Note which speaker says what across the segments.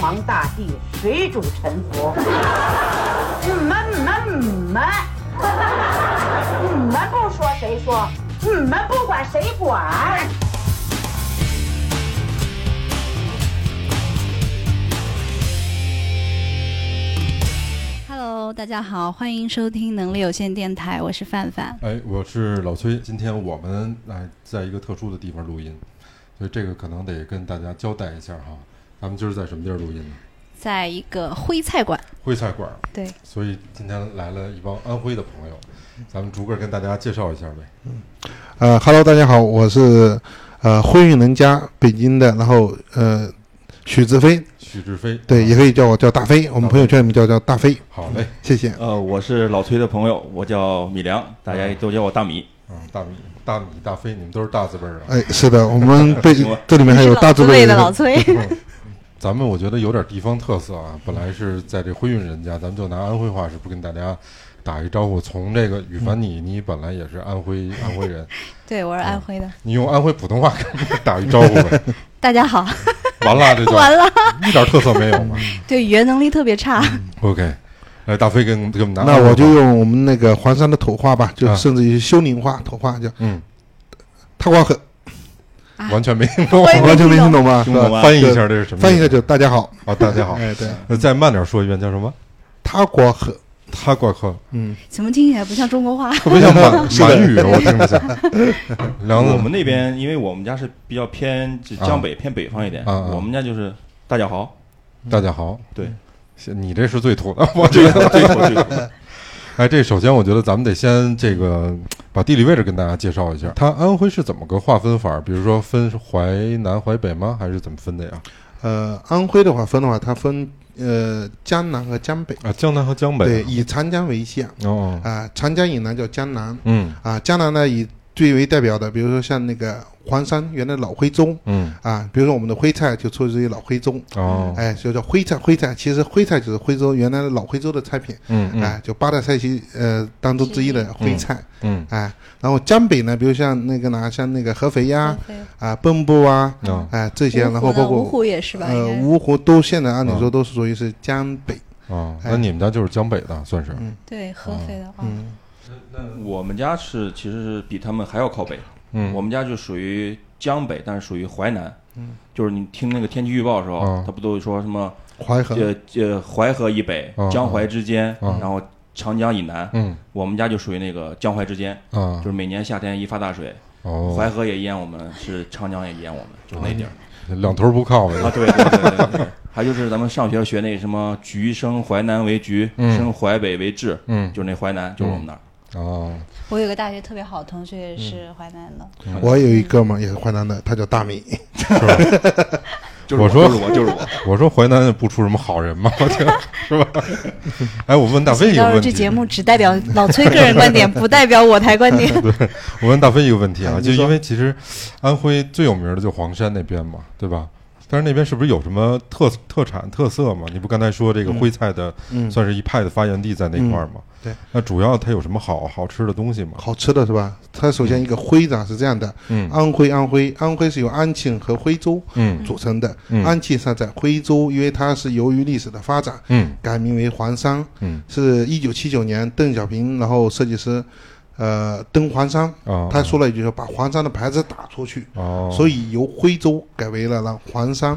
Speaker 1: 茫大地，水主沉浮。嗯们们们，你们嗯不说谁说？你们不管谁管？
Speaker 2: Hello，大家好，欢迎收听能力有限电台，我是范范。
Speaker 3: 哎，我是老崔，今天我们哎在一个特殊的地方录音，所以这个可能得跟大家交代一下哈。咱们今儿在什么地儿录音呢？
Speaker 2: 在一个徽菜馆，
Speaker 3: 徽菜馆儿。
Speaker 2: 对，
Speaker 3: 所以今天来了一帮安徽的朋友，咱们逐个跟大家介绍一下呗。
Speaker 4: 呃哈喽，大家好，我是呃徽韵人家北京的，然后呃许志飞，
Speaker 3: 许志飞，
Speaker 4: 对，
Speaker 3: 啊
Speaker 4: 也可以叫我叫大飞，我们朋友圈里面叫叫大飞，
Speaker 3: 好嘞，
Speaker 4: 谢谢。
Speaker 5: 呃，我是老崔的朋友，我叫米良，大
Speaker 3: 啊
Speaker 5: 家都叫我大米。
Speaker 3: 嗯，大米、大米、大飞，你们都是大字辈儿啊。
Speaker 4: 哎，是的，我们被这里面还有大
Speaker 2: 老
Speaker 4: 字
Speaker 2: 字
Speaker 4: 辈
Speaker 2: 辈的老崔，
Speaker 3: 咱们我觉得有点地方特色啊。本来是在这徽韵人家，咱们就拿安徽话是不跟大家打一招呼。从这个羽凡你，你本来也是安徽安徽人，
Speaker 2: 对我是安徽
Speaker 4: 嗯
Speaker 2: 的。
Speaker 3: 你用安徽普通话跟我们打一招呼呗。
Speaker 2: 大家好，
Speaker 3: 完了，这就
Speaker 2: 完
Speaker 4: 嗯
Speaker 2: 了，
Speaker 3: 一点特色没有嘛。
Speaker 2: 对语言能力特别差。
Speaker 3: OK，来大飞跟给我们拿，
Speaker 4: 那我就用我们那个黄山的土话吧，就
Speaker 3: 啊
Speaker 4: 甚至于休宁话、土话叫
Speaker 3: 嗯，
Speaker 4: 他瓜很，
Speaker 3: 完全没听懂
Speaker 2: 啊我，也没
Speaker 4: 完全没
Speaker 2: 听
Speaker 4: 听懂吧？
Speaker 5: 听不懂
Speaker 4: 是吧
Speaker 5: 啊
Speaker 3: 翻译一下这是什么意思？
Speaker 4: 翻译一下就大家好，
Speaker 3: 啊，大家好，
Speaker 4: 哎，对，
Speaker 3: 那再慢点说一遍，叫什么？
Speaker 4: 他瓜很，
Speaker 3: 他挂科，
Speaker 4: 嗯，
Speaker 2: 怎么听起来不像中国话？
Speaker 3: 特别像满
Speaker 4: 是的
Speaker 3: 满语，我听不下。 梁子，
Speaker 5: 我们那边，因为我们家是比较偏就江北、偏北方一点，
Speaker 3: 啊啊
Speaker 5: 我们家就是大 家好，
Speaker 3: 大家好，
Speaker 5: 对，
Speaker 3: 行你这是最土的，我觉得。
Speaker 5: 对口对口。
Speaker 3: 哎，这首先我觉得咱们得先这个把地理位置跟大家介绍一下。它安徽是怎么个划分法儿？比如说分是淮南、淮北吗？还是怎么分的呀？
Speaker 4: 呃，安徽的话分的话，它分呃江南和江北，
Speaker 3: 啊，江南和江
Speaker 4: 对，
Speaker 3: 北。
Speaker 4: 以长江为线
Speaker 3: 哦，
Speaker 4: 啊，长江以南叫江南，
Speaker 3: 嗯
Speaker 4: 啊，江南呢以最为代表的，比如说像那个黄山原来老徽宗
Speaker 3: 嗯，
Speaker 4: 啊，比如说我们的徽菜就出自于老徽宗，
Speaker 3: 哦，
Speaker 4: 哎，所以叫徽菜。徽菜其实徽菜就是徽州原来的老徽州的菜品，
Speaker 3: 嗯嗯
Speaker 4: 哎，就八大菜系呃当中之一的徽菜，
Speaker 3: 嗯
Speaker 4: 哎，然后江北呢，比如像那个哪，像那个合肥呀、啊、蚌埠啊，
Speaker 3: 啊
Speaker 4: 哎这些，然
Speaker 2: 嗯芜湖
Speaker 4: 后
Speaker 2: 呢
Speaker 4: 包
Speaker 2: 芜
Speaker 4: 括
Speaker 2: 湖也是吧？
Speaker 4: 呃
Speaker 2: 应
Speaker 4: 芜湖都现在按理
Speaker 3: 嗯
Speaker 4: 说都是属于是江北，
Speaker 3: 哦，
Speaker 4: 哎
Speaker 3: 那你们家就是江北的，算是。
Speaker 4: 嗯
Speaker 2: 该对合肥的话，
Speaker 4: 嗯，
Speaker 5: 我们家是其实是比他们还要靠北，
Speaker 3: 嗯
Speaker 5: 我们家就属于江北，但是属于淮南。就是你听那个天气预报的时候，
Speaker 3: 啊
Speaker 5: 他不都说什么
Speaker 4: 淮河
Speaker 5: 呃呃淮河以北、
Speaker 3: 啊
Speaker 5: 江淮之间，
Speaker 3: 啊
Speaker 5: 然后长江以南，
Speaker 3: 嗯
Speaker 5: 我们家就属于那个江淮之间，
Speaker 3: 啊
Speaker 5: 就是每年夏天一发大水，
Speaker 3: 哦，
Speaker 5: 淮河也淹我们，是长江也淹我们，就那地儿
Speaker 3: 两头不靠呗。
Speaker 5: 啊。对对对对 对，还就是咱们上学学那什么“橘生淮南为橘，
Speaker 3: 嗯
Speaker 5: 生淮北为枳”，
Speaker 3: 嗯
Speaker 5: 就是那淮南，就是我们那儿。
Speaker 3: 哦，
Speaker 2: 我有个大学特别好的同学也
Speaker 4: 嗯
Speaker 2: 是淮南的，
Speaker 4: 我有一哥们儿也是淮南的，他叫大 米，
Speaker 3: 是吧？
Speaker 5: 就是
Speaker 3: 我说
Speaker 5: 就是 我，就是我。
Speaker 3: 我说淮南不出什么好人嘛， 我觉得是吧？哎，我问大飞一个
Speaker 2: 到时候
Speaker 3: 问
Speaker 2: 这
Speaker 3: 题
Speaker 2: 节，目只 代表老崔个人观点，不代表我台观点。
Speaker 3: 我问大飞一个问题啊，
Speaker 4: 哎
Speaker 3: 就
Speaker 4: 你说
Speaker 3: 因为其实安徽最有名的就黄山那边嘛，对吧？但是那边是不是有什么特特产特色嘛？你不刚才说这个徽菜的，
Speaker 4: 嗯，
Speaker 3: 算是一派的发源地在那块儿嘛？
Speaker 4: 嗯对，
Speaker 3: 那主要它有什么好好吃的东西嘛？
Speaker 4: 好吃的是吧？它首先一个徽长是这样的，
Speaker 3: 嗯
Speaker 4: 安徽，安徽，安徽是由安庆和徽州
Speaker 3: 嗯
Speaker 4: 组成的。
Speaker 3: 嗯
Speaker 4: 安庆是在徽州，因为它是由于历史的发展
Speaker 3: 嗯
Speaker 4: 改名为黄山，
Speaker 3: 嗯
Speaker 4: 是一九七九年邓小平然后设计师，呃，登黄山，
Speaker 3: 啊，
Speaker 4: 他说了一句说把黄山的牌子打出去，
Speaker 3: 哦，
Speaker 4: 所以由徽州改为了那黄山，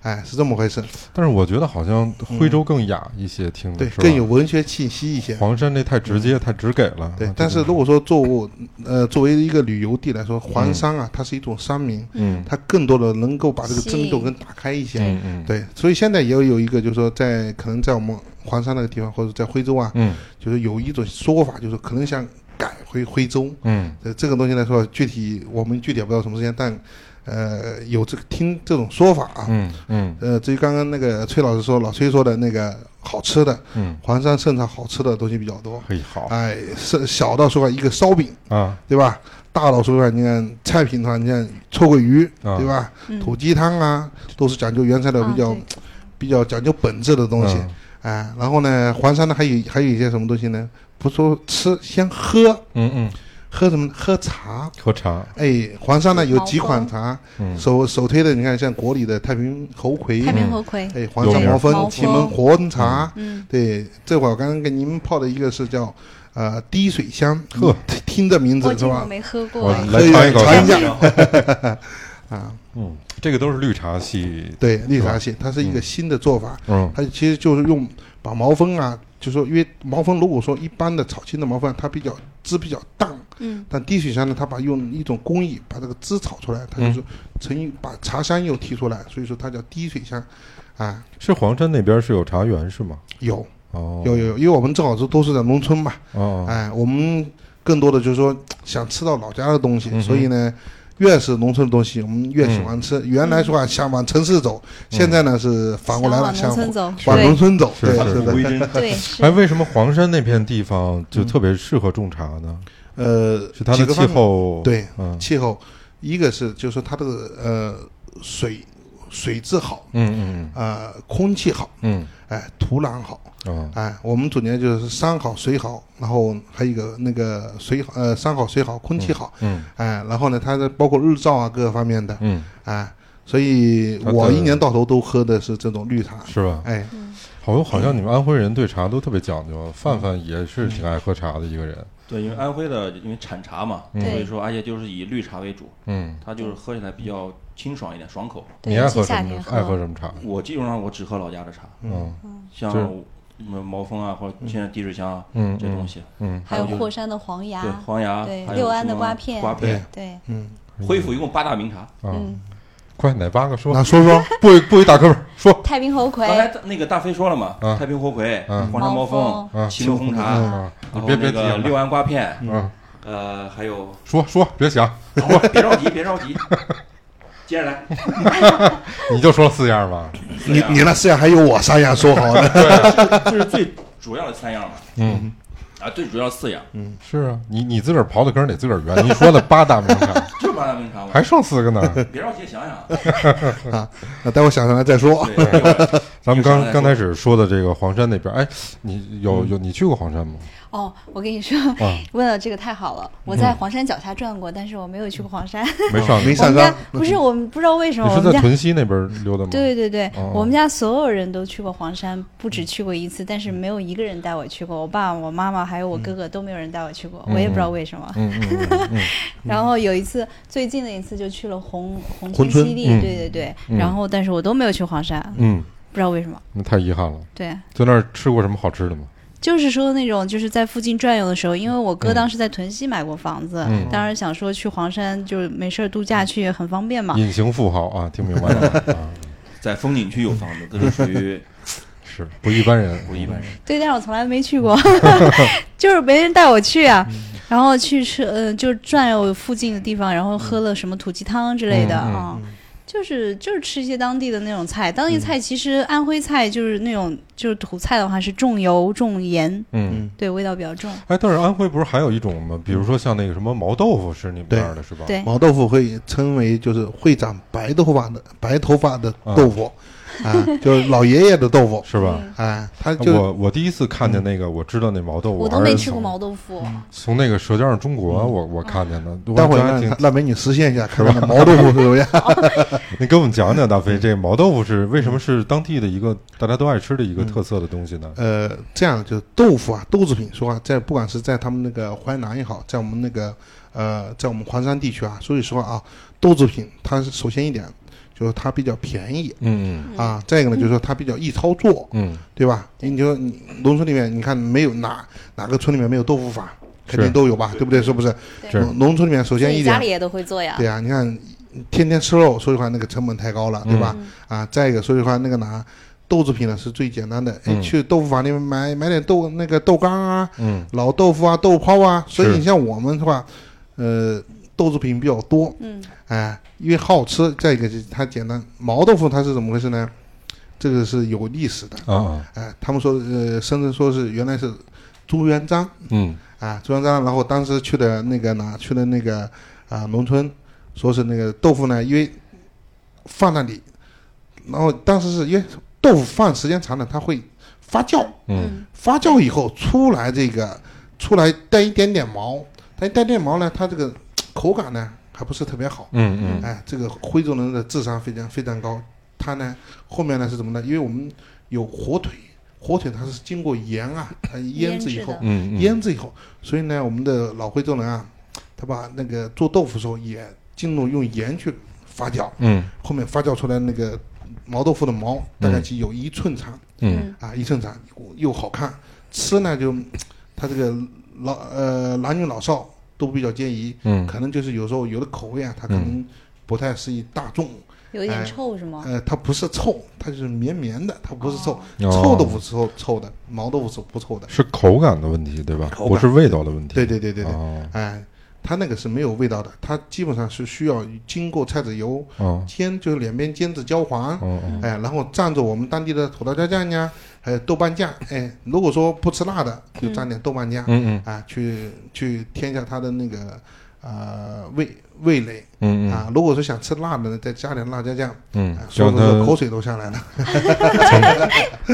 Speaker 4: 哎，是这么回事，
Speaker 3: 但是我觉得好像徽州更雅一些，听着
Speaker 4: 对，
Speaker 3: 嗯是吧
Speaker 4: 更有文学气息一些。
Speaker 3: 黄山这太直接，太直给了。
Speaker 4: 对
Speaker 3: 啊，
Speaker 4: 但是
Speaker 3: 这个
Speaker 4: 如果说作为呃作为一个旅游地来说，黄山啊，它是一种山名，
Speaker 3: 嗯
Speaker 4: 它更多的能够把这个
Speaker 2: 吸
Speaker 4: 争斗
Speaker 2: 引
Speaker 4: 跟打开一些。
Speaker 3: 嗯嗯
Speaker 4: 对，所以现在也有一个，就是说在可能在我们黄山那个地方，或者在徽州啊，
Speaker 3: 嗯
Speaker 4: 就是有一种说法，就是可能想改回徽州。
Speaker 3: 嗯
Speaker 4: 呃，这个东西来说，具体我们具体也不知道什么时间，但呃有这个听这种说法啊。
Speaker 3: 嗯嗯
Speaker 4: 呃，至于刚刚那个崔老师说，老崔说的那个好吃的，
Speaker 3: 嗯，
Speaker 4: 黄山盛产好吃的东西比较多。
Speaker 3: 嘿好
Speaker 4: 哎，是小到说一个烧饼，
Speaker 3: 啊
Speaker 4: 对吧？大到说你看菜品的话，你看臭鳜鱼，
Speaker 3: 啊
Speaker 4: 对吧？
Speaker 2: 嗯
Speaker 4: 土鸡汤啊，都是讲究原材料比较、
Speaker 2: 啊
Speaker 4: 比较讲究本质的东
Speaker 3: 啊
Speaker 4: 西。哎，然后呢，黄山呢还有还有一些什么东西呢？不说吃，先喝。
Speaker 3: 嗯嗯
Speaker 4: 喝什么？喝茶。
Speaker 3: 喝茶，
Speaker 4: 哎，黄山呢有几款
Speaker 2: 毛
Speaker 4: 茶，
Speaker 3: 嗯，
Speaker 4: 首首推的你看像国礼的太平猴魁，
Speaker 2: 太平猴魁，
Speaker 4: 哎，黄山
Speaker 3: 有名
Speaker 4: 毛
Speaker 2: 毛
Speaker 4: 峰、
Speaker 2: 峰
Speaker 4: 祁门黄茶，
Speaker 2: 嗯，
Speaker 4: 对，这会儿我刚刚给您泡的一个是叫呃滴水香，
Speaker 3: 呵
Speaker 4: 听，听这名
Speaker 2: 我
Speaker 4: 字是
Speaker 2: 今我
Speaker 4: 吧？
Speaker 2: 没喝过
Speaker 3: 我
Speaker 2: 哎，
Speaker 3: 来尝一口，
Speaker 4: 哎呀
Speaker 3: 啊，嗯，这个都是绿茶系，
Speaker 4: 对，绿茶蟹，它是一个新的做法，
Speaker 3: 嗯
Speaker 4: 它其实就是用把毛峰啊，就说因为毛峰如果说一般的草青的毛峰，它比较枝比较淡，
Speaker 2: 嗯，
Speaker 4: 但滴水香呢，它把用一种工艺把这个枝炒
Speaker 3: 嗯
Speaker 4: 出来，它就是成一把茶香又提出来，所以说它叫滴水香，啊，
Speaker 3: 是黄山那边是有茶园是吗？
Speaker 4: 有
Speaker 3: 哦，
Speaker 4: 有有有，因为我们正好是都是在农村嘛，
Speaker 3: 哦，
Speaker 4: 哎，我们更多的就是说想吃到老家的东西，
Speaker 3: 嗯哼
Speaker 4: 所以呢，越是农村的东西，我们越喜欢吃。
Speaker 3: 嗯
Speaker 4: 原来说啊，想往城市走，现在呢是反过来了，
Speaker 2: 想
Speaker 4: 想
Speaker 2: 往农村走，
Speaker 4: 往农
Speaker 2: 对
Speaker 4: 村走，
Speaker 3: 是
Speaker 4: 对，
Speaker 3: 是
Speaker 4: 是
Speaker 5: 返璞归
Speaker 4: 的。
Speaker 5: 真，
Speaker 2: 对是
Speaker 3: 哎，，为什么黄山那片地方就特别适合种茶呢？
Speaker 4: 呃，
Speaker 3: 是它
Speaker 4: 几
Speaker 3: 的
Speaker 4: 个
Speaker 3: 气
Speaker 4: 方面，
Speaker 3: 候，
Speaker 4: 对
Speaker 3: 嗯
Speaker 4: 气候，一个是就是说它这个呃水水质好，
Speaker 3: 嗯
Speaker 4: 呃空气好，
Speaker 3: 嗯
Speaker 4: 哎土壤好，
Speaker 3: 嗯啊，
Speaker 4: 哎，我们总结就是山好水好，然后还有一个那个水好，呃山好水好，空气好，
Speaker 3: 嗯
Speaker 4: 哎，然后呢它的包括日照啊各个方面的，
Speaker 3: 嗯，
Speaker 4: 哎，所以
Speaker 3: 它
Speaker 4: 我
Speaker 3: 的
Speaker 4: 一年到头都喝的是这种绿茶。
Speaker 3: 是吧？
Speaker 4: 哎，
Speaker 3: 好，好像你们安徽人对茶都特别讲究，范范也是挺爱喝茶的一个人，
Speaker 5: 对，因为安徽的因为产茶嘛，
Speaker 3: 嗯
Speaker 5: 所以
Speaker 2: 对
Speaker 5: 说而且就是以绿茶为主，
Speaker 3: 嗯，
Speaker 5: 它就是喝起来比较清爽一点，爽口。
Speaker 2: 对
Speaker 3: 你爱
Speaker 2: 尤其
Speaker 3: 喝
Speaker 2: 夏
Speaker 3: 什么
Speaker 2: 天？
Speaker 3: 爱喝什么茶？
Speaker 5: 我基本上我只喝老家的茶，
Speaker 3: 嗯
Speaker 5: 像
Speaker 3: 就是
Speaker 5: 什么毛峰啊，或者现在滴水香啊
Speaker 3: 嗯
Speaker 5: 这东西，
Speaker 3: 嗯，
Speaker 2: 还有霍山的黄
Speaker 5: 对
Speaker 2: 芽，
Speaker 5: 黄芽，
Speaker 2: 嗯对
Speaker 5: 还有
Speaker 2: 六安的
Speaker 5: 什么
Speaker 2: 瓜片
Speaker 5: 瓜片，
Speaker 2: 对，
Speaker 4: 嗯，
Speaker 5: 恢复一共八大名茶。
Speaker 3: 啊，
Speaker 2: 嗯，
Speaker 3: 快哪八个说？
Speaker 4: 那说说，
Speaker 3: 不许不许打磕巴，说
Speaker 2: 太平猴魁，
Speaker 5: 刚才那个大飞说了嘛，
Speaker 3: 啊
Speaker 5: 太平猴魁、
Speaker 3: 啊
Speaker 5: 黄山毛峰、
Speaker 3: 啊
Speaker 5: 祁门红茶，
Speaker 2: 啊
Speaker 3: 啊，你
Speaker 5: 然后
Speaker 3: 别别
Speaker 5: 那
Speaker 3: 提
Speaker 5: 个六
Speaker 3: 了
Speaker 5: 安瓜片，
Speaker 3: 啊，
Speaker 5: 呃，还有哦
Speaker 3: 说说别想，
Speaker 5: 别着急，别着 急，接着来。
Speaker 3: 你就说四样吧，
Speaker 5: 四
Speaker 4: 你
Speaker 5: 样
Speaker 3: 啊
Speaker 4: 你那四样还有我三样说好了。
Speaker 5: 这是最主要的三样嘛，
Speaker 3: 嗯。
Speaker 5: 啊，最主要四样，
Speaker 3: 是啊，你你自个儿刨的坑得自个儿圆。你说的八大名 产，
Speaker 5: 就是八大名茶嘛。
Speaker 3: 还剩四个呢。
Speaker 5: 别着急，想 想。
Speaker 4: 那待会想上来再说。
Speaker 5: 对，一会儿
Speaker 3: 咱们
Speaker 5: 有啥来
Speaker 3: 刚
Speaker 5: 说
Speaker 3: 刚开始说的这个黄山那边，哎，你有有你去过黄山吗？
Speaker 2: 哦，我跟你说，
Speaker 3: 啊，
Speaker 2: 问了这个太好了，我
Speaker 3: 嗯
Speaker 2: 在黄山脚下转过，但是我没有去过黄山。
Speaker 3: 没上
Speaker 4: 没
Speaker 3: 去。
Speaker 2: 我
Speaker 4: 上
Speaker 2: 们
Speaker 4: 山
Speaker 2: 家，不是我们不知道为什么
Speaker 3: 你
Speaker 2: 我
Speaker 3: 是
Speaker 2: 们
Speaker 3: 在
Speaker 2: 家。
Speaker 3: 屯溪那边溜达吗？，
Speaker 2: 对对对，
Speaker 3: 哦嗯
Speaker 2: 我们家所有人都去过黄山，不止去过一次，但是没有一个人带我去过。我爸、我妈妈还有我哥哥都没有人带我去过，我也不知道为什么。
Speaker 3: 嗯嗯嗯嗯，
Speaker 2: 然后有一次，最近的一次就去了红红
Speaker 4: 珲
Speaker 2: 区
Speaker 4: 春
Speaker 2: 西丽，
Speaker 3: 嗯
Speaker 2: 对对对。
Speaker 3: 嗯
Speaker 2: 然后，但是我都没有去黄山，
Speaker 3: 嗯，
Speaker 2: 不知道为什么。
Speaker 3: 那太遗憾了。
Speaker 2: 对，
Speaker 3: 在那儿吃过什么好吃的吗？
Speaker 2: 就是说那种就是在附近转悠的时候，因为我哥
Speaker 3: 嗯
Speaker 2: 当时在屯溪买过房子，
Speaker 3: 嗯
Speaker 2: 当时想说去黄山就是没事儿度假去也很方便嘛。
Speaker 3: 隐形富豪啊，听明白了啊，
Speaker 5: 在风景区有房 子，这是属于
Speaker 3: 是不一般人，
Speaker 5: 不一般人。
Speaker 2: 对，但是我从来没去过，
Speaker 3: 嗯
Speaker 2: 就是没人带我去啊。然后去吃，呃，就转悠附近的地方，然后喝了什么土鸡汤之类的
Speaker 3: 嗯嗯嗯
Speaker 2: 啊。就是就是吃一些当地的那种菜，
Speaker 3: 嗯
Speaker 2: 当地菜其实安徽菜就是那种就是土菜的话是重油重盐，
Speaker 3: 嗯。
Speaker 2: 对味道比较重。
Speaker 3: 哎，但是安徽不是还有一种吗？比如说像那个什么毛豆腐，是你们那儿的是吧？
Speaker 2: 对，
Speaker 4: 毛豆腐会称为就是会长白头发的白头发的豆腐，啊，就是老爷爷的豆腐，
Speaker 3: 是吧？
Speaker 2: 嗯
Speaker 4: 哎，它就嗯
Speaker 3: 我我第一次看见那个，我知道那毛豆腐，
Speaker 2: 我都
Speaker 3: 还是
Speaker 2: 没吃过
Speaker 3: 从
Speaker 2: 毛嗯豆腐，
Speaker 3: 从那个《舌尖上中国》我我看见的，我
Speaker 4: 嗯待会
Speaker 3: 觉得还
Speaker 4: 儿
Speaker 3: 挺
Speaker 4: 让让美女实现一下，看看那毛豆腐是什 么样。
Speaker 3: 你给我们讲讲，大
Speaker 4: 嗯
Speaker 3: 飞，这个毛豆腐是为什么是当地的一个大家都爱吃的
Speaker 4: 嗯
Speaker 3: 一个特色的东西呢？
Speaker 4: 呃，这样就是豆腐啊，豆制品说啊，在不管是在他们那个淮南也好，在我们那个呃，在我们黄山地区啊，所以说啊，豆制品它是首先一点就是它比较便宜
Speaker 3: 嗯
Speaker 4: 啊，再一个呢就是说它比较易操作，
Speaker 3: 嗯
Speaker 4: 对吧？你就你农村里面，你看没有哪哪个村里面没有豆腐坊，肯定
Speaker 3: 是
Speaker 4: 都有吧，对不对？是不是？
Speaker 3: 是
Speaker 4: 农农村里面首
Speaker 2: 自
Speaker 4: 先一
Speaker 2: 己家
Speaker 4: 点
Speaker 2: 里也都会做呀。
Speaker 4: 对啊，你看天天吃肉，说实话那个成本太高了，
Speaker 3: 嗯
Speaker 4: 对吧？啊，再一个说实话那个哪。豆制品呢是最简单的，哎，
Speaker 3: 嗯
Speaker 4: 去豆腐坊里面买买点豆那个豆干啊、
Speaker 3: 嗯
Speaker 4: 老豆腐啊、豆泡啊。所以
Speaker 3: 是
Speaker 4: 你像我们的话，呃，豆制品比较多，
Speaker 2: 嗯，
Speaker 4: 哎，因为好吃。再一个就是它简单，毛豆腐它是怎么回事呢？这个是有历史的，
Speaker 3: 啊
Speaker 4: 哎，他们说呃，深圳说是原来是朱元璋，
Speaker 3: 嗯
Speaker 4: 啊，朱元璋，然后当时去的那个哪，去的那个啊、农村，说是那个豆腐呢，因为放那里，然后当时是因为豆腐放时间长了，它会发酵，
Speaker 3: 嗯
Speaker 4: 发酵以后出来这个出来带一点点毛，但带电毛呢，它这个口感呢还不是特别好。
Speaker 3: 嗯嗯，
Speaker 4: 哎，这个徽州人的智商非常非常高。他呢，后面呢是怎么呢？因为我们有火腿，火腿它是经过盐啊，它腌制以后，
Speaker 3: 嗯嗯，
Speaker 4: 腌制以后，所以呢，我们的老徽州人啊，他把那个做豆腐的时候也进入用盐去发酵，
Speaker 3: 嗯
Speaker 4: 后面发酵出来那个毛豆腐的毛大概只有一寸长、
Speaker 3: 嗯
Speaker 4: 啊，一寸长又好看，吃呢就他这个老呃男女老少都比较介意，
Speaker 3: 嗯
Speaker 4: 可能就是有时候有的口味啊，它可能不太适宜大众，
Speaker 2: 有一
Speaker 3: 哎
Speaker 2: 点臭是吗？
Speaker 4: 呃，它不是臭，它就是绵绵的，它不是臭，
Speaker 3: 哦
Speaker 4: 臭豆腐是臭臭的，毛豆腐是不臭的，
Speaker 3: 是口感的问题对吧？
Speaker 4: 口感
Speaker 3: 不是味道的问题。
Speaker 4: 对对对对对。
Speaker 3: 哦
Speaker 4: 哎，它那个是没有味道的，它基本上是需要经过菜籽油
Speaker 3: 哦
Speaker 4: 煎，就是两边煎至焦黄，
Speaker 3: 哦哦，
Speaker 4: 哎，然后蘸着我们当地的土豆椒酱呀，还有豆瓣酱，哎，如果说不吃辣的，就蘸点豆瓣酱，
Speaker 3: 嗯嗯
Speaker 4: 啊，去去添一下它的那个呃味味蕾
Speaker 3: 嗯嗯
Speaker 4: 啊。如果说想吃辣的呢，再加点辣椒酱，
Speaker 3: 嗯
Speaker 4: 啊，，说
Speaker 3: 让
Speaker 4: 着说着口
Speaker 3: 它
Speaker 4: 水都下来了。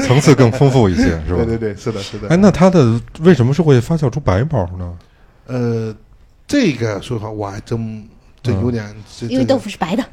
Speaker 3: 层次更丰富 一些，是吧
Speaker 4: 对？对对，是的，是
Speaker 3: 哎，
Speaker 4: 的。
Speaker 3: 那它的为什么是会发酵出白毛呢？
Speaker 4: 呃，这个说实话我还真这有点，这
Speaker 2: 因为豆腐是白的，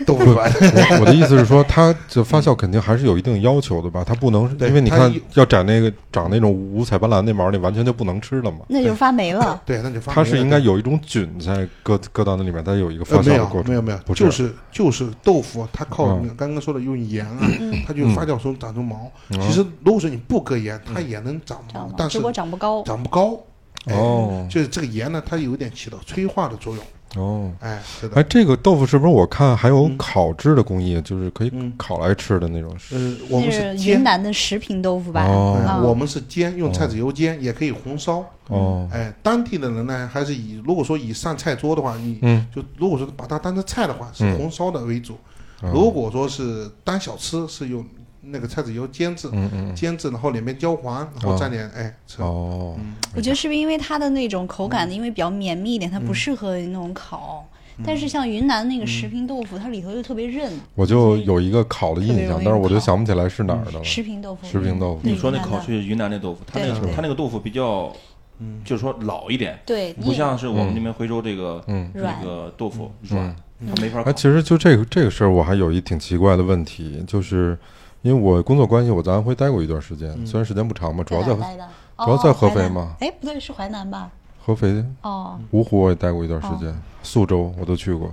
Speaker 4: 这个豆腐吧。
Speaker 3: 我 我的意思是说，它这发酵肯定还是有一定要求的吧？它不能，
Speaker 4: 对
Speaker 3: 因为你
Speaker 4: 它
Speaker 3: 看
Speaker 4: 有
Speaker 3: 要长那个长那种五彩斑斓那毛，你完全就不能吃了嘛。
Speaker 2: 那就是发霉了。
Speaker 4: 对，那哦就发霉
Speaker 3: 它是
Speaker 4: 了
Speaker 3: 应该有一种菌在搁搁到那里面，它有一个发
Speaker 4: 呃，没
Speaker 3: 酵的
Speaker 4: 有
Speaker 3: 过
Speaker 4: 没
Speaker 3: 程。
Speaker 4: 有没有，
Speaker 3: 不是
Speaker 4: 就是就是豆腐，啊它靠
Speaker 3: 嗯
Speaker 4: 你刚刚说的用盐啊，它就
Speaker 3: 嗯
Speaker 4: 发酵出长出毛。
Speaker 3: 嗯
Speaker 4: 其实如果说你不搁盐，它也能长
Speaker 2: 知道
Speaker 4: 毛
Speaker 2: 吗，？
Speaker 4: 但
Speaker 2: 结
Speaker 4: 是
Speaker 2: 果长不高，
Speaker 4: 长不高。哎
Speaker 3: 哦
Speaker 4: 就是这个盐呢，它有一点起到催化的作用。
Speaker 3: 哦，
Speaker 4: 哎，是的
Speaker 3: 哎，。这个豆腐是不是我看还有
Speaker 4: 嗯
Speaker 3: 烤制的工艺，就是可以
Speaker 4: 嗯
Speaker 3: 烤来吃的那种？
Speaker 4: 呃，我
Speaker 2: 那
Speaker 4: 们
Speaker 2: 是云
Speaker 4: 煎，
Speaker 2: 南的食品豆腐吧？
Speaker 3: 哦
Speaker 4: 哎
Speaker 2: 啊
Speaker 4: 我们是煎，用菜籽油煎，也可以红烧。
Speaker 3: 哦，
Speaker 4: 哎，当地的人呢，还是以如果说以上菜桌的话，你
Speaker 3: 嗯，
Speaker 4: 就如果说把它当成菜的话，是
Speaker 3: 嗯
Speaker 4: 红烧的为主；
Speaker 3: 哦
Speaker 4: 如果说是当小吃，是用那个菜籽油煎制。
Speaker 3: 嗯嗯
Speaker 4: 煎制，然后里面焦黄，然后蘸点、哎吃。
Speaker 3: 嗯，哦，
Speaker 2: 我觉得是不是因为它的那种口感，因为比较绵密一点，它不适合那种烤。但是像云南那个食品豆腐，它里头又特别韧，
Speaker 3: 我就有一个烤的印象，
Speaker 2: 特别容易
Speaker 3: 但是我就
Speaker 2: 烤
Speaker 3: 想不起来是哪儿的了。
Speaker 2: 食品豆腐，
Speaker 3: 食品豆腐
Speaker 5: 你说那
Speaker 2: 云南
Speaker 5: 烤
Speaker 2: 的
Speaker 5: 是云南那豆腐，它那
Speaker 2: 对对
Speaker 5: 它那个豆腐比较，
Speaker 3: 嗯
Speaker 5: 就是说老一点，
Speaker 2: 对，
Speaker 5: 不
Speaker 2: 硬
Speaker 5: 像是我们那边徽州这个
Speaker 3: 嗯
Speaker 5: 那
Speaker 2: 软
Speaker 5: 个豆腐软，它没法
Speaker 3: 哎，
Speaker 5: 烤。
Speaker 3: 其实就这个这个事儿，我还有一挺奇怪的问题，就是因为我工作关系，我在安徽待过一段时间，虽然时间不长嘛，主要在
Speaker 2: 哪待的，
Speaker 3: 主要
Speaker 2: 哦
Speaker 3: 在合
Speaker 2: 淮南
Speaker 3: 肥嘛
Speaker 2: 哎，不对，是淮南吧？
Speaker 3: 合肥、
Speaker 2: 哦，
Speaker 3: 芜湖我也待过一段时间，宿州我都去过。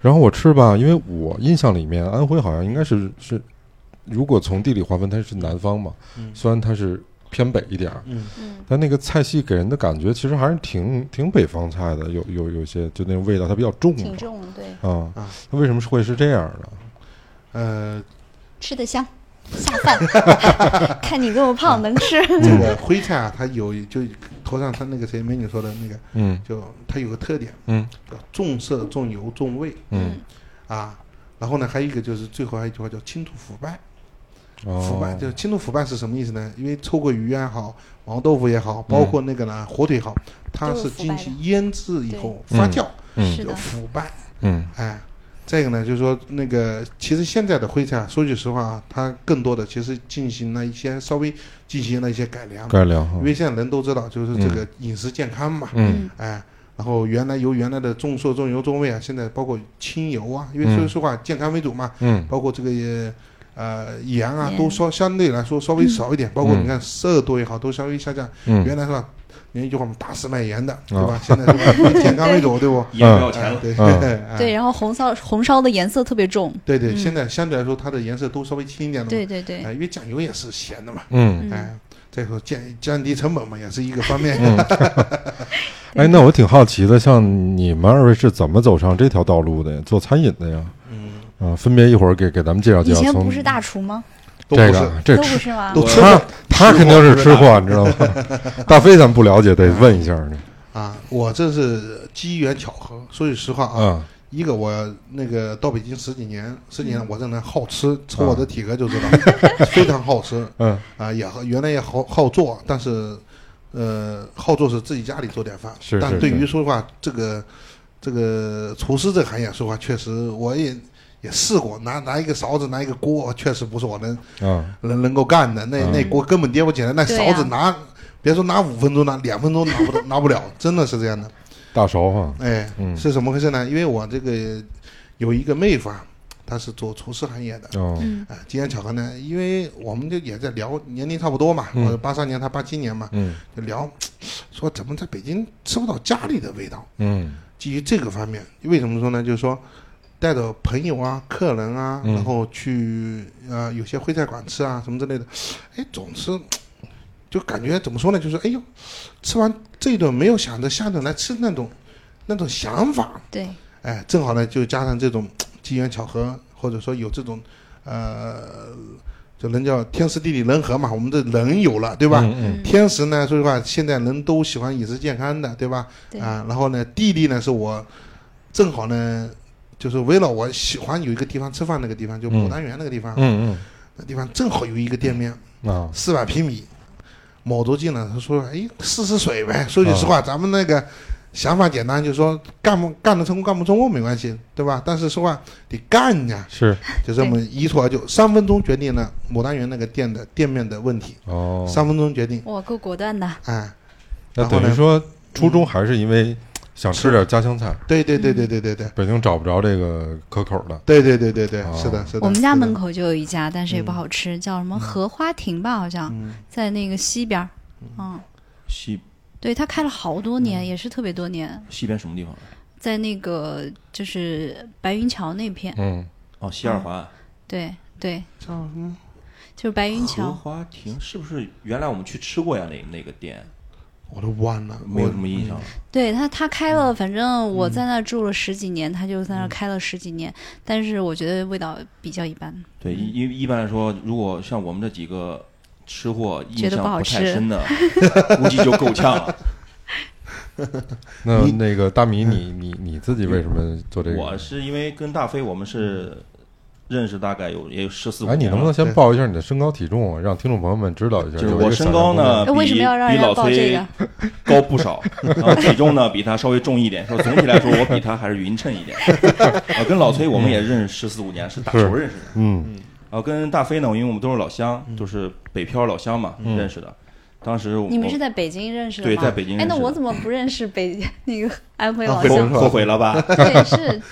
Speaker 3: 然后我吃吧，因为我印象里面，安徽好像应该是是，如果从地理划分，它是南方嘛，虽然它是偏北一点儿，
Speaker 4: 嗯
Speaker 2: 嗯，
Speaker 3: 但那个菜系给人的感觉其实还是挺挺北方菜的，有有有些就那种味道它比较重嘛
Speaker 2: 挺，重的，对，
Speaker 3: 啊
Speaker 4: 啊，
Speaker 3: 那为什么会是这样的？哦
Speaker 4: 呃，
Speaker 2: 吃得香，下饭。看你这么胖，能吃。
Speaker 4: 这个徽菜啊，它有就头上它那个谁美女说的那个，
Speaker 3: 嗯
Speaker 4: 就它有个特点，
Speaker 3: 嗯
Speaker 4: 叫重色重油重味
Speaker 3: 嗯，
Speaker 4: 啊。然后呢，还有一个就是最后还有一句话叫轻吐腐败，
Speaker 2: 嗯
Speaker 3: 哦，
Speaker 4: 腐败就是轻吐腐败是什么意思呢？因为臭鳜鱼也好，毛豆腐也好，包
Speaker 3: 嗯
Speaker 4: 括那个呢火腿也好，它
Speaker 2: 都是
Speaker 4: 是
Speaker 2: 腐败
Speaker 4: 经
Speaker 2: 的
Speaker 4: 行腌制以后
Speaker 3: 对
Speaker 4: 发酵
Speaker 3: 嗯
Speaker 2: 是
Speaker 4: 叫
Speaker 2: 的，
Speaker 4: 腐败，
Speaker 3: 嗯
Speaker 4: 哎。再一个呢，就是说那个，其实现在的徽菜啊，说句实话啊，它更多的其实进行了一些稍微进行了一些改良，
Speaker 3: 该聊哈
Speaker 4: 因，为现在人都知道，就是这个饮食健康嘛，
Speaker 3: 嗯
Speaker 4: 哎，然后原来由原来的重色重油重味啊，现在包括清油啊，因为
Speaker 3: 嗯
Speaker 4: 说实话健康为主嘛，
Speaker 3: 嗯
Speaker 4: 包括这个也呃盐啊
Speaker 2: 盐
Speaker 4: 都稍相对来说稍微少一点，包括
Speaker 3: 嗯
Speaker 4: 你看色度也好都稍微下降，
Speaker 3: 嗯啊
Speaker 4: 原来是吧？原来一句话我们打死卖盐的，对吧？现在是吧以健康为主，对不？
Speaker 5: 盐不要钱
Speaker 4: 哎
Speaker 5: 了，
Speaker 4: 对
Speaker 3: 嗯
Speaker 4: 哎
Speaker 2: 对，然后红烧红烧的颜色特别重，
Speaker 4: 对对，
Speaker 2: 嗯
Speaker 4: 现在相对来说它的颜色都稍微清一点了嘛，
Speaker 2: 对对对
Speaker 4: 哎，，因为酱油也是咸的嘛，
Speaker 3: 嗯。
Speaker 2: 嗯，
Speaker 4: 哎，再说降降低成本嘛，也是一个方面。
Speaker 3: 嗯哎，那我挺好奇的，像你们二位是怎么走上这条道路的呀？做餐饮的呀？
Speaker 4: 嗯，
Speaker 3: 啊，分别一会儿给给咱们介绍介
Speaker 2: 以
Speaker 3: 绍。
Speaker 2: 前
Speaker 3: 从
Speaker 2: 不是大厨吗？
Speaker 4: 都不
Speaker 3: 这
Speaker 4: 是
Speaker 3: 个
Speaker 2: 都
Speaker 3: 这
Speaker 2: 不
Speaker 3: 吃
Speaker 2: 是吗？
Speaker 4: 都吃
Speaker 3: 他
Speaker 4: 过
Speaker 3: 他肯定是吃货，你知道吗？ 大飞咱不了解，得问一下呢。
Speaker 4: 啊，我这是机缘巧合。说句实话啊，
Speaker 3: 啊，
Speaker 4: 一个我那个到北京十几年，十几年我这人好吃，瞅
Speaker 3: 嗯啊
Speaker 4: 我的体格就知道， 非常好吃
Speaker 3: 嗯
Speaker 4: 啊，也好原来也好好做，但是呃，好做是自己家里做点饭，
Speaker 3: 是是
Speaker 4: 但对
Speaker 3: 是
Speaker 4: 于说实话这个这个厨师这个行业，说实话确实我也。也试过拿拿一个勺子拿一个锅，确实不是我能
Speaker 3: 啊，
Speaker 4: 能能够干的。
Speaker 3: 嗯
Speaker 4: 那那锅根本颠不起来，那
Speaker 2: 对
Speaker 4: 勺子
Speaker 2: 呀
Speaker 4: 拿，别说拿五分钟了，两分钟拿不到拿不了，真的是这样的。
Speaker 3: 大勺哈，
Speaker 4: 哎，
Speaker 3: 嗯
Speaker 4: 是怎么回事呢？因为我这个有一个妹夫啊，她是做厨师行业的。
Speaker 3: 哦，
Speaker 2: 嗯
Speaker 4: 哎，今天巧合呢，因为我们就也在聊，年龄差不多嘛，
Speaker 3: 嗯
Speaker 4: 我八三年，她八七年嘛，
Speaker 3: 嗯
Speaker 4: 就聊说怎么在北京吃不到家里的味道。
Speaker 3: 嗯
Speaker 4: 基于这个方面，为什么说呢？就是说带着朋友啊、客人啊，
Speaker 3: 嗯
Speaker 4: 然后去呃有些徽菜馆吃啊什么之类的，哎，总是就感觉怎么说呢？就是哎呦，吃完这顿没有想着下顿来吃那种那种想法，
Speaker 2: 对，
Speaker 4: 哎，正好呢就加上这种机缘巧合，或者说有这种呃，就人叫天时地利人和嘛，我们这人有了，对吧？
Speaker 3: 嗯
Speaker 4: 天时呢，说实话，现在人都喜欢饮食健康的，对吧？
Speaker 2: 对
Speaker 4: 啊，然后呢，地利呢是我正好呢，就是为了我喜欢有一个地方吃饭，那个地方就
Speaker 3: 嗯
Speaker 4: 牡丹园那个地方，
Speaker 3: 嗯
Speaker 4: 那地方正好有一个店面，
Speaker 3: 嗯啊，
Speaker 4: 四百平米，卯足劲了，他说，哎，试试水呗。说句实话，咱们那个想法简单，就是说干不干得成功，干不成功没关系，对吧？但是说话得干呀，
Speaker 3: 是
Speaker 4: 就这么一拖就三分钟决定了牡丹园那个店的店面的问题，
Speaker 3: 哦，
Speaker 4: 三分钟决定，
Speaker 2: 哇，够果断的，
Speaker 4: 哎。
Speaker 3: 那
Speaker 4: 然
Speaker 3: 等
Speaker 4: 后
Speaker 3: 于
Speaker 4: 呢嗯
Speaker 3: 说初衷还是因为想吃点家乡菜，
Speaker 4: 对对对对对对对
Speaker 3: 北京找不着这个可口的，
Speaker 4: 对对对对对
Speaker 3: 哦，
Speaker 4: 是的，是的。
Speaker 2: 我们家
Speaker 4: 是的嗯
Speaker 2: 门口就有一家，但是也不好吃，叫什么荷花亭吧，好像、在那个西边儿。嗯，
Speaker 5: 西
Speaker 2: 对，他开了好多
Speaker 4: 嗯
Speaker 2: 年，也是特别多年，
Speaker 5: 西边什么地方？啊
Speaker 2: 在那个就是白云桥那片。
Speaker 3: 嗯，
Speaker 5: 哦，西二环
Speaker 2: 对对，
Speaker 4: 叫什么？
Speaker 2: 就是白云
Speaker 5: 荷
Speaker 2: 桥。
Speaker 5: 花亭，是不是原来我们去吃过呀？那那个店
Speaker 4: 我都忘了，
Speaker 5: 没有
Speaker 4: 我
Speaker 5: 什么印象了。
Speaker 3: 嗯
Speaker 2: 对他，他开
Speaker 4: 嗯
Speaker 2: 了，反正我在那儿住了十几年，他就在那儿开了十几年，但是我觉得味道比较一般。
Speaker 5: 对，一一一般来说，如果像我们这几个吃货印
Speaker 2: 觉得不
Speaker 5: 象
Speaker 2: 好
Speaker 5: 不太
Speaker 2: 吃
Speaker 5: 深 的，估计就够呛了。
Speaker 3: 那那个大
Speaker 4: 嗯
Speaker 3: 米，你你你自己为什么做这个？
Speaker 5: 我是因为跟大飞，我们是认识大概有也有十四五
Speaker 3: 嗯哎，
Speaker 5: 年了。
Speaker 3: 你能不能先报一下你的身高体重啊，让听众朋友们知道一下？
Speaker 5: 就是
Speaker 3: 有一
Speaker 5: 我
Speaker 3: 个
Speaker 5: 身
Speaker 3: 想
Speaker 5: 高
Speaker 3: 象空
Speaker 5: 呢，
Speaker 3: 间
Speaker 2: 那
Speaker 5: 比
Speaker 2: 为什么要让
Speaker 5: 比
Speaker 2: 人家
Speaker 5: 老
Speaker 2: 报这
Speaker 5: 崔
Speaker 2: 个？
Speaker 5: 高不少，然后体重呢比他稍微重一点，说总体来说我比他还是匀称一点。 我跟老崔我们也认识十四五年，是打球认识的。
Speaker 3: 嗯
Speaker 5: 然后跟大飞呢，因为我们都是老乡，就是北漂老乡嘛，
Speaker 3: 嗯
Speaker 5: 认识的。当时我
Speaker 2: 你们是在北京认识的吗？
Speaker 5: 对在北京
Speaker 2: 哎，
Speaker 5: 认识
Speaker 2: 那
Speaker 5: 的
Speaker 2: 我怎么不认识北那个安徽老
Speaker 4: 安徽
Speaker 5: 后
Speaker 2: 乡
Speaker 4: 人？
Speaker 5: 后悔 了吧？
Speaker 2: 对，是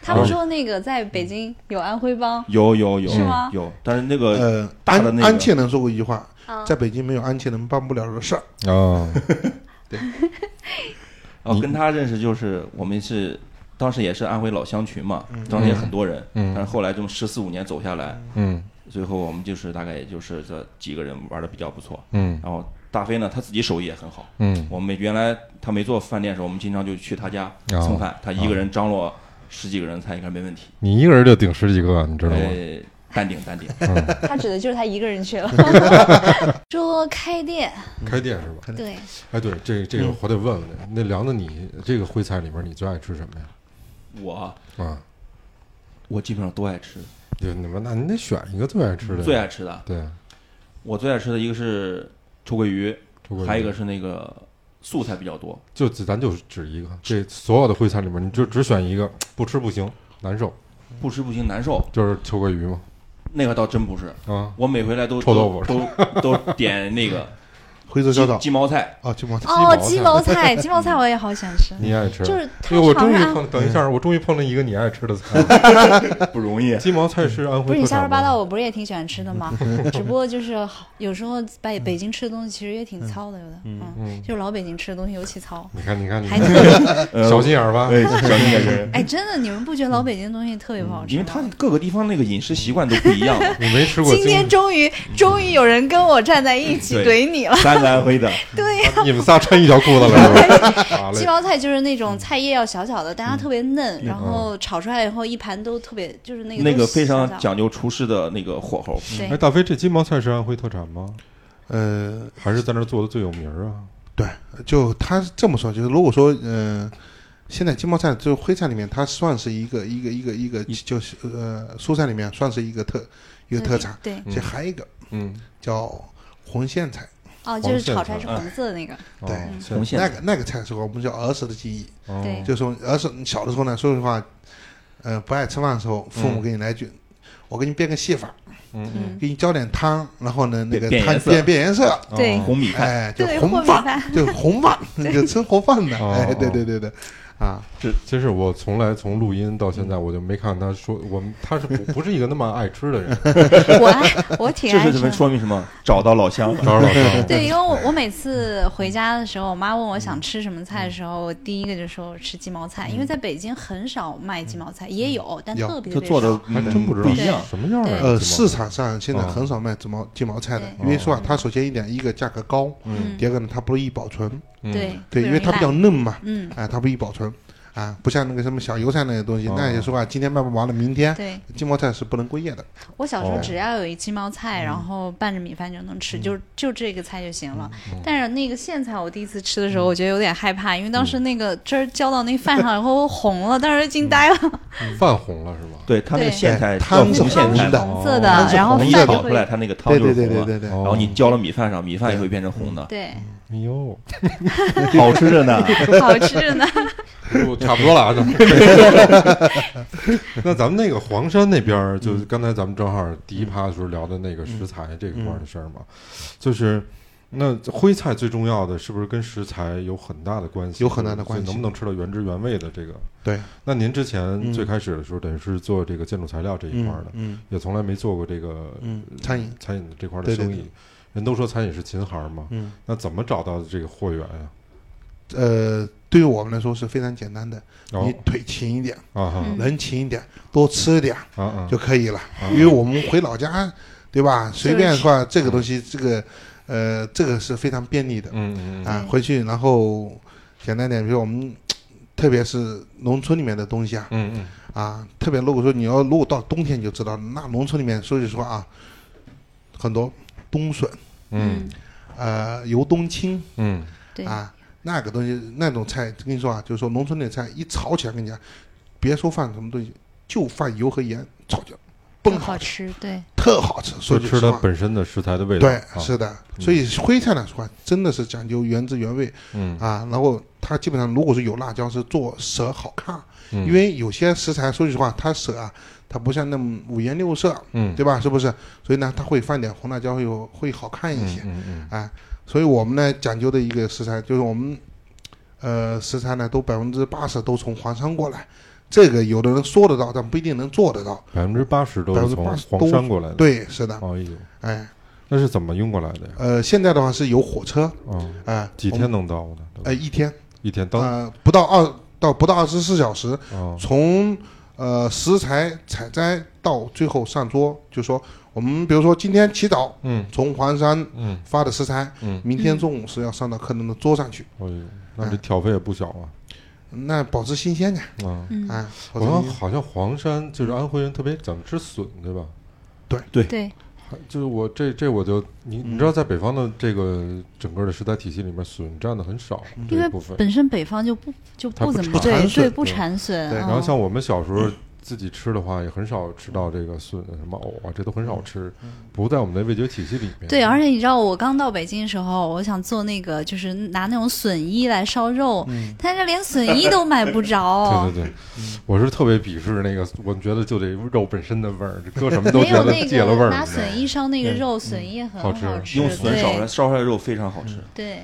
Speaker 2: 他们说那个在北京有安徽帮
Speaker 5: 有有有
Speaker 2: 是吗
Speaker 5: 有，但是那个
Speaker 4: 呃，
Speaker 5: 大的
Speaker 4: 安
Speaker 5: 那个
Speaker 4: 安切能说过一句话
Speaker 2: 啊，
Speaker 4: 在北京没有安切能办不了的事儿。
Speaker 5: 嗯
Speaker 3: 啊，
Speaker 5: 然后跟他认识就是我们是当时也是安徽老乡群嘛，当时也很多人，
Speaker 3: 嗯
Speaker 5: 但是后来这么十四五年走下来，
Speaker 3: 嗯
Speaker 5: 最后我们就是大概也就是这几个人玩的比较不错。
Speaker 3: 嗯
Speaker 5: 然后大飞呢，他自己手艺也很好。
Speaker 3: 嗯
Speaker 5: 我们原来他没做饭店的时候，我们经常就去他家
Speaker 3: 哦
Speaker 5: 蹭饭，他一个人张罗十几个人菜，应该没问题。
Speaker 3: 你一个人就顶十几个，啊你知道吗？
Speaker 5: 哎，淡定淡定。
Speaker 2: 他指的就是他一个人去了。说开店，
Speaker 3: 开店是吧？
Speaker 2: 对，
Speaker 3: 哎，对，这这个
Speaker 5: 嗯
Speaker 3: 我得问问那梁子，你这个徽菜里面你最爱吃什么呀？
Speaker 5: 我
Speaker 3: 啊，
Speaker 5: 我基本上都爱吃，
Speaker 3: 就你们那你得选一个最爱吃的，
Speaker 5: 最爱吃的，
Speaker 3: 对，
Speaker 5: 我最爱吃的一个是臭鳜鱼，
Speaker 3: 周围
Speaker 5: 还有一个是那个素菜比较多。
Speaker 3: 就只咱就只一个，这所有的徽菜里面你就只选一个，不吃不行，难受，
Speaker 5: 不吃不行，难受。
Speaker 3: 就是秋桂鱼嘛，
Speaker 5: 那个倒真不是，
Speaker 3: 啊，
Speaker 5: 我每回来都
Speaker 3: 臭豆腐
Speaker 5: 都都都点 那个
Speaker 4: 徽州小
Speaker 5: 鸡
Speaker 4: 炒
Speaker 5: 鸡毛菜，
Speaker 4: 啊，金毛菜
Speaker 2: 哦，
Speaker 3: 鸡
Speaker 2: 鸡
Speaker 3: 毛嗯
Speaker 2: 毛菜，鸡毛菜我也好想吃，
Speaker 3: 你爱吃，
Speaker 2: 就是它
Speaker 3: 对，我
Speaker 2: 常
Speaker 3: 终于
Speaker 2: 是安。
Speaker 3: 碰，等一下，我终于碰到一个你爱吃的 菜，
Speaker 5: 不容易。
Speaker 3: 鸡毛菜是安徽
Speaker 2: 不是你
Speaker 3: 特
Speaker 2: 瞎说
Speaker 3: 产吗
Speaker 2: 八道，我不是也挺喜欢吃的吗？只不过就是好有时候在北京吃的东西其实也挺糙的，有的，嗯，就是老北京吃的东西尤其糙，
Speaker 3: 你看，你看，你
Speaker 2: 还
Speaker 3: 看，
Speaker 2: 特。
Speaker 3: 小心眼儿吧。
Speaker 5: 哎，小心点
Speaker 3: 。
Speaker 5: 人
Speaker 2: 哎，真的，你们不觉得老北京的东西特别不好吃
Speaker 5: 嗯因为
Speaker 2: 吗？
Speaker 5: 它各个地方那个饮食习惯都不一 样嘛
Speaker 3: 你没吃过
Speaker 2: 今天
Speaker 3: 京，
Speaker 2: 终于终于有人跟我站在一起
Speaker 5: 对
Speaker 2: 怼你 了。
Speaker 5: 三个安徽的，
Speaker 2: 对呀、
Speaker 3: 你们仨穿一条裤子 了是吧？好
Speaker 2: 鸡
Speaker 3: 嘞，
Speaker 2: 毛菜就是那种菜叶要小小的，但它特别嫩，然后炒出来以后一盘都特别，就是那个
Speaker 5: 那
Speaker 2: 那
Speaker 5: 个非常讲究厨师的那个火候。
Speaker 2: 对
Speaker 3: 哎，大飞，这鸡毛菜是安徽特产吗？
Speaker 4: 呃，
Speaker 3: 还是在那儿做的最有名儿啊？
Speaker 4: 对，就他这么说，就是如果说呃，现在金毛菜就是徽菜里面，它算是一个一个一个一个，就是呃，蔬菜里面算是一个特一个特产。
Speaker 2: 对，
Speaker 3: 嗯
Speaker 4: 这还有一个
Speaker 3: 嗯，
Speaker 4: 叫红苋菜，
Speaker 2: 哦，
Speaker 3: 黄
Speaker 2: 就是炒
Speaker 3: 苋
Speaker 2: 出来是
Speaker 5: 菜
Speaker 2: 红色的那个，
Speaker 3: 哦
Speaker 4: 对
Speaker 3: 是
Speaker 5: 红苋
Speaker 4: 那
Speaker 5: 菜
Speaker 4: 个那个菜是我们叫儿时的记忆。
Speaker 3: 哦
Speaker 2: 对
Speaker 4: 就说，要是你小的时候呢，说实话，呃，不爱吃饭的时候，父母给你来一句：“我给你变个戏法，
Speaker 3: 嗯
Speaker 2: 嗯
Speaker 4: 给你浇点汤，然后呢，那个
Speaker 5: 变
Speaker 4: 汤
Speaker 5: 颜色
Speaker 4: 变变颜色，
Speaker 2: 对
Speaker 5: 红米饭
Speaker 4: 哎，就
Speaker 2: 对
Speaker 4: 红
Speaker 2: 和米
Speaker 4: 饭，
Speaker 2: 饭
Speaker 4: 就红 饭，就吃红饭的，
Speaker 3: 哦
Speaker 4: 哎，对
Speaker 3: 哦
Speaker 4: 对对对，啊，
Speaker 3: 这其实我从来从录音到现在，我就没看他说我们他是不不是一个那么爱吃的人，
Speaker 2: 我爱我挺
Speaker 5: 这
Speaker 2: 爱
Speaker 5: 是
Speaker 2: 吃
Speaker 5: 什么
Speaker 2: 的。
Speaker 5: 说明什么？找到老乡
Speaker 3: 找
Speaker 5: 了。
Speaker 3: 着老 张。
Speaker 2: 对，因为我我每次回家的时候，我妈问我想吃什么菜的时候，我第一个就说我吃鸡毛菜，因为在北京很少卖鸡毛菜，也有，但
Speaker 4: 有
Speaker 2: 特别
Speaker 5: 就
Speaker 2: 特
Speaker 5: 做
Speaker 2: 别
Speaker 5: 的嗯
Speaker 2: 少。
Speaker 3: 还真不知道
Speaker 5: 一样，
Speaker 3: 什么样的
Speaker 4: 呃，
Speaker 3: 鸡哎毛
Speaker 4: 市
Speaker 3: 菜
Speaker 4: 场上现在
Speaker 3: 哦
Speaker 4: 很少卖鸡毛鸡毛菜的，
Speaker 2: 对
Speaker 4: 因为说啊，它首先一点，一个价格高，
Speaker 2: 嗯
Speaker 4: 第二个呢，它不易保存，
Speaker 3: 嗯
Speaker 2: 对
Speaker 4: 对，因为它比较
Speaker 2: 烂
Speaker 4: 嫩嘛，
Speaker 2: 嗯，
Speaker 4: 哎，它不易保存，啊，不像那个什么小油菜那些东西，
Speaker 3: 哦
Speaker 4: 那也说啊，今天卖不完了，明天
Speaker 2: 对
Speaker 4: 鸡毛菜是不能过夜的。
Speaker 2: 我小时候
Speaker 3: 哦
Speaker 2: 只要有一鸡毛菜，然后拌着米饭就能吃，就就这个菜就行了。但是那个苋菜，我第一次吃的时候，我觉得有点害怕，因为当时那个汁儿浇到那饭上，然后红了，当时惊呆了。
Speaker 3: 饭红了是吧？
Speaker 5: 对他那个
Speaker 2: 对
Speaker 5: 苋
Speaker 4: 对
Speaker 5: 菜
Speaker 4: 汤
Speaker 5: 叫红
Speaker 4: 是
Speaker 5: 苋菜
Speaker 4: 红的
Speaker 5: 嘛，
Speaker 2: 红色的，
Speaker 4: 哦
Speaker 2: 然后
Speaker 5: 红一
Speaker 2: 饭就
Speaker 5: 炒出来，
Speaker 2: 会
Speaker 5: 它那个汤
Speaker 4: 对
Speaker 5: 就是
Speaker 4: 对
Speaker 5: 红
Speaker 4: 对对
Speaker 5: 了。
Speaker 4: 对对，
Speaker 5: 然后你浇到米饭上，米饭也会变成 红的，
Speaker 2: 对，
Speaker 3: 哦哎呦，
Speaker 5: 好吃着呢。
Speaker 2: 好吃着呢。
Speaker 3: 不 差不多了啊。咱们 那咱们那个黄山那边儿，就是刚才咱们正好第一趴的时候聊的那个食材这一块儿的事儿嘛，
Speaker 4: 嗯
Speaker 3: 就是那徽菜最重要的是不是跟食材有很大的关系？
Speaker 4: 有很大的关系
Speaker 3: 就是能不能吃到原汁原味的这个？
Speaker 4: 对，
Speaker 3: 那您之前最开始的时候，等于是做这个建筑材料这一块儿的，
Speaker 4: 嗯
Speaker 3: 也从来没做过这个
Speaker 4: 嗯，餐饮，
Speaker 3: 餐饮这块儿的
Speaker 4: 对
Speaker 3: 生
Speaker 4: 对
Speaker 3: 意。人都说餐饮是琴行嘛，
Speaker 4: 嗯，
Speaker 3: 那怎么找到这个货源呀、
Speaker 4: 呃，对于我们来说是非常简单的，
Speaker 3: 哦
Speaker 4: 你腿勤一点，
Speaker 3: 啊哈
Speaker 2: 嗯
Speaker 4: 人勤一点，多吃点
Speaker 3: 啊啊！
Speaker 4: 就可以了。因为我们回老家，对吧？随便说啊这个东西，这个呃，这个是非常便利的
Speaker 3: 嗯嗯嗯
Speaker 4: 啊
Speaker 2: 对。
Speaker 4: 回去然后简单点，比如我们。特别是农村里面的东西啊，
Speaker 3: 嗯嗯。
Speaker 4: 啊，特别如果说你要如果到冬天你就知道，那农村里面所以说啊，很多冬笋，
Speaker 3: 嗯
Speaker 4: 呃，油冬青
Speaker 3: 嗯
Speaker 2: 对，
Speaker 4: 啊，那个东西那种菜，跟你说啊，就是说农村的菜一炒起来，跟你讲，别说放什么东西，就放油和盐炒起来，
Speaker 2: 更
Speaker 4: 蹦
Speaker 2: 好
Speaker 4: 好，
Speaker 2: 吃。对，
Speaker 4: 特好吃。说
Speaker 3: 就
Speaker 4: 句
Speaker 3: 吃
Speaker 4: 实
Speaker 3: 它
Speaker 4: 话，
Speaker 3: 本身的食材的味道。
Speaker 4: 对，
Speaker 3: 啊
Speaker 4: 是的。所以徽菜来说啊，真的是讲究原汁原味
Speaker 3: 嗯，
Speaker 4: 啊。然后它基本上如果是有辣椒，是做色好看，
Speaker 3: 嗯
Speaker 4: 因为有些食材说句实话，它色啊，它不像那么五颜六色，
Speaker 3: 嗯，
Speaker 4: 对吧？是不是？所以呢，它会放点红辣椒，会有会好看一
Speaker 3: 嗯
Speaker 4: 些。
Speaker 3: 嗯嗯
Speaker 4: 哎，所以我们呢讲究的一个食材就是我们，呃，食材呢都百分之八十都从黄山过来，这个有的人说得到，但不一定能做得到。
Speaker 3: 百分之八十都
Speaker 4: 百
Speaker 3: 是
Speaker 4: 分之
Speaker 3: 从
Speaker 4: 八十
Speaker 3: 黄
Speaker 4: 都
Speaker 3: 山过来的。，
Speaker 4: 对，是的，
Speaker 3: 哎呦，
Speaker 4: 哎，
Speaker 3: 那是怎么运过来的呀？
Speaker 4: 呃，现在的话是有火车，
Speaker 3: 嗯，
Speaker 4: 哎、
Speaker 3: 几
Speaker 4: 我
Speaker 3: 天
Speaker 4: 们？
Speaker 3: 能到呢？
Speaker 4: 呃，一天，
Speaker 3: 一天当
Speaker 4: 呃，不到二到不到二十四小时，
Speaker 3: 哦
Speaker 4: 从呃食材采摘到最后上桌，就说我们比如说今天起早
Speaker 3: 嗯
Speaker 4: 从黄山
Speaker 3: 嗯，
Speaker 4: 发的食材，
Speaker 3: 嗯
Speaker 4: 明天中午是要上到客人的桌上去，
Speaker 3: 哎呦，那
Speaker 4: 嗯
Speaker 3: 这挑费也不小啊。
Speaker 4: 那保持新鲜呢。
Speaker 3: 啊，
Speaker 2: 嗯，
Speaker 4: 啊，
Speaker 3: 好
Speaker 4: 保持
Speaker 3: 像
Speaker 4: 新鲜
Speaker 3: 好像黄山就是安徽人特别讲吃笋，对吧？
Speaker 2: 对，
Speaker 3: 还就是我这这我就你你知道，在北方的这个整个的食材体系里面，笋占的很少这
Speaker 2: 因为
Speaker 3: 一部分。
Speaker 2: 本身北方就不就
Speaker 3: 它
Speaker 2: 不
Speaker 3: 不
Speaker 2: 怎么
Speaker 4: 产
Speaker 2: 对
Speaker 4: 笋
Speaker 2: 对不
Speaker 3: 对
Speaker 2: 产笋，
Speaker 4: 对
Speaker 2: 嗯
Speaker 3: 然后像我们小时候自己吃的话，也很少吃到这个笋什么藕啊，这都很少吃，不在我们的味觉体系里面。
Speaker 2: 对，啊而且你知道，我刚到北京的时候，我想做那个，就是拿那种笋衣来烧肉，但是连笋衣都买不着
Speaker 3: 对，对对，我是特别鄙视那个，我觉得就得肉本身的味儿，搁什么都
Speaker 2: 没
Speaker 3: 觉
Speaker 2: 有
Speaker 3: 得
Speaker 2: 那
Speaker 3: 戒了味
Speaker 2: 个
Speaker 3: 儿。嗯
Speaker 2: 拿笋衣烧那个肉，笋衣也很
Speaker 3: 好吃
Speaker 2: 好吃，
Speaker 5: 用笋烧出来，
Speaker 2: 对
Speaker 5: 烧出来肉非常好吃。
Speaker 2: 对，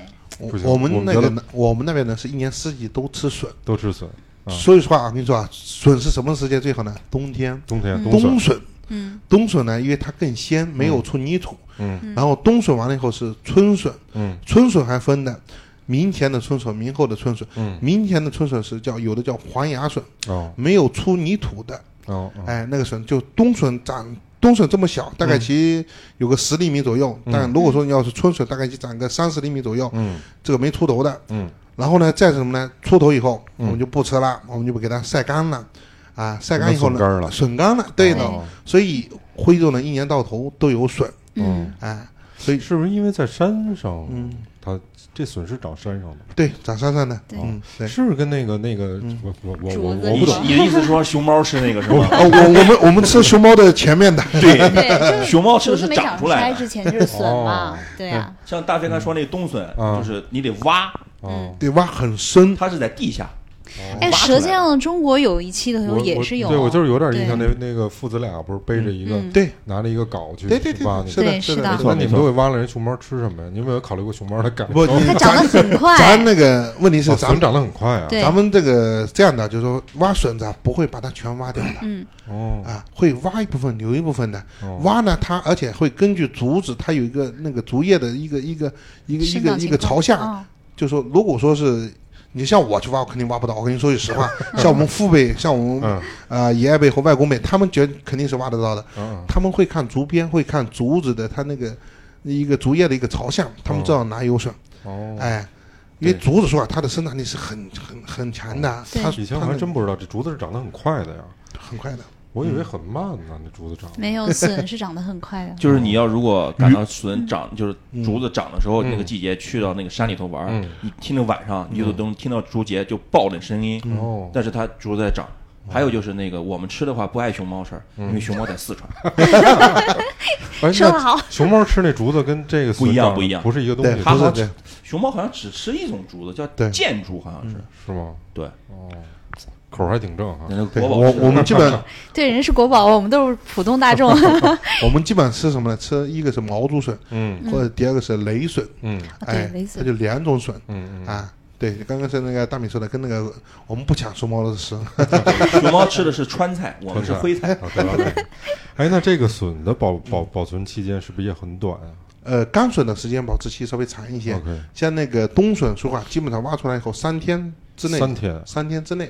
Speaker 3: 不行
Speaker 4: 我们那
Speaker 3: 我
Speaker 4: 个
Speaker 3: 们
Speaker 4: 呢我们那边呢是一年四季都吃笋，
Speaker 3: 都吃笋，啊
Speaker 4: 所以说啊，我跟你说啊，笋是什么时节最好呢？冬天，
Speaker 3: 冬天冬笋
Speaker 4: 冬，笋。
Speaker 2: 嗯，
Speaker 4: 冬笋呢，因为它更鲜，没有出泥土。
Speaker 3: 嗯
Speaker 4: 然后冬笋完了以后是春笋，
Speaker 3: 嗯
Speaker 4: 春笋还分的，明前的春笋，明后的春笋。
Speaker 3: 嗯，
Speaker 4: 明前的春笋是叫有的叫黄芽笋，
Speaker 3: 哦
Speaker 4: 没有出泥土的，
Speaker 3: 哦哦，
Speaker 4: 哎，那个笋就冬笋长。冬笋这么小，大概
Speaker 3: 嗯
Speaker 4: 其有个十厘米左右。但如果说你要是春笋，大概就长个三十厘米左右。
Speaker 3: 嗯
Speaker 4: 这个没出头的，
Speaker 3: 嗯
Speaker 4: 然后呢，再是什么呢？出头以后，我们就不吃了，我们就给它晒干了，啊，晒干以后呢，
Speaker 3: 那笋干了
Speaker 4: 笋干了，对的。
Speaker 3: 哦
Speaker 4: 所以徽州呢，一年到头都有笋，
Speaker 3: 嗯，
Speaker 4: 哎，所以
Speaker 3: 是不是因为在山上，
Speaker 4: 嗯，
Speaker 3: 它这笋是长山上的，
Speaker 4: 对，长山上的，
Speaker 2: 对
Speaker 4: 嗯，对。嗯
Speaker 3: 是不是跟那个那个我我我我
Speaker 2: 竹子
Speaker 3: 我
Speaker 5: 你
Speaker 3: 不
Speaker 2: 是
Speaker 3: 懂
Speaker 2: 吧。
Speaker 5: 你的意思说熊猫吃那个是吗？
Speaker 4: 哦，我我们我们吃熊猫的前面的，
Speaker 5: 对，
Speaker 2: 对，就是
Speaker 5: 熊猫
Speaker 2: 竹
Speaker 5: 吃的
Speaker 2: 子
Speaker 5: 是
Speaker 2: 没
Speaker 5: 长
Speaker 2: 长
Speaker 5: 出来的。
Speaker 2: 之前就是笋嘛
Speaker 3: 哦，
Speaker 2: 对啊呀，
Speaker 5: 像大飞刚说那冬笋，
Speaker 3: 嗯
Speaker 5: 就是你得挖，
Speaker 3: 哦
Speaker 4: 对吧？很深，
Speaker 5: 它是在地下，
Speaker 2: 哎，《舌尖上的中国》有一期的时候
Speaker 3: 我
Speaker 2: 也
Speaker 3: 我
Speaker 2: 是有，啊
Speaker 3: 对我就是有点印象，那
Speaker 2: 对
Speaker 3: 那个父子俩不是背着一个、
Speaker 2: 嗯
Speaker 4: 对
Speaker 3: 拿着一个镐去
Speaker 4: 对对
Speaker 3: 去挖那
Speaker 4: 对，
Speaker 3: 个
Speaker 4: 是的，
Speaker 2: 对
Speaker 4: 是
Speaker 2: 是的
Speaker 4: 的，
Speaker 5: 没
Speaker 4: 是
Speaker 5: 错
Speaker 4: 的
Speaker 3: 那你们都会挖了人熊猫吃什么呀？你有没有考虑过熊猫的感受？
Speaker 4: 不，你
Speaker 2: 它长得很 快，
Speaker 4: 咱那个问题是
Speaker 3: 哦
Speaker 4: 咱
Speaker 3: 咱们
Speaker 4: 们
Speaker 3: 长得很快啊。
Speaker 2: 对
Speaker 4: 咱们这个这样的，就是说挖笋子啊，不会把它全挖掉的
Speaker 2: 嗯
Speaker 3: 哦，
Speaker 4: 啊，会挖一部分留一部分的。
Speaker 3: 哦
Speaker 4: 挖呢，它而且会根据竹子，它有一个那个竹叶的一个一个一个一
Speaker 2: 生
Speaker 4: 个
Speaker 2: 长
Speaker 4: 一
Speaker 2: 情
Speaker 4: 个
Speaker 2: 况
Speaker 4: 朝向，
Speaker 2: 哦
Speaker 4: 就说如果说是。你像我去挖，我肯定挖不到。我跟你说句实话，像我们父辈，像我们
Speaker 3: 嗯
Speaker 4: 啊爷爷辈和外公辈，他们觉得肯定是挖得到的。
Speaker 3: 嗯
Speaker 4: 他们会看竹编，会看竹子的它那个一个竹叶的一个朝向，他们知道哪有笋。
Speaker 3: 嗯哦，
Speaker 4: 哎，因为
Speaker 3: 对
Speaker 4: 竹子说啊，它的生长力是很很很强的啊，
Speaker 2: 对
Speaker 4: 它
Speaker 3: 以前我
Speaker 4: 它
Speaker 3: 还
Speaker 4: 那
Speaker 3: 真不知道这竹子是长得很快的呀，
Speaker 4: 很快的。
Speaker 3: 我以为很慢呢。那竹子长得
Speaker 2: 没 有笋是长得很快的，
Speaker 5: 就是你要如果赶到笋长，就是竹子长的时候，
Speaker 3: 嗯
Speaker 5: 那个季节去到那个山里头玩
Speaker 3: 嗯
Speaker 5: 儿，你听到晚上，你就能听到竹节就爆的声音，
Speaker 3: 哦
Speaker 5: 但是它竹子在长。还有就是那个，我们吃的话不爱熊猫吃，因为熊猫在四川，
Speaker 3: 哎，
Speaker 2: 说得
Speaker 3: 那
Speaker 2: 好，
Speaker 3: 熊猫吃那竹子跟这个
Speaker 5: 不
Speaker 3: 笋
Speaker 5: 一样
Speaker 3: 长得
Speaker 5: 不一样
Speaker 3: 不是一个东西，
Speaker 4: 对
Speaker 5: 它
Speaker 3: 竹
Speaker 5: 好
Speaker 3: 子
Speaker 5: 像只熊猫好像只吃一种竹子，叫
Speaker 4: 对
Speaker 5: 箭竹，好像是。
Speaker 3: 是吗？哦
Speaker 5: 对，
Speaker 3: 口儿还挺正哈
Speaker 5: 那。个
Speaker 4: 对
Speaker 5: 国宝
Speaker 4: 我
Speaker 5: 吃的
Speaker 4: 我们基本
Speaker 2: 对，人是国宝，我们都是普通 大众，
Speaker 4: 我们基本吃什么呢？吃一个是毛竹笋，
Speaker 3: 嗯
Speaker 4: 或者第二个是雷笋，
Speaker 3: 嗯
Speaker 2: 啊对
Speaker 4: 哎，
Speaker 2: 雷
Speaker 4: 它
Speaker 2: 笋
Speaker 4: 就两种笋
Speaker 3: 嗯嗯，
Speaker 4: 啊。对，刚刚是那个大米说的，跟那个我们不抢熊猫的吃，
Speaker 5: 熊猫吃的是川菜，我们是徽菜。
Speaker 3: 好的好的。哦哎，那这个笋的保保保存期间是不是也很短啊
Speaker 4: 呃，干笋的时间保质期稍微长一些，
Speaker 3: ？OK，
Speaker 4: 像那个冬笋，说话基本上挖出来以后三天之内，
Speaker 3: 三天
Speaker 4: 三天之内，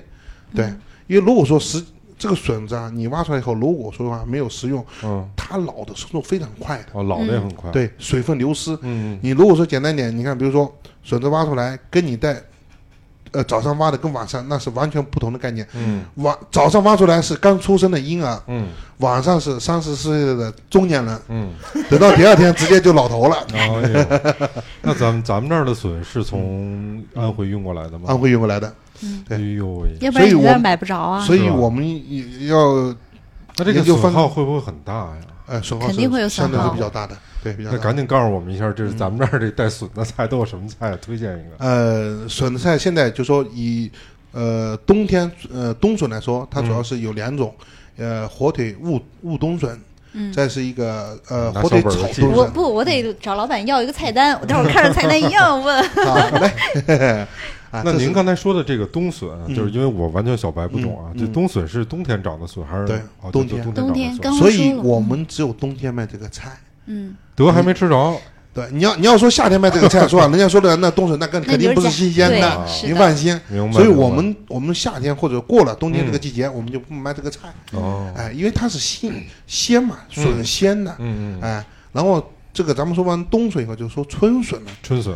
Speaker 2: 嗯
Speaker 4: 对，因为如果说食这个笋子啊，你挖出来以后，如果说的话没有食用，
Speaker 3: 嗯，
Speaker 4: 它老的速度非常快的，
Speaker 3: 哦，老
Speaker 2: 嗯
Speaker 3: 的也很快。，
Speaker 4: 对，水分流失。
Speaker 3: 嗯
Speaker 4: 你如果说简单点，你看，比如说笋子挖出来，跟你在呃早上挖的跟晚上那是完全不同的概念。
Speaker 3: 嗯
Speaker 4: 晚早上挖出来是刚出生的婴儿，
Speaker 3: 嗯
Speaker 4: 晚上是三十四岁的中年人，
Speaker 3: 嗯。。
Speaker 4: 等到第二天直接就老头了
Speaker 3: 哎呦， 那咱们咱们这儿的笋是从安徽运过来的吗？
Speaker 4: 安徽运过来的，
Speaker 3: 哎呦喂，
Speaker 2: 要不然
Speaker 4: 所以
Speaker 2: 你
Speaker 4: 我
Speaker 2: 在这儿买不着啊，
Speaker 4: 所以
Speaker 3: 是吧
Speaker 4: 我们也要
Speaker 3: 那这个
Speaker 4: 研究
Speaker 3: 损
Speaker 4: 方
Speaker 3: 耗会不会很大呀？
Speaker 4: 呃损耗
Speaker 2: 肯定
Speaker 4: 是
Speaker 2: 会有损
Speaker 4: 相对是
Speaker 2: 耗
Speaker 4: 比较大的，对比较
Speaker 3: 那
Speaker 4: 大
Speaker 3: 赶
Speaker 4: 的。
Speaker 3: 紧告诉我们一下，这是咱们这儿这带笋的菜都有什么菜？推荐一个。
Speaker 4: 呃，笋菜现在就说以呃冬天呃冬笋来说，它主
Speaker 3: 嗯
Speaker 4: 要是有两种，呃火腿雾雾冬笋，
Speaker 2: 嗯。
Speaker 4: 再是一个呃
Speaker 3: 拿
Speaker 4: 火腿
Speaker 3: 小
Speaker 4: 炒
Speaker 3: 本儿
Speaker 4: 冬
Speaker 3: 记住
Speaker 2: 我
Speaker 4: 笋
Speaker 2: 不，我得找老板要一个菜单，我待会儿看着菜单一样问。
Speaker 4: 啊，来，嘿嘿啊，
Speaker 3: 那
Speaker 4: 这是
Speaker 3: 您刚才说的这个冬笋啊，
Speaker 4: 嗯
Speaker 3: 就是因为我完全小白不懂啊，
Speaker 4: 嗯
Speaker 3: 这冬笋是冬天长的笋还是
Speaker 4: 对
Speaker 3: 哦
Speaker 4: 冬
Speaker 3: 就
Speaker 4: 天
Speaker 3: 就
Speaker 2: 冬
Speaker 3: 冬天
Speaker 2: 天
Speaker 3: 长
Speaker 2: 刚
Speaker 3: 的笋？
Speaker 4: 所
Speaker 2: 说
Speaker 4: 以
Speaker 2: 了
Speaker 4: 我们只有冬天卖这个菜。
Speaker 2: 嗯，
Speaker 3: 得还没吃着，
Speaker 4: 对，你要你要说夏天卖这个菜是吧？人家说的那冬笋那更
Speaker 2: 那
Speaker 4: 肯定
Speaker 2: 牛
Speaker 4: 不是
Speaker 2: 角
Speaker 4: 新鲜
Speaker 2: 对
Speaker 4: 的，
Speaker 2: 是
Speaker 4: 您
Speaker 2: 的
Speaker 4: 放心。
Speaker 3: 明白？
Speaker 4: 所以我
Speaker 3: 明
Speaker 4: 们我们夏天或者过了冬天这个
Speaker 3: 嗯
Speaker 4: 季节，我们就不卖这个菜，
Speaker 3: 白哦，
Speaker 4: 哎，因为它是鲜鲜嘛，笋鲜的，
Speaker 3: 嗯嗯，
Speaker 4: 哎，然后这个咱们说完冬笋以后，就说春笋了。
Speaker 3: 春笋，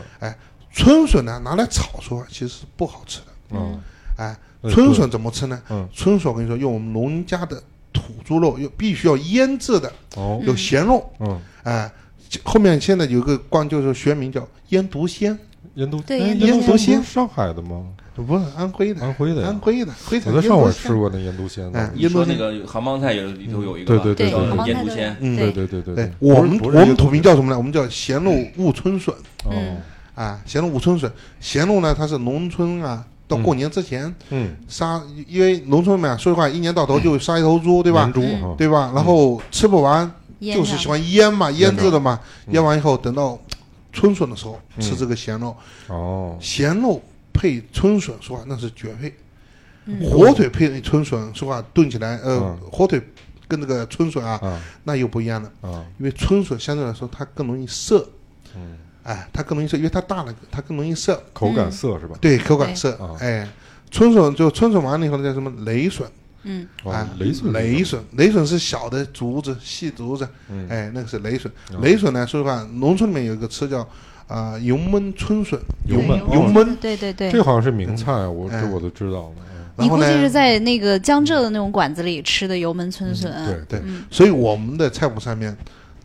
Speaker 4: 春笋呢拿来炒说其实是不好吃的，
Speaker 3: 嗯，
Speaker 4: 哎，
Speaker 3: 呃
Speaker 4: 春笋怎么吃呢？
Speaker 3: 嗯
Speaker 4: 春笋我跟你说，用我们农家的土猪肉，又必须要腌制的，
Speaker 3: 哦，
Speaker 4: 有咸肉，
Speaker 3: 嗯，
Speaker 4: 哎，这后面现在有个关就是学名叫腌毒鲜，
Speaker 3: 腌都
Speaker 2: 对
Speaker 3: 哎
Speaker 2: 腌
Speaker 4: 都
Speaker 3: 腌
Speaker 4: 鲜
Speaker 3: 都鲜，上海的吗？
Speaker 4: 不是安徽的，
Speaker 3: 安徽的呀
Speaker 4: 安，徽的，徽
Speaker 3: 啊我在
Speaker 4: 城
Speaker 3: 上
Speaker 4: 腌
Speaker 3: 海
Speaker 4: 毒
Speaker 3: 吃
Speaker 4: 鲜。
Speaker 3: 过那腌都鲜的
Speaker 4: 哎，
Speaker 5: 你说那个杭帮菜有里头有一
Speaker 3: 对
Speaker 5: 个吧，
Speaker 3: 对对
Speaker 5: 叫
Speaker 2: 对
Speaker 5: 腌笃鲜，
Speaker 4: 嗯
Speaker 3: 对
Speaker 2: 对
Speaker 3: 对对对
Speaker 4: 对
Speaker 3: 对，
Speaker 4: 我
Speaker 3: 不是
Speaker 4: 们
Speaker 3: 不是
Speaker 4: 我
Speaker 3: 腌
Speaker 4: 们
Speaker 3: 笃
Speaker 4: 土名叫什么呢？我们叫咸肉雾春笋
Speaker 3: 哦，
Speaker 4: 啊，咸肉雾春笋。咸肉呢，它是农村啊，到过年之前
Speaker 3: 嗯，
Speaker 4: 杀，因为农村嘛，说实话，一年到头就杀一头猪，对吧
Speaker 3: 腌？猪
Speaker 2: 嗯
Speaker 3: 哈，
Speaker 4: 对吧？然后吃不完，
Speaker 2: 腌
Speaker 4: 就是
Speaker 2: 上
Speaker 4: 喜欢腌嘛，腌
Speaker 3: 腌
Speaker 4: 制的嘛。
Speaker 3: 嗯
Speaker 4: 腌完以后，等到春笋的时候
Speaker 3: 嗯
Speaker 4: 吃这个咸肉，
Speaker 3: 哦，
Speaker 4: 咸肉配春笋，说实话那是绝配。
Speaker 2: 嗯
Speaker 4: 火腿配春笋，说实话炖起来，呃
Speaker 3: 嗯，
Speaker 4: 火腿跟那个春笋啊，
Speaker 3: 啊
Speaker 4: 那又不一样了。
Speaker 3: 啊，
Speaker 4: 因为春笋相对来说它更容易涩，
Speaker 3: 嗯，
Speaker 4: 哎，它更容易涩，因为它大了，它更容易涩，
Speaker 3: 口感
Speaker 2: 嗯
Speaker 3: 涩是吧？
Speaker 4: 对，口感涩
Speaker 3: 啊，
Speaker 4: 哎。春笋就春笋完了以后呢叫什么雷笋
Speaker 2: 嗯，
Speaker 3: 哦
Speaker 4: 啊，，
Speaker 3: 雷笋，
Speaker 4: 雷笋，雷笋是小的竹子，细竹子，
Speaker 3: 嗯
Speaker 4: 哎，那个是雷笋
Speaker 3: 哦。
Speaker 4: 雷笋呢，说实话，农村里面有一个吃叫啊油焖春笋，
Speaker 3: 油
Speaker 2: 对
Speaker 3: 焖
Speaker 4: 油
Speaker 3: 哦
Speaker 4: 焖，
Speaker 2: 对对对
Speaker 3: 这，好像是名菜，啊我
Speaker 4: 哎
Speaker 3: 这我都知道了。嗯
Speaker 2: 你
Speaker 4: 然后
Speaker 2: 估
Speaker 4: 呢
Speaker 2: 计，是在那个江浙的那嗯种馆子里吃的油焖春笋。啊
Speaker 3: 对，
Speaker 4: 所以我们的菜谱上面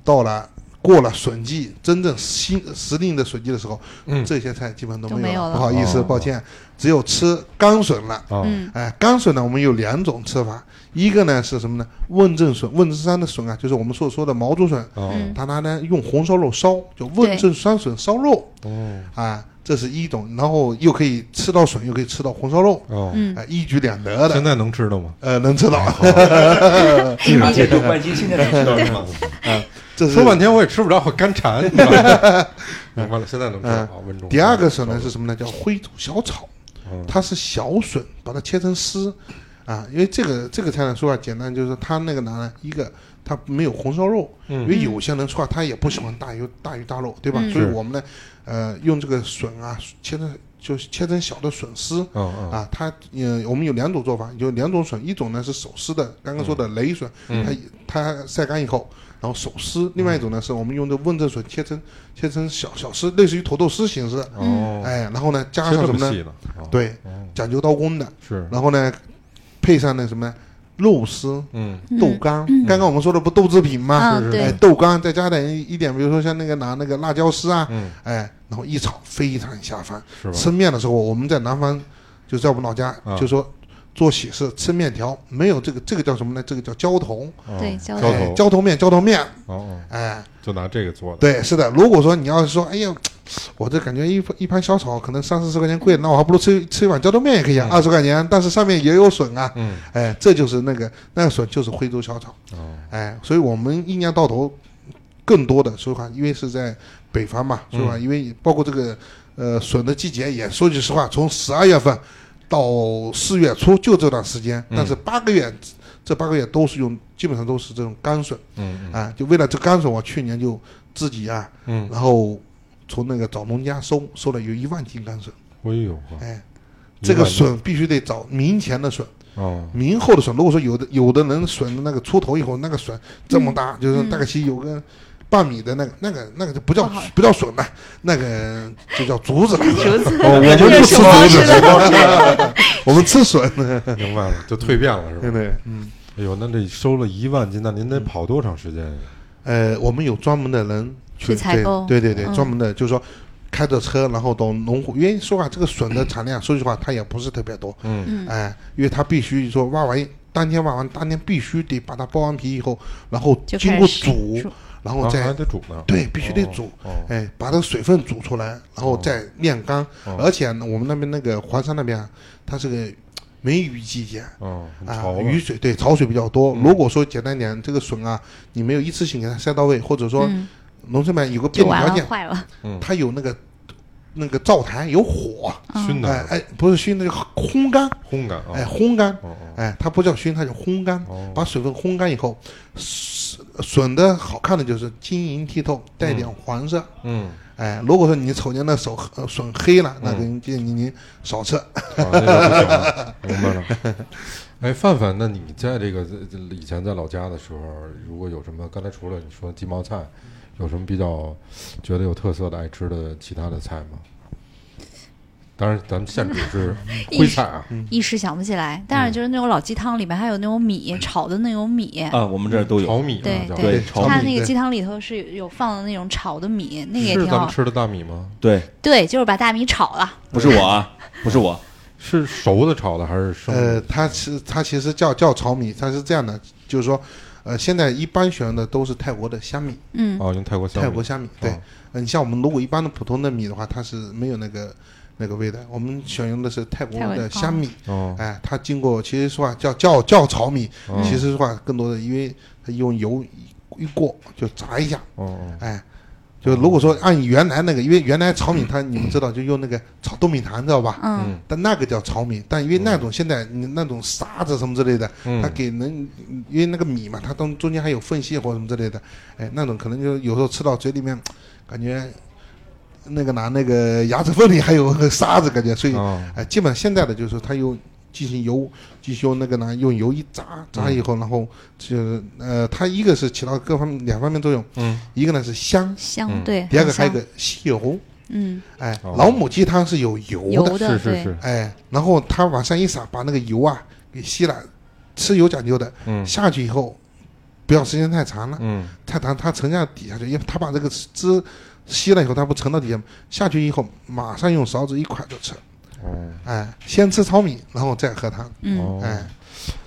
Speaker 4: 到了过了笋季，真正新时令的笋季的时候，
Speaker 3: 嗯
Speaker 4: 这些菜基本都
Speaker 2: 都
Speaker 4: 没
Speaker 2: 没有
Speaker 4: 了。
Speaker 2: 了
Speaker 4: 不好意思，
Speaker 3: 哦
Speaker 4: 抱歉，只有吃干笋了。
Speaker 3: 啊，
Speaker 2: 嗯
Speaker 4: 哎，干笋呢，我们有两种吃法，一个呢是什么呢？问政笋，问政山的笋啊，就是我们所说的毛竹笋，
Speaker 3: 哦
Speaker 2: 嗯
Speaker 4: 它拿来用红烧肉烧，就问政山笋烧肉
Speaker 3: 哦
Speaker 4: 啊，这是一种，然后又可以吃到笋，又可以吃到红烧肉，
Speaker 3: 哦，
Speaker 2: 嗯，
Speaker 4: 啊，一举两得
Speaker 3: 现
Speaker 4: 的，
Speaker 3: 在能吃到吗？哦
Speaker 4: 呃，能吃
Speaker 3: 哎
Speaker 4: 到，
Speaker 5: 立马解救万金现在能知道是吗？
Speaker 4: 这是
Speaker 3: 说半天我也吃不着，我干 馋。你知道吗明白了，现在能吃到啊。温州
Speaker 4: 第二个笋呢是什么呢？叫徽州小炒，
Speaker 3: 哦
Speaker 4: 它是小笋，把它切成丝，啊，因为这个这个菜呢，说话简单，就是它那个拿来一个，它没有红烧肉，
Speaker 3: 嗯
Speaker 4: 因为有些人说话他也不喜欢大鱼大鱼大肉，对吧？
Speaker 2: 嗯
Speaker 4: 所以
Speaker 3: 是
Speaker 4: 我们呢，呃，用这个笋啊切成就是切成小的笋丝。
Speaker 3: 嗯
Speaker 4: 啊，它呃，我们有两种做法，有两种笋，一种呢是手撕的，刚刚说的雷笋，
Speaker 3: 嗯
Speaker 4: 它它晒干以后，然后手撕；另外一种呢是我们用的问政笋切成切成小小丝，类似于土豆丝形式的，
Speaker 3: 嗯哦，
Speaker 4: 哎，然后呢加
Speaker 3: 切
Speaker 4: 上
Speaker 3: 这么
Speaker 4: 什么
Speaker 3: 细
Speaker 4: 呢？
Speaker 3: 呢？哦
Speaker 4: 对，
Speaker 3: 哦
Speaker 4: 讲究刀工的，
Speaker 3: 是
Speaker 4: 然后呢配上那什么呢肉丝、
Speaker 3: 嗯
Speaker 2: 嗯
Speaker 4: 豆干，刚刚我们说的不豆制品吗？
Speaker 2: 啊
Speaker 3: 是是
Speaker 4: 哎，
Speaker 2: 对，
Speaker 4: 豆干再加点一点，比如说像那个拿那个辣椒丝啊，
Speaker 3: 嗯
Speaker 4: 哎，然后一炒非常下饭。
Speaker 3: 是吧？
Speaker 4: 吃面的时候，我们在南方就在我们老家、
Speaker 3: 啊
Speaker 4: 就说做喜事吃面条，没有这个这个叫什么呢？这个叫浇头，
Speaker 3: 哦
Speaker 2: 对浇
Speaker 3: 浇
Speaker 2: 头
Speaker 4: 哎
Speaker 3: 头
Speaker 4: 浇头面，浇头面，
Speaker 3: 哦哦，
Speaker 4: 哎，
Speaker 3: 就拿这个做的。
Speaker 4: 对，是的。如果说你要是说，哎呀，我这感觉一盘一盘小炒可能三四十块钱贵，那我还不如吃吃一碗浇头面也可以啊，二十块钱，但是上面也有笋啊，
Speaker 3: 嗯
Speaker 4: 哎，这就是那个那个笋就是徽州小炒，
Speaker 3: 哦
Speaker 4: 哎，所以我们一年到头更多的说实话，因为是在北方嘛，
Speaker 3: 嗯
Speaker 4: 是吧？因为包括这个呃笋的季节也说句实话，从十二月份到四月初就这段时间，
Speaker 3: 嗯
Speaker 4: 但是八个月这八个月都是用基本上都是这种干笋。
Speaker 3: 嗯
Speaker 4: 啊，就为了这甘笋，我去年就自己啊，
Speaker 3: 嗯
Speaker 4: 然后从那个找农家收，收了有一万斤甘笋，
Speaker 3: 嗯，哎呦呵，
Speaker 4: 哎，这个
Speaker 3: 一万
Speaker 4: 笋必须得找明前的笋，
Speaker 3: 哦，
Speaker 4: 明后的笋。如果说有的有的人笋的那个出头以后，那个笋这么大，
Speaker 2: 嗯
Speaker 4: 就是大概其有个半米的那个，那个那个就不叫
Speaker 2: 不好
Speaker 4: 不叫笋了，那个就叫 竹子了。
Speaker 2: 竹子，
Speaker 4: 哦，我们不
Speaker 2: 这
Speaker 4: 吃
Speaker 2: 是熊猫
Speaker 4: 竹
Speaker 2: 吃
Speaker 4: 子，
Speaker 2: 的，
Speaker 4: 我们吃笋，嗯
Speaker 3: 明白了，就蜕变了是
Speaker 4: 对
Speaker 3: 吧？
Speaker 4: 对。
Speaker 3: 哎呦，那这收了一万斤，那您得跑多长时间呀？
Speaker 4: 呃，我们有专门的人
Speaker 2: 去采
Speaker 4: 对
Speaker 2: 购
Speaker 4: 对对对，
Speaker 2: 嗯
Speaker 4: 专门的就是说开着车，然后到农户，因为说话这个笋的产量，说句实话，它也不是特别多，
Speaker 3: 嗯
Speaker 4: 哎、因为它必须说挖完当天挖完，当天必须得把它剥完皮以后，然后
Speaker 2: 就
Speaker 4: 经
Speaker 2: 开
Speaker 4: 过
Speaker 2: 始
Speaker 4: 煮，
Speaker 2: 煮
Speaker 4: 然后
Speaker 3: 啊
Speaker 4: 再、
Speaker 3: 还得煮呢。
Speaker 4: 嗯对，必须得煮。
Speaker 3: 哦哦
Speaker 4: 哎，把这个水分煮出来，然后再晾干。
Speaker 3: 哦
Speaker 4: 而且呢我们那边那个黄山那边啊，它是个梅雨季节，
Speaker 3: 哦，很
Speaker 4: 啊
Speaker 3: 潮，了嗯
Speaker 4: 雨水对潮水比较多。如果说简单点，这个笋啊，你没有一次性给它晒到位，或者说
Speaker 2: 嗯
Speaker 4: 农村版有个
Speaker 2: 就
Speaker 4: 便利
Speaker 2: 完
Speaker 4: 条
Speaker 2: 了，
Speaker 4: 件，
Speaker 2: 坏了，
Speaker 4: 它有那个那个灶台有火，
Speaker 3: 熏
Speaker 4: 哎
Speaker 3: 的，
Speaker 4: 哎，不是熏的，就烘干，
Speaker 3: 烘干啊。
Speaker 4: 哎烘干，
Speaker 3: 哦哦
Speaker 4: 哎，它不叫熏，它叫烘干
Speaker 3: 哦，
Speaker 4: 把水分烘干以后，笋笋的好看的就是晶莹剔透，带点黄色。
Speaker 3: 嗯，
Speaker 4: 哎，如果说你瞅见那手呃笋黑了，那就
Speaker 3: 嗯
Speaker 4: 你你你少吃。
Speaker 3: 啊那个不行了明白了。哎，范范，那你在这个这以前在老家的时候，如果有什么，刚才除了你说鸡毛菜，有什么比较觉得有特色的、爱吃的其他的菜吗？当然，咱们 现煮是徽菜啊，
Speaker 2: 一时想不起来。但是就是那种老鸡汤里面还有那种米炒的那种米，
Speaker 5: 啊，我们这儿都
Speaker 3: 炒
Speaker 5: 有，
Speaker 3: 米啊
Speaker 2: 对，
Speaker 3: 叫
Speaker 5: 对，
Speaker 4: 哎炒
Speaker 5: 炒
Speaker 2: 它
Speaker 5: 米，
Speaker 2: 那
Speaker 4: 对
Speaker 2: 个鸡汤里头是有有放的那种炒的米，那个也
Speaker 3: 是
Speaker 2: 挺
Speaker 3: 咱们
Speaker 2: 好。
Speaker 3: 吃的大米吗？
Speaker 5: 对，
Speaker 2: 对，就是把大米炒了，
Speaker 5: 不是我啊，不是我，
Speaker 3: 是熟的炒的还是生
Speaker 4: 呃
Speaker 3: 的？，
Speaker 4: 它其实它其实叫叫炒米，它是这样的，就是说，呃，现在一般选的都是泰国的虾米，
Speaker 2: 嗯，
Speaker 3: 哦，用泰国香米。
Speaker 4: 泰国虾米。对，
Speaker 3: 哦
Speaker 4: 呃你像我们如果一般的普通的米的话，它是没有那个那个味的。我们选用的是泰国
Speaker 2: 泰国
Speaker 4: 的
Speaker 2: 哦
Speaker 4: 虾米，
Speaker 3: 哦，
Speaker 4: 哎，它经过其实说话叫叫叫炒米，
Speaker 2: 哎
Speaker 3: 哦
Speaker 4: 其实说话更多的因为它用油一一过就炸一下，
Speaker 3: 哦哦，
Speaker 4: 哎。就如果说按原来那个，因为原来炒米它你们知道就用那个炒豆米糖，知道吧？
Speaker 2: 嗯，
Speaker 4: 但那个叫炒米，但因为那种现在你那种沙子什么之类的，
Speaker 3: 嗯
Speaker 4: 它给人因为那个米嘛，它中中间还有缝隙或什么之类的，哎，那种可能就有时候吃到嘴里面，感觉那个拿那个牙齿缝里还有沙子，感觉，所以
Speaker 3: 哦
Speaker 4: 哎，基本现在的就是它用进行油，进行用那个呢，用油一炸，
Speaker 3: 嗯
Speaker 4: 炸以后，然后就是呃，它一个是起到各方面两方面作用，
Speaker 3: 嗯，
Speaker 4: 一个呢是香，
Speaker 2: 香
Speaker 3: 嗯
Speaker 2: 对，
Speaker 4: 第二
Speaker 2: 很
Speaker 4: 个还有
Speaker 2: 香
Speaker 4: 个吸油，
Speaker 2: 嗯
Speaker 4: 哎，
Speaker 3: 哦
Speaker 4: 老母鸡汤是有油的，
Speaker 2: 油
Speaker 3: 是
Speaker 2: 的
Speaker 3: 是
Speaker 2: 对
Speaker 3: 是，
Speaker 4: 哎，然后他往上一撒，把那个油啊给吸了。吃有讲究的，
Speaker 3: 嗯
Speaker 4: 下去以后，不要时间太长了，
Speaker 3: 嗯，
Speaker 4: 太长它沉下底下去，因为它把这个汁吸了以后，它不沉到底下下去以后，马上用勺子一㧟就吃，
Speaker 3: 哦，
Speaker 4: 哎，先吃糙米，然后再喝汤，
Speaker 2: 嗯，
Speaker 3: 哦
Speaker 4: 哎，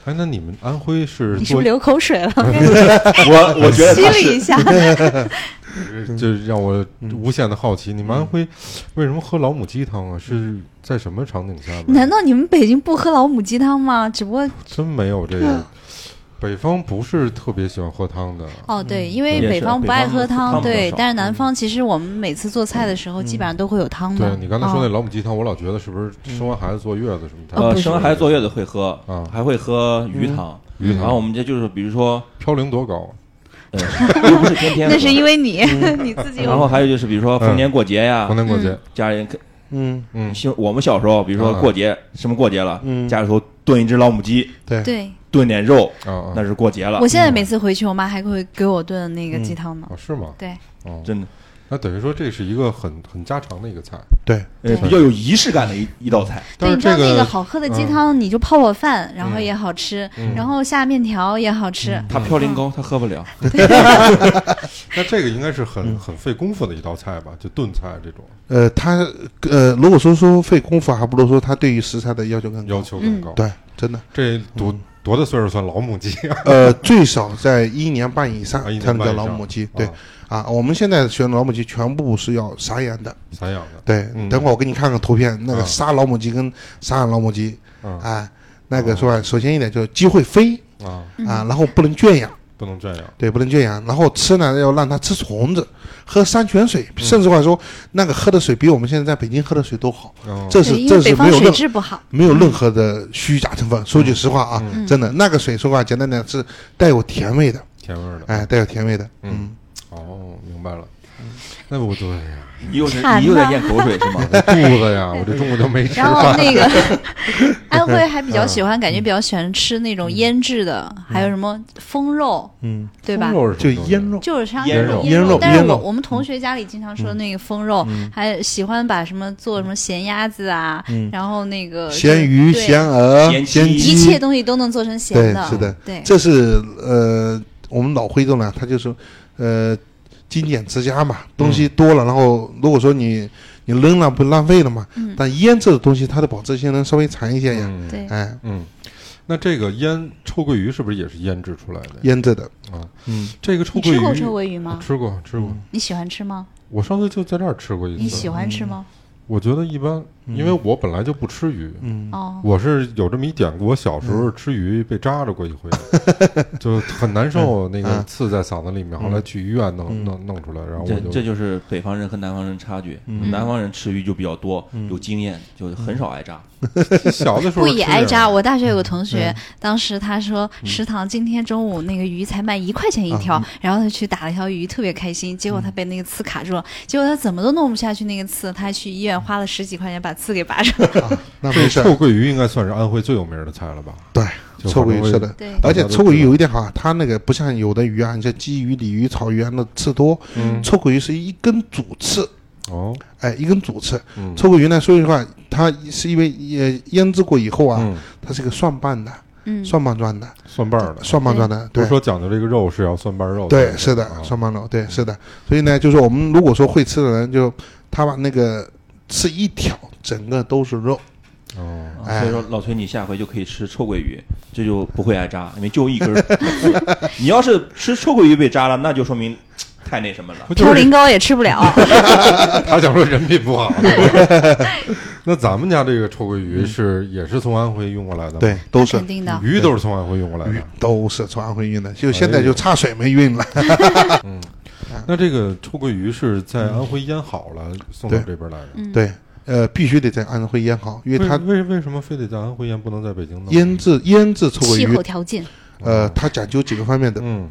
Speaker 3: 哎，那你们安徽是
Speaker 2: 你是不
Speaker 3: 做
Speaker 2: 是流口水了？
Speaker 5: 我我觉得
Speaker 2: 吸
Speaker 5: 他
Speaker 2: 了
Speaker 5: 是
Speaker 2: 一下，
Speaker 4: 嗯
Speaker 3: 就是让我无限的好奇，你们安徽为什么喝老母鸡汤
Speaker 4: 嗯
Speaker 3: 啊？是在什么场景下边？
Speaker 2: 难道你们北京不喝老母鸡汤吗？只不过
Speaker 3: 真没有这
Speaker 2: 啊
Speaker 3: 个？北方不是特别喜欢喝汤的，
Speaker 2: 哦，对，因为
Speaker 5: 也
Speaker 2: 北
Speaker 5: 是
Speaker 2: 方
Speaker 5: 北
Speaker 2: 不爱
Speaker 5: 方
Speaker 2: 喝
Speaker 5: 喝
Speaker 2: 汤，
Speaker 5: 汤比较
Speaker 2: 对，
Speaker 5: 少
Speaker 2: 但是南方其实我们每次做菜的时候，基本上都会有汤的。
Speaker 3: 对啊你刚才说那
Speaker 2: 哦
Speaker 3: 老母鸡汤，我老觉得是不是生完孩子坐月子什么
Speaker 2: 啊
Speaker 3: 的，
Speaker 5: 呃，生完孩子坐月子会喝
Speaker 3: 啊，嗯
Speaker 5: 还会喝鱼汤。
Speaker 3: 鱼汤
Speaker 5: 然后我们这就是比如说，
Speaker 3: 嘌呤多高？
Speaker 5: 呃，又不是天天喝
Speaker 2: 那是因为你 你自己
Speaker 5: 然后
Speaker 2: 有
Speaker 5: 还有就是比如说逢年过节
Speaker 3: 嗯
Speaker 5: 呀
Speaker 3: 逢，年过节，
Speaker 5: 家人可
Speaker 4: 嗯，
Speaker 3: 嗯，
Speaker 5: 像我们小时候，比如说
Speaker 3: 啊
Speaker 5: 过节什么过节了，
Speaker 4: 嗯
Speaker 5: 家里头炖一只老母鸡，
Speaker 4: 对，
Speaker 2: 对。
Speaker 5: 炖点肉，
Speaker 3: 啊啊
Speaker 5: 那，是过节了
Speaker 2: 我。现在每次回去，我妈还会给我炖那个鸡汤呢。
Speaker 3: 哦是吗？
Speaker 2: 对，
Speaker 3: 哦，
Speaker 5: 真的，
Speaker 3: 那等于说这是一个很很家常的一个菜，
Speaker 4: 对，
Speaker 5: 呃，比较有仪式感的一一道菜。
Speaker 2: 对，
Speaker 3: 但是
Speaker 2: 你知道
Speaker 3: 这
Speaker 2: 那
Speaker 3: 个
Speaker 2: 个好喝的鸡汤，你就泡泡饭，然后也好吃，
Speaker 3: 嗯
Speaker 2: 然后下面条也好吃。
Speaker 5: 他嘌呤高，他喝不了。
Speaker 3: 那这个应该是
Speaker 2: 嗯
Speaker 3: 很很费功夫的一道菜吧？就炖菜这种
Speaker 4: 呃，它呃，如果说说费功夫，啊还不如说它对于食材的要求更高，
Speaker 3: 要求
Speaker 2: 嗯
Speaker 3: 更高。
Speaker 4: 对，嗯真的，
Speaker 3: 这多多大岁数算老母鸡啊？
Speaker 4: 呃，最少在一年半以上
Speaker 3: 啊一年
Speaker 4: 才能叫
Speaker 3: 半以
Speaker 4: 老
Speaker 3: 上
Speaker 4: 母鸡，
Speaker 3: 啊
Speaker 4: 对啊，我们现在选老母鸡全部是要散养的，
Speaker 3: 散养的，
Speaker 4: 对
Speaker 3: 嗯，
Speaker 4: 等会儿我给你看看图片，那
Speaker 3: 啊
Speaker 4: 个杀老母鸡跟散养老母鸡，
Speaker 3: 嗯
Speaker 4: 哎，那个是吧？首先一点就是鸡会飞
Speaker 3: 啊，
Speaker 2: 嗯
Speaker 4: 啊，然后不能圈养，
Speaker 3: 不能圈养。
Speaker 4: 对，不能圈养，然后吃呢要让它吃虫子，喝山泉水，
Speaker 3: 嗯
Speaker 4: 甚至话说那个喝的水比我们现在在北京喝的水都好，
Speaker 3: 哦
Speaker 4: 嗯这
Speaker 2: 对，
Speaker 4: 是
Speaker 2: 因
Speaker 4: 这
Speaker 2: 为北
Speaker 4: 是没
Speaker 2: 方
Speaker 4: 有
Speaker 2: 水
Speaker 4: 任
Speaker 2: 质不好。
Speaker 4: 没有任何的虚假成分。说
Speaker 3: 嗯
Speaker 4: 句实话啊，真的那个水说实话简单点是带有甜味的，
Speaker 3: 甜味儿的，
Speaker 4: 哎，带有甜味的，
Speaker 3: 嗯
Speaker 4: 嗯，
Speaker 3: 哦，明白了。那不对呀，
Speaker 5: 你又是
Speaker 2: 馋
Speaker 5: 你又在
Speaker 2: 呐
Speaker 5: 咽口水是 吗？
Speaker 3: 我肚子呀，我这中午就没吃
Speaker 2: 然后
Speaker 3: 饭。
Speaker 2: 那个安徽还比较喜欢，感觉比较喜欢吃那种腌制的，还有什么风肉，
Speaker 4: 嗯，
Speaker 2: 对吧？
Speaker 3: 肉是什
Speaker 4: 就
Speaker 3: 么东西
Speaker 4: 腌肉，
Speaker 2: 就是像
Speaker 5: 腌
Speaker 2: 那种
Speaker 5: 肉
Speaker 4: 腌肉
Speaker 2: 但是
Speaker 4: 腌
Speaker 2: 我
Speaker 4: 肉嗯
Speaker 2: 我们同学家里经常说的那个风肉，还喜欢把什么做什么咸鸭子啊，然后那个
Speaker 4: 嗯咸鱼、
Speaker 2: 对
Speaker 4: 咸鹅、
Speaker 5: 咸
Speaker 4: 咸
Speaker 5: 鸡
Speaker 4: 鸡，
Speaker 2: 一切东西都能做成咸的，
Speaker 4: 对是的
Speaker 2: 对
Speaker 4: 这是呃，我们老徽州呢，他就是呃精简之家嘛，东
Speaker 3: 嗯
Speaker 4: 西多了，然后如果说你你扔了不浪费了嘛，
Speaker 2: 嗯
Speaker 4: 但腌制的东西它的保质期能稍微长一些呀，
Speaker 3: 嗯
Speaker 2: 对
Speaker 4: 哎，
Speaker 3: 嗯，那这个腌臭鳜鱼是不是也是腌制出来的呀？
Speaker 4: 腌制的，
Speaker 3: 啊，
Speaker 4: 嗯，
Speaker 3: 这个臭
Speaker 2: 你
Speaker 3: 鳜
Speaker 2: 吃过
Speaker 3: 鱼
Speaker 2: 臭鳜鱼吗
Speaker 4: 啊
Speaker 3: 我？吃过，吃过。
Speaker 2: 你喜欢吃吗？
Speaker 3: 我上次就在这儿吃
Speaker 4: 嗯
Speaker 3: 过一次。
Speaker 2: 你喜欢吃吗？
Speaker 3: 我觉得一般，因为我本来就不吃
Speaker 4: 嗯
Speaker 3: 鱼，
Speaker 2: 哦，
Speaker 3: 我是有这么一典故。我小时候吃鱼被扎着过一回，就很难受，那个刺在嗓子里面。后来去医院弄弄弄出来，然后
Speaker 5: 这
Speaker 3: 我
Speaker 5: 这
Speaker 3: 就
Speaker 5: 就是北方人和南方人差距。
Speaker 2: 嗯
Speaker 5: 南方人吃鱼就比较多，有经验，就很少挨扎。
Speaker 3: 小的时候
Speaker 2: 不也
Speaker 3: 吃
Speaker 2: 挨
Speaker 3: 这
Speaker 2: 扎。
Speaker 3: 样
Speaker 2: 我大学有个同学，
Speaker 4: 嗯
Speaker 2: 当时他说食堂今天中午那个鱼才卖一块钱
Speaker 4: 啊
Speaker 2: 一
Speaker 4: 嗯
Speaker 2: 条，然后他去打了一条鱼，特别开心。结果他被那个刺卡住了，结果他怎么都弄不下去那个刺，他还去医院花了十几块钱把刺给拔上。
Speaker 4: 那
Speaker 3: 这
Speaker 4: 没事
Speaker 3: 臭
Speaker 4: 儿，
Speaker 3: 鳜鱼应该算是安徽最有名的菜了吧？
Speaker 4: 对，
Speaker 3: 就
Speaker 4: 臭
Speaker 3: 反
Speaker 4: 鳜
Speaker 3: 正
Speaker 4: 鱼
Speaker 3: 会
Speaker 4: 是的。
Speaker 2: 对，
Speaker 4: 而且
Speaker 3: 大家都
Speaker 4: 臭鳜
Speaker 3: 知
Speaker 4: 鱼
Speaker 3: 道
Speaker 4: 有一点好，它那个不像有的鱼啊，你像鲫鱼、鲤鱼、草鱼啊，那刺多。
Speaker 3: 嗯
Speaker 4: 臭鳜鱼是一根主刺，
Speaker 3: 哦，
Speaker 4: 哎，一根主刺。
Speaker 3: 嗯
Speaker 4: 臭鳜鱼呢，说实话，它是因为也腌制过以后啊，
Speaker 3: 嗯，
Speaker 4: 它是个蒜瓣的，
Speaker 2: 嗯，
Speaker 4: 蒜瓣状的，
Speaker 3: 蒜瓣儿的。
Speaker 4: 蒜瓣状的，
Speaker 3: 不
Speaker 4: 对
Speaker 3: 是说讲究这个肉是要蒜瓣肉才行啊，
Speaker 4: 对，是的，蒜瓣肉，对，是的。所以呢，就是我们如果说会吃的人，就他把那个吃一条，整个都是肉，
Speaker 3: 哦，
Speaker 5: 啊
Speaker 4: 哎
Speaker 5: 所以说，老崔，你下回就可以吃臭鳜鱼，这就不会挨扎，因为就一根儿 刺。你要是吃臭鳜鱼被扎了，那就说明太那什 么了。
Speaker 3: 不就
Speaker 2: 嘌
Speaker 3: 是
Speaker 2: 呤高也吃不了。
Speaker 3: 他想说人品不好。对吧那咱们家这个臭鳜鱼是也是从安徽运过来的吗，
Speaker 4: 对，都是
Speaker 2: 肯定的。
Speaker 3: 鱼都是从安徽运过来的。
Speaker 4: 都是从安徽运的，就
Speaker 3: 哎
Speaker 4: 现在就差水没运了。
Speaker 3: 那这个臭鳜鱼是在安徽腌好了送到这边来的，
Speaker 2: 嗯
Speaker 4: 对，呃，必须得在安徽腌好，因为它
Speaker 3: 为为为什么非得在安徽腌，不能在北京弄？
Speaker 4: 腌制腌制臭
Speaker 2: 气
Speaker 4: 鳜
Speaker 2: 候
Speaker 4: 鱼，
Speaker 2: 条件，
Speaker 4: 呃，它讲究几个方面的，
Speaker 3: 嗯，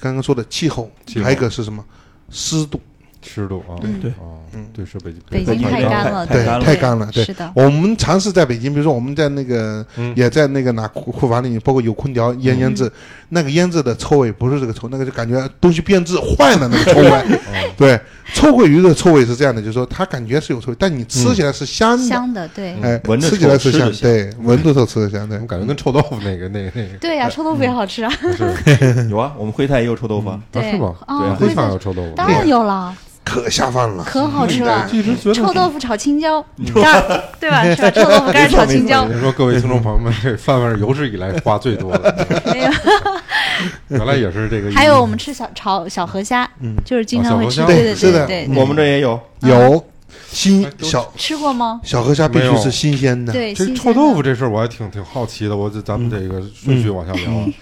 Speaker 4: 刚刚说的气候
Speaker 3: 气，候
Speaker 4: 还有一个是什么？湿度，
Speaker 3: 湿度啊，
Speaker 2: 对
Speaker 4: 对
Speaker 3: 哦
Speaker 4: 嗯
Speaker 3: 对，是北京
Speaker 2: 北京
Speaker 5: 京
Speaker 2: 太
Speaker 5: 太
Speaker 2: 干
Speaker 5: 干
Speaker 2: 了，
Speaker 5: 了
Speaker 4: 对
Speaker 5: 太干，了
Speaker 4: 太干了，对。
Speaker 2: 是的，
Speaker 4: 我们尝试在北京，比如说我们在那个，
Speaker 3: 嗯
Speaker 4: 也在那个哪库库房里，包括有空调腌腌制，那个腌制的臭味不是这个臭，那个就感觉东西变质坏了那个臭味。对，臭鳜鱼的臭味是这样的，就是说它感觉是有臭味，但你吃起来是香的，
Speaker 2: 香的，对。
Speaker 4: 哎，
Speaker 5: 闻着
Speaker 4: 吃起来
Speaker 5: 臭
Speaker 4: 是
Speaker 5: 吃
Speaker 4: 香
Speaker 5: 着，香
Speaker 4: 对，闻着臭吃的香，对
Speaker 3: 我们。感觉跟臭豆腐那个那个那个
Speaker 2: 对呀、臭豆腐也好吃啊！
Speaker 3: 不是
Speaker 5: 有啊，我们徽菜也有臭豆腐啊，
Speaker 2: 对
Speaker 3: 嗯啊是吗？
Speaker 2: 哦
Speaker 3: 徽
Speaker 2: 徽菜
Speaker 3: 菜有臭豆腐，
Speaker 2: 当然有了，
Speaker 4: 可下饭了，
Speaker 2: 可好吃了。
Speaker 3: 一直觉得
Speaker 2: 臭豆腐炒青椒干儿，对吧？是吧？臭豆腐干儿炒青椒
Speaker 3: 我，跟你说，各位听众朋友们，这饭饭是有史以来花最多的，
Speaker 2: 没有。
Speaker 3: 原来也是这个意 思。
Speaker 2: 还有我们吃小炒小河虾，就是经常会吃。
Speaker 3: 哦小河虾
Speaker 2: 对对
Speaker 4: 是的
Speaker 2: 对对
Speaker 4: 嗯
Speaker 2: 对，
Speaker 5: 我们这也有。
Speaker 4: 有新
Speaker 3: 哎都
Speaker 4: 小
Speaker 2: 吃过吗？
Speaker 4: 小河虾必须
Speaker 3: 没有
Speaker 4: 是新鲜的，
Speaker 2: 对，
Speaker 3: 这
Speaker 2: 新
Speaker 3: 臭
Speaker 2: 鲜
Speaker 3: 豆
Speaker 2: 的
Speaker 3: 腐这事儿我还挺挺好奇的，我这咱们这个顺序往下聊啊。
Speaker 2: 嗯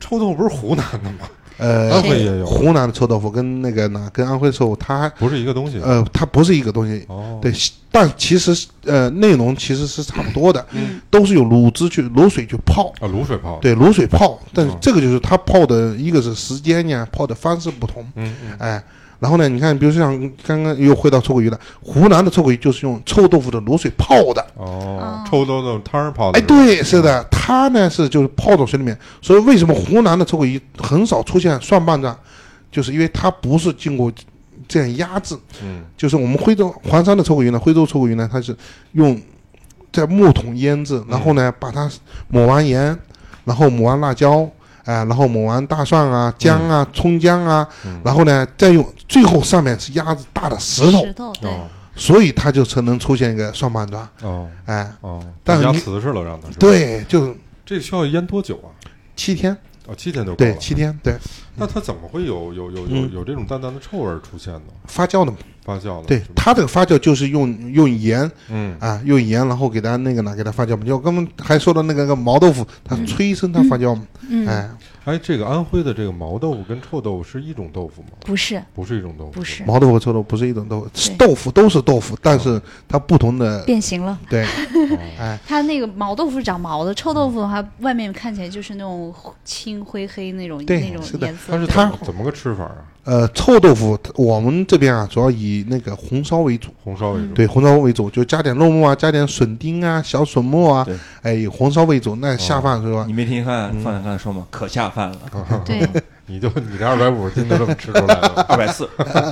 Speaker 3: 臭豆腐不是湖南的吗？安
Speaker 4: 呃，
Speaker 3: 徽也有，
Speaker 4: 湖南的臭豆腐跟那个哪跟安徽臭豆腐它
Speaker 3: 不是一个东西。
Speaker 4: 呃它不是一个东西，
Speaker 3: 哦，
Speaker 4: 对，但其实是呃内容其实是差不多的，
Speaker 3: 嗯
Speaker 4: 都是用卤汁去卤水去泡，
Speaker 3: 啊，卤水泡。，
Speaker 4: 对，卤水泡，但是
Speaker 3: 哦
Speaker 4: 这个就是它泡的一个是时间呀，泡的方式不同，
Speaker 3: 嗯嗯，
Speaker 4: 哎，然后呢，你看，比如像刚刚又回到臭鳜鱼了，湖南的臭鳜鱼就是用臭豆腐的卤水泡的，
Speaker 3: 哦，臭豆腐汤儿泡的。
Speaker 4: 哎，，对，是的，它呢是就是泡到水里面，所以为什么湖南的臭鳜鱼很少出现蒜瓣状，就是因为它不是经过这样压制，
Speaker 3: 嗯，
Speaker 4: 就是我们徽州黄山的臭鳜鱼呢，徽州臭鳜鱼呢，它是用在木桶腌制，然后
Speaker 3: 嗯
Speaker 4: 呢把它抹完盐，然后抹完辣椒，哎、然后抹完大蒜啊、姜啊、
Speaker 3: 嗯
Speaker 4: 葱姜啊，然后呢再用最后上面是压制大的石头，
Speaker 2: 石头，对，
Speaker 3: 哦
Speaker 4: 所以它就才能出现一个蒜瓣状，
Speaker 3: 哦
Speaker 4: 哎、
Speaker 3: 哦，
Speaker 4: 但是
Speaker 3: 加
Speaker 4: 你
Speaker 3: 瓷实了让它。，
Speaker 4: 对，就
Speaker 3: 这需要腌多久啊？
Speaker 4: 七天。
Speaker 3: 哦，七天就够
Speaker 4: 对，
Speaker 3: 了。
Speaker 4: 七天，对，
Speaker 3: 那它怎么会有有有有
Speaker 4: 嗯
Speaker 3: 有这种淡淡的臭味儿出现呢？
Speaker 4: 发酵的嘛。
Speaker 3: 发酵的。
Speaker 4: 对
Speaker 3: 是，吧
Speaker 4: 它这个发酵就是用用盐
Speaker 3: 嗯
Speaker 4: 啊，用盐，然后给它那个哪给它发酵嘛。就我刚刚还说到那个那个毛豆腐，它催生它发酵嘛。
Speaker 2: 嗯，
Speaker 4: 哎，
Speaker 3: 哎，这个安徽的这个毛豆腐跟臭豆腐是一种豆腐吗？
Speaker 2: 不是，
Speaker 3: 不是一种豆腐，
Speaker 2: 不是，
Speaker 4: 毛豆腐和臭豆腐不是一种豆腐
Speaker 2: 对，
Speaker 4: 豆腐都是豆腐，但是它不同的
Speaker 2: 变形了。
Speaker 4: 对，
Speaker 3: 哦
Speaker 4: 哎，
Speaker 2: 它那个毛豆腐是长毛的，臭豆腐的话，外面看起来就是那种青灰黑那种
Speaker 4: 对
Speaker 2: 那种
Speaker 4: 是的
Speaker 2: 颜色。
Speaker 3: 它是
Speaker 2: 对
Speaker 3: 怎么怎么个吃法啊？
Speaker 4: 呃，臭豆腐我们这边啊，主要以那个红烧为主，
Speaker 3: 红烧为
Speaker 2: 嗯
Speaker 3: 主。
Speaker 4: 对，红烧为主，就加点肉末啊，加点笋丁啊、小笋末啊
Speaker 5: 对，
Speaker 4: 哎，以红烧为主，那下饭是吧
Speaker 5: 你？没听看范范刚才说吗？可下 饭了，
Speaker 2: 嗯对，
Speaker 3: 你就你这二百五十斤都这么吃出来了，
Speaker 5: 二百四，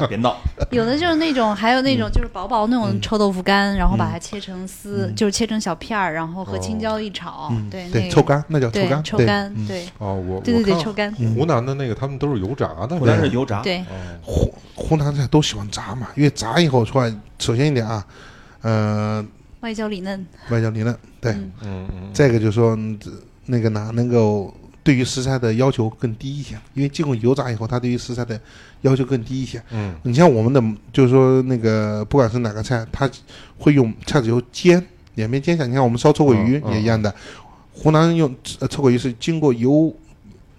Speaker 5: 别闹。
Speaker 2: 有的就是那种，还有那种就是薄薄那
Speaker 4: 嗯
Speaker 2: 种臭豆腐干，然后把它切成丝，就是切成小片儿，然后和青椒一炒，
Speaker 4: 嗯，
Speaker 2: 哦对，那
Speaker 4: 对，
Speaker 2: 个
Speaker 4: 臭干，那叫臭
Speaker 2: 对
Speaker 4: 干，
Speaker 2: 臭
Speaker 4: 对，
Speaker 2: 干，
Speaker 4: 嗯
Speaker 2: 对，
Speaker 3: 哦，我
Speaker 2: 对对对，
Speaker 3: 我
Speaker 2: 臭
Speaker 3: 看
Speaker 2: 干，
Speaker 4: 嗯
Speaker 3: 湖南的那个他们都是油炸的，
Speaker 5: 湖南是油炸，
Speaker 2: 对，
Speaker 3: 哦
Speaker 4: 湖湖南菜都喜欢炸嘛，因为炸以后出来，首先一点啊，呃，
Speaker 2: 外焦里嫩，
Speaker 4: 外焦里嫩，对，
Speaker 2: 嗯
Speaker 3: 嗯嗯，
Speaker 4: 再一个就是说嗯这那个哪能够对于食材的要求更低一些，因为经过油炸以后，它对于食材的要求更低一些。
Speaker 3: 嗯
Speaker 4: 你像我们的，就是说那个不管是哪个菜，它会用菜籽油煎，两边煎一下。你看我们烧臭鳜鱼
Speaker 3: 嗯嗯
Speaker 4: 也一样的，湖南用呃臭鳜鱼是经过油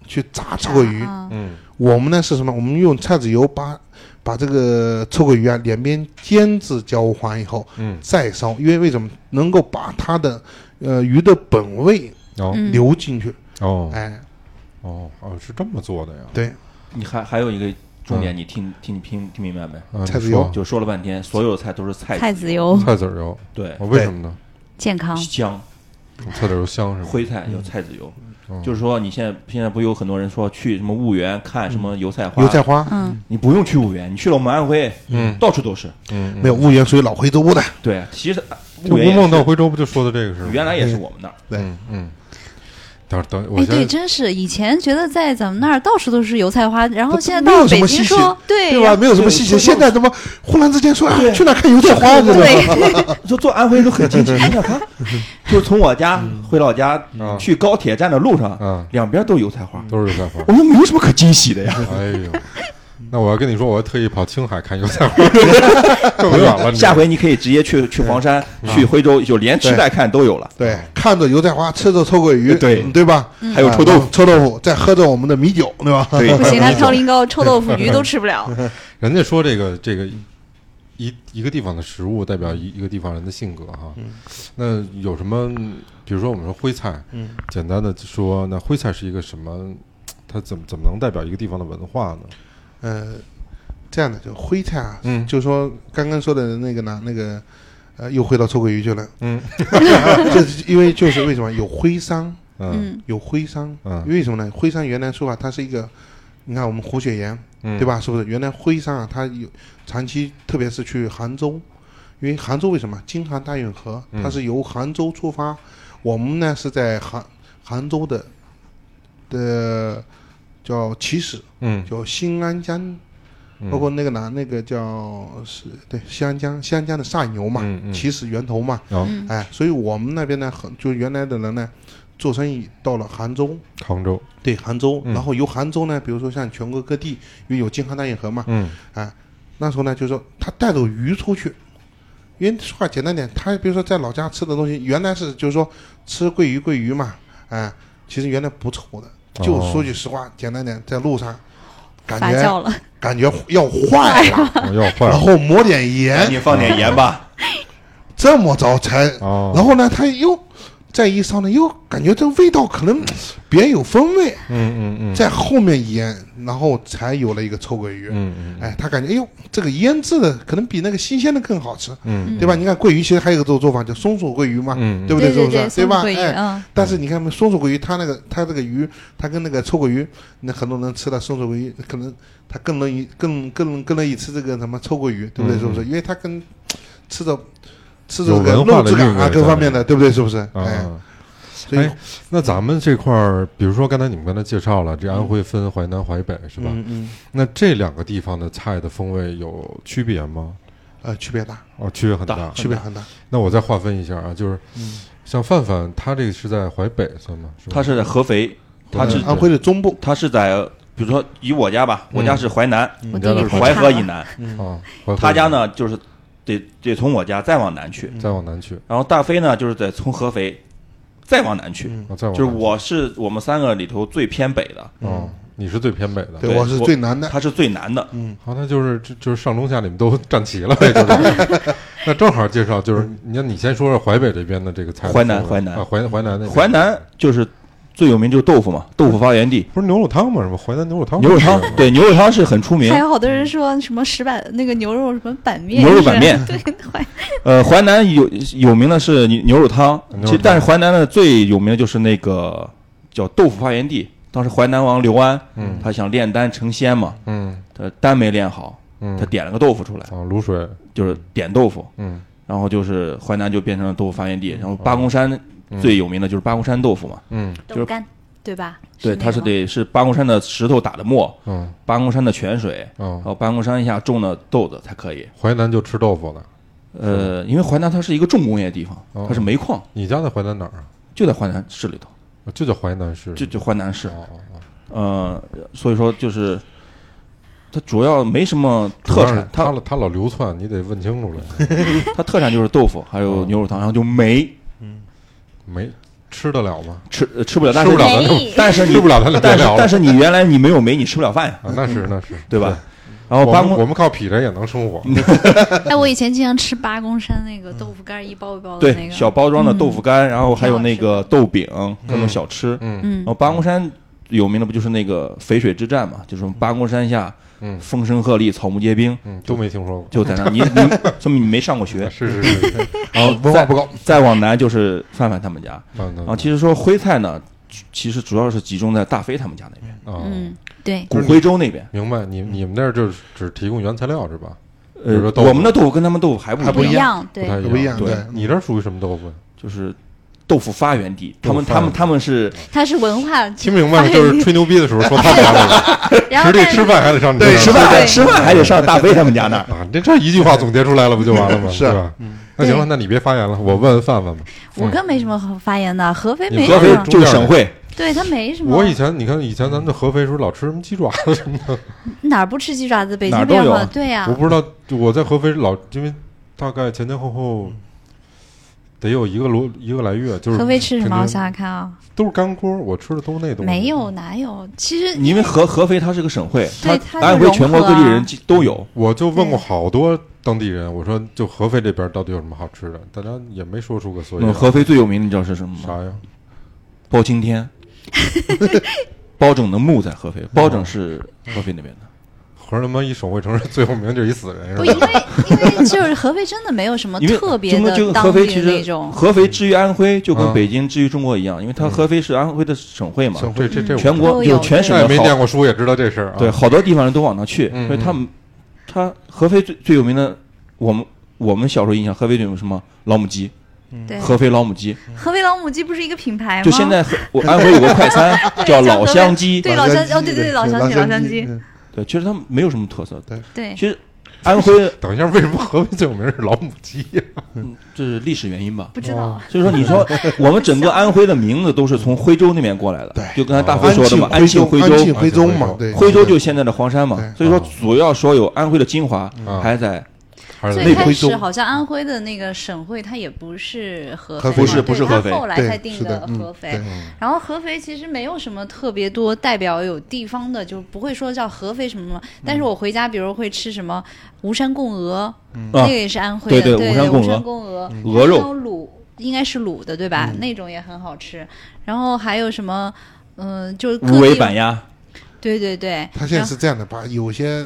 Speaker 4: 去炸臭鳜鱼，
Speaker 2: 啊
Speaker 3: 嗯
Speaker 4: 我们呢是什么？我们用菜籽油把把这个臭鳜鱼啊两边煎至焦黄以后
Speaker 3: 嗯，
Speaker 4: 再烧，因为为什么能够把它的呃鱼的本味
Speaker 3: 哦
Speaker 2: 嗯，
Speaker 4: 流进去？
Speaker 3: 哦
Speaker 4: 哎，
Speaker 3: 哦哦，是这么做的呀？
Speaker 4: 对，
Speaker 5: 你还还有一个重
Speaker 4: 嗯
Speaker 5: 点，你听听你听听明白没？
Speaker 3: 啊
Speaker 4: 菜
Speaker 3: 你说
Speaker 4: 籽油
Speaker 5: 就说了半天，所有的菜都是菜
Speaker 2: 菜
Speaker 5: 籽
Speaker 2: 籽，油
Speaker 3: 菜籽儿油，
Speaker 5: 对，
Speaker 3: 哦为什么呢？
Speaker 2: 健康，
Speaker 5: 香，
Speaker 3: 菜籽儿油香
Speaker 4: 嗯
Speaker 3: 是吗？
Speaker 5: 徽菜有菜籽油
Speaker 3: 嗯，
Speaker 5: 就是说你现在现在不有很多人说去什么婺源看什么油菜花，
Speaker 4: 油菜花
Speaker 2: 嗯，
Speaker 5: 你不用去婺源，你去了我们安徽，
Speaker 3: 嗯
Speaker 5: 到处都是。
Speaker 3: 嗯，
Speaker 4: 没有婺源属于老徽州的，
Speaker 5: 对，其实啊
Speaker 3: 这
Speaker 5: 婺
Speaker 3: 吴
Speaker 5: 源
Speaker 3: 孟到
Speaker 5: 也
Speaker 3: 徽州不就说的这个是
Speaker 5: 是
Speaker 3: 吗？
Speaker 5: 原来也是我们那儿，
Speaker 4: 对
Speaker 3: 嗯嗯，等会儿等会儿，我
Speaker 2: 哎，对，
Speaker 3: 先
Speaker 2: 真是以前觉得在咱们那儿到处都是油菜花，然后
Speaker 4: 不
Speaker 2: 哦现在
Speaker 4: 没
Speaker 2: 到
Speaker 4: 有什
Speaker 2: 北
Speaker 4: 么
Speaker 2: 京
Speaker 4: 信息
Speaker 2: 说，对
Speaker 4: 对吧？没有什么细节。现在他妈忽然之间说啊，去哪看油菜花去了？
Speaker 2: 对，
Speaker 5: 就做安徽都 很近，你想看，就是从我家回老家
Speaker 3: 啊
Speaker 5: 去高铁站的路
Speaker 3: 啊
Speaker 5: 上，两边都是油菜花，
Speaker 3: 都是油菜花。
Speaker 5: 我说没有什么可惊喜的呀。
Speaker 3: 哎 呦，那我要跟你说，我要特意跑青海看油菜花，更远了。你知道
Speaker 5: 下
Speaker 3: 吗
Speaker 5: 回你可以直接去去黄山、
Speaker 3: 嗯
Speaker 5: 去徽州，就连吃带看都有了。
Speaker 4: 对，看着油菜花，吃着臭鳜鱼，
Speaker 5: 对
Speaker 4: 嗯对吧？
Speaker 5: 还有臭豆腐
Speaker 4: 啊，臭豆腐，再喝着我们的米酒，对
Speaker 3: 嗯
Speaker 4: 吧？
Speaker 5: 对
Speaker 2: 不行，他嘌呤高，臭豆腐、鱼都吃不了。
Speaker 3: 人家说这个这个一一个地方的食物代
Speaker 4: 嗯
Speaker 3: 表一一个地方人的性格哈。那有什么？比如说我们说徽菜，
Speaker 4: 嗯
Speaker 3: 简单的说，那徽菜是一个什么？它怎么怎么能代表一个地方的文化呢？
Speaker 4: 呃，这样的，就徽菜啊，
Speaker 3: 嗯
Speaker 4: 就是说刚刚说的那个呢，那个呃，又回到臭鳜鱼去了，
Speaker 3: 嗯，
Speaker 4: 这是因为就是为什么有徽商，
Speaker 3: 嗯
Speaker 2: 嗯，
Speaker 4: 有徽商，
Speaker 3: 嗯
Speaker 4: 为什么呢？徽商原来说法它是一个，你看我们胡雪岩，
Speaker 3: 嗯，
Speaker 4: 对？吧？是不是？原来徽商啊，它有长期，特别是去杭州，因为杭州为什么京杭大运河，
Speaker 3: 嗯
Speaker 4: 它是由杭州出发，我们呢是在杭杭州的的叫起始，
Speaker 3: 嗯
Speaker 4: 叫新安江，
Speaker 3: 嗯
Speaker 4: 包括那个哪那个叫是对新安江，新安江的上游嘛，
Speaker 3: 嗯嗯
Speaker 4: 起始源头嘛，
Speaker 3: 啊，
Speaker 2: 嗯
Speaker 4: 哎，所以我们那边呢，很就原来的人呢，做生意到了杭州，
Speaker 3: 杭州，
Speaker 4: 对杭州，
Speaker 3: 嗯
Speaker 4: 然后由杭州呢，比如说像全国各地，因为有京杭大运河嘛， 哎
Speaker 3: 嗯
Speaker 4: 那时候呢，就是说他带走鱼出去，因为说话简单点，他比如说在老家吃的东西，原来是就是说吃桂鱼桂鱼嘛，哎、其实原来不臭的，就
Speaker 3: 哦
Speaker 4: 说句实话，简单点，在路上感
Speaker 2: 发
Speaker 4: 觉
Speaker 2: 酵了，
Speaker 4: 感觉要坏了，
Speaker 3: 我要坏
Speaker 4: 然
Speaker 3: 了
Speaker 4: 后抹点
Speaker 3: 哎
Speaker 4: 盐，
Speaker 5: 你放点盐
Speaker 3: 嗯
Speaker 5: 吧，
Speaker 4: 这么着才，
Speaker 3: 啊，
Speaker 4: 然后呢，他又再一烧呢，又感觉这味道可能别有风味，
Speaker 3: 嗯嗯嗯，
Speaker 4: 在后面腌，然后才有了一个臭鳜鱼。
Speaker 3: 嗯嗯
Speaker 4: 哎，他感觉哎呦，这个腌制的可能比那个新鲜的更好吃，
Speaker 3: 嗯
Speaker 4: 对吧？你看鳜鱼其实还有一个做做法叫松鼠鳜鱼嘛，
Speaker 3: 嗯，
Speaker 4: 对不
Speaker 2: 对
Speaker 4: 是不
Speaker 2: 对，
Speaker 4: 是？对
Speaker 2: 松鼠
Speaker 4: 吧？
Speaker 2: 鳜鱼，
Speaker 4: 哎，
Speaker 2: 嗯，
Speaker 4: 但是你看松鼠鳜鱼，它那个它这个鱼，它跟那个臭鳜鱼，那很多人吃了松鼠鳜鱼，可能他更乐意更更更乐意吃这个什么臭鳜鱼，对不对？
Speaker 3: 嗯
Speaker 4: 是不是？因为它跟吃着吃着
Speaker 3: 有
Speaker 4: 个
Speaker 3: 文化
Speaker 4: 肉
Speaker 3: 的
Speaker 4: 质感
Speaker 3: 韵
Speaker 4: 啊
Speaker 3: 味
Speaker 4: 各
Speaker 3: 在
Speaker 4: 方
Speaker 3: 里
Speaker 4: 面的，对不对？是不是？哎，
Speaker 3: 啊。
Speaker 4: 所以
Speaker 3: 哎那咱们这块儿，比如说刚才你们刚才介绍了，这安徽分淮南、淮北是吧？
Speaker 4: 嗯嗯，
Speaker 3: 那这两个地方的菜的风味有区别吗？
Speaker 4: 呃，区别大，
Speaker 3: 哦，区别很
Speaker 5: 大
Speaker 3: 大。
Speaker 4: 区别很大。
Speaker 3: 那我再划分一下啊，就是像范范，他这个是在淮北算吗？是吧
Speaker 5: 它是在合肥，它
Speaker 3: 嗯
Speaker 5: 是
Speaker 3: 对
Speaker 4: 安徽的中部，
Speaker 5: 它是在，比如说以我家
Speaker 3: 嗯
Speaker 5: 吧，我家是淮南，
Speaker 2: 我
Speaker 3: 你家
Speaker 2: 地理
Speaker 3: 那
Speaker 2: 太
Speaker 3: 是
Speaker 5: 淮
Speaker 2: 差
Speaker 5: 河
Speaker 2: 了
Speaker 5: 以南，
Speaker 3: 啊，淮
Speaker 5: 他
Speaker 3: 河
Speaker 5: 家呢就是得得从我家再往南去，
Speaker 3: 嗯再往南去
Speaker 5: 然后大飞呢就是得从合肥再往南去，
Speaker 3: 啊，再往
Speaker 5: 就是
Speaker 3: 南
Speaker 5: 我是我们三个里头最偏北的，
Speaker 3: 啊，你是最偏北的。
Speaker 4: 对
Speaker 5: 对
Speaker 4: 我是
Speaker 5: 我
Speaker 4: 最南的。
Speaker 5: 他是最南的，
Speaker 3: 好，那就是就就是上中下你们都占齐了呗，就是。 那正好介绍，就是你看你先说说淮北这边的这个菜的
Speaker 5: 淮南
Speaker 3: 风味
Speaker 5: 淮南
Speaker 3: 啊，淮淮南那边
Speaker 5: 淮南就是最有名就是豆腐嘛，豆腐发源地，
Speaker 3: 不是牛肉汤吗？什么淮南哦牛肉汤？
Speaker 5: 牛肉汤，对牛肉汤是很出 名
Speaker 2: 还。有好多人说什么石板那个牛肉什么板面，
Speaker 5: 牛肉
Speaker 2: 是
Speaker 5: 板面
Speaker 2: 对，淮
Speaker 5: 呃，淮南有有名的是牛牛肉汤
Speaker 3: 牛，肉
Speaker 5: 其实
Speaker 3: 汤
Speaker 5: 但是淮南的最有名的就是那个叫豆腐发源地。当时淮南王刘安，
Speaker 3: 嗯
Speaker 5: 他想炼丹成仙嘛，
Speaker 3: 嗯
Speaker 5: 他丹没炼好，
Speaker 3: 嗯
Speaker 5: 他点了个豆腐出来，
Speaker 3: 啊，卤水，
Speaker 5: 就是点豆腐，
Speaker 3: 嗯
Speaker 5: 然后就是淮南就变成了豆腐发源地。然后八公山最有名的就是八公山豆腐嘛，
Speaker 3: 嗯
Speaker 2: 豆干，对吧？
Speaker 5: 对，
Speaker 2: 那
Speaker 5: 它是
Speaker 2: 个吗
Speaker 5: 得是八公山的石头打的沫，
Speaker 3: 嗯
Speaker 5: 八公山的泉水，
Speaker 3: 啊
Speaker 5: 然，后八公山下种的豆子才可以。
Speaker 3: 淮南就吃豆腐了。
Speaker 5: 呃，因为淮南它是一个重工业地方
Speaker 3: 哦，
Speaker 5: 它是煤矿，
Speaker 3: 你家在淮南哪儿啊？
Speaker 5: 就在淮南市里头，
Speaker 3: 就叫淮南市。
Speaker 5: 就就淮南市。
Speaker 3: 哦哦哦，
Speaker 5: 呃，所以说就是它主要没什么特
Speaker 3: 主要
Speaker 5: 产
Speaker 3: 是，他
Speaker 5: 它
Speaker 3: 老他老流窜，你得问清楚了。
Speaker 5: 它特产就是豆腐，还
Speaker 3: 哦
Speaker 5: 有牛肉汤，然后就煤
Speaker 3: 没吃得了吗？
Speaker 5: 吃呃吃不了，但
Speaker 3: 吃
Speaker 5: 是
Speaker 3: 不了咱
Speaker 2: 煤
Speaker 3: 就，
Speaker 5: 但是你
Speaker 3: 吃不了咱就别
Speaker 5: 但是
Speaker 3: 聊了
Speaker 5: 但。是你原来你没有煤，你吃不了饭呀，
Speaker 3: 啊，那是那是，
Speaker 5: 对吧？然后
Speaker 3: 我
Speaker 5: 八
Speaker 3: 们
Speaker 5: 公
Speaker 3: 我嗯们靠劈着也能生活。
Speaker 2: 哎，我以前经常吃八公山那个豆腐干儿一包一包的那
Speaker 5: 对
Speaker 2: 个，
Speaker 5: 小包装
Speaker 3: 嗯
Speaker 5: 的豆腐干，然后还有那
Speaker 2: 挺好
Speaker 5: 个豆饼，各种小吃。
Speaker 3: 嗯
Speaker 5: 然后八公山有名的不就是那个淝水之战嘛？就是八公山下
Speaker 3: 嗯
Speaker 5: 风声鹤唳，草木皆兵。
Speaker 3: 嗯，都没听说 过。
Speaker 5: 就在那儿，你你说明你没上过学，
Speaker 3: 是是是， 哦是
Speaker 5: 然后
Speaker 4: 文化
Speaker 5: 再
Speaker 4: 不高。
Speaker 5: 再往南就是范范他们家，
Speaker 3: 啊
Speaker 5: 然后其实说徽菜呢，其实主要是集中在大飞他们家那边，
Speaker 3: 啊，
Speaker 2: 嗯，对，
Speaker 5: 骨灰州那边。
Speaker 3: 明白。你你们那儿就是只提供原材料是吧？比
Speaker 5: 呃
Speaker 3: 如说，豆腐
Speaker 5: 我们的豆腐跟他们豆腐还不
Speaker 4: 还不
Speaker 5: 一
Speaker 4: 一
Speaker 5: 样，
Speaker 2: 样，对，
Speaker 3: 太
Speaker 4: 不一样
Speaker 5: 对
Speaker 4: 对
Speaker 3: 你这儿属于什么豆腐呀？
Speaker 5: 就是豆腐发源地。他们
Speaker 3: 豆腐发
Speaker 5: 他
Speaker 3: 源
Speaker 5: 们他们是
Speaker 2: 它是文化，
Speaker 3: 听明白了，就是吹牛逼的时候说他们家 那
Speaker 2: 然
Speaker 3: 个，
Speaker 2: 后
Speaker 3: 实地
Speaker 2: 但
Speaker 3: 吃
Speaker 2: 是
Speaker 3: 饭还得上你
Speaker 4: 对
Speaker 3: 这儿
Speaker 5: 吃饭
Speaker 2: 对
Speaker 5: 吃饭还得上大飞他们家那儿。
Speaker 3: 啊，这这一句话总结出来了不就完了 吗？
Speaker 4: 是
Speaker 3: 对吧？那行了，那你别发言了，我问问范范吧。
Speaker 2: 我更没什么好发言的，合肥没
Speaker 3: 你合
Speaker 5: 合
Speaker 3: 肥
Speaker 5: 肥
Speaker 2: 什么，
Speaker 5: 就是省会，
Speaker 2: 对它没什么。
Speaker 3: 我以前你看以前咱们在合肥时候老吃什么鸡爪子什么的，
Speaker 2: 哪儿不吃鸡爪子？北
Speaker 5: 哪儿
Speaker 2: 京
Speaker 5: 都
Speaker 2: 变
Speaker 5: 有
Speaker 2: 好，对呀
Speaker 3: 我，不知道就我在合肥老因为大概前前后后得有一个罗一个来月，就是
Speaker 2: 合肥吃什么？
Speaker 3: 肯
Speaker 2: 我
Speaker 3: 定
Speaker 2: 想想看啊，
Speaker 3: 都是干锅，我吃的都是那东西。
Speaker 2: 没有，哪有？其实
Speaker 5: 因为合合肥它是个省会，
Speaker 2: 对它是
Speaker 5: 安徽全国各地
Speaker 2: 融合啊
Speaker 5: 人几都有。
Speaker 3: 我就问过好多当地人，我说就合肥这边到底有什么好吃的，大家也没说出个所以
Speaker 5: 嗯，
Speaker 3: 然。
Speaker 5: 合肥最有名的你知道是什么吗？
Speaker 3: 啥呀？
Speaker 5: 包 青
Speaker 3: 哦
Speaker 5: 天，包拯的墓在合肥，包拯是合肥那边的。
Speaker 3: 合着他妈一省会城市最有名就是一死人是
Speaker 2: 不，
Speaker 3: 吧？
Speaker 2: 因为因 为就是合肥真的没有什么
Speaker 5: 因为
Speaker 2: 特别
Speaker 5: 中国这
Speaker 2: 的
Speaker 5: 个
Speaker 2: 当
Speaker 5: 合肥
Speaker 2: 地
Speaker 5: 其
Speaker 2: 的那
Speaker 5: 实
Speaker 2: 种，
Speaker 5: 合肥至于安徽就
Speaker 3: 嗯
Speaker 5: 跟北京至于中国一样，因为它合肥是安徽的省会嘛，
Speaker 4: 省
Speaker 3: 这这这我
Speaker 5: 全
Speaker 2: 都
Speaker 5: 国
Speaker 2: 有
Speaker 5: 有全省
Speaker 3: 再也
Speaker 5: 的
Speaker 3: 没
Speaker 5: 好
Speaker 3: 念过书也知道这事儿啊。
Speaker 5: 对，好多地方人都往那去，
Speaker 3: 嗯
Speaker 5: 所以他们，他合肥最最有名的，我们我们小时候印象，合肥就有什么老母鸡，
Speaker 2: 对，
Speaker 5: 嗯合肥老母鸡，
Speaker 2: 合肥老母鸡不是一个品牌吗？
Speaker 5: 就现在合我安徽有个快 餐叫老乡鸡，
Speaker 2: 对老乡哦对对对老乡鸡老乡鸡
Speaker 4: 嗯
Speaker 5: 对，其实他们没有什么特色，
Speaker 2: 对
Speaker 5: 其实安徽
Speaker 3: 等一下，为什么合肥最有名是老母鸡呀？
Speaker 5: 嗯这是历史原因吧。哦
Speaker 2: 不知道
Speaker 5: 所以说，你说我们整个安徽的名字都是从徽州那边过来的
Speaker 4: 对，
Speaker 5: 就刚才大
Speaker 3: 不
Speaker 5: 飞说的嘛，安庆、
Speaker 4: 徽
Speaker 5: 徽
Speaker 4: 安庆
Speaker 5: 州、
Speaker 4: 徽州嘛，对，
Speaker 5: 徽州就是现在的黄山嘛
Speaker 4: 对。
Speaker 5: 所以说
Speaker 3: 啊，
Speaker 5: 主要说有安徽的精华
Speaker 3: 嗯
Speaker 5: 还在
Speaker 3: 还是
Speaker 2: 最
Speaker 5: 内
Speaker 2: 开
Speaker 5: 徽
Speaker 2: 始
Speaker 5: 州
Speaker 2: 好像安徽的那个省会，它也不是合肥
Speaker 4: 合
Speaker 2: 嘛，
Speaker 4: 肥不是
Speaker 2: 对
Speaker 5: 不是
Speaker 2: 它
Speaker 5: 合肥
Speaker 2: 后来才
Speaker 4: 对，
Speaker 2: 定
Speaker 4: 是的
Speaker 2: 的，
Speaker 4: 嗯
Speaker 2: 合肥。
Speaker 4: 对
Speaker 2: 然后合肥其实没有什么特别多代表有地方的，就不会说叫合肥什么什么。但
Speaker 5: 嗯
Speaker 2: 是我回家，比如会吃什么吴山贡鹅，那个也是安徽的，
Speaker 5: 啊对对
Speaker 2: 对
Speaker 5: 吴山
Speaker 2: 对
Speaker 5: 贡
Speaker 2: 吴
Speaker 5: 鹅嗯
Speaker 2: 山贡鹅，
Speaker 5: 鹅
Speaker 2: 还
Speaker 5: 肉嗯
Speaker 2: 有卤，应该是卤的对吧？那种也很好吃。然后还有什么？嗯，就是各
Speaker 5: 无为
Speaker 2: 地
Speaker 5: 板鸭，
Speaker 2: 对对对，
Speaker 4: 他现在
Speaker 2: 然后
Speaker 4: 是这样的，把有些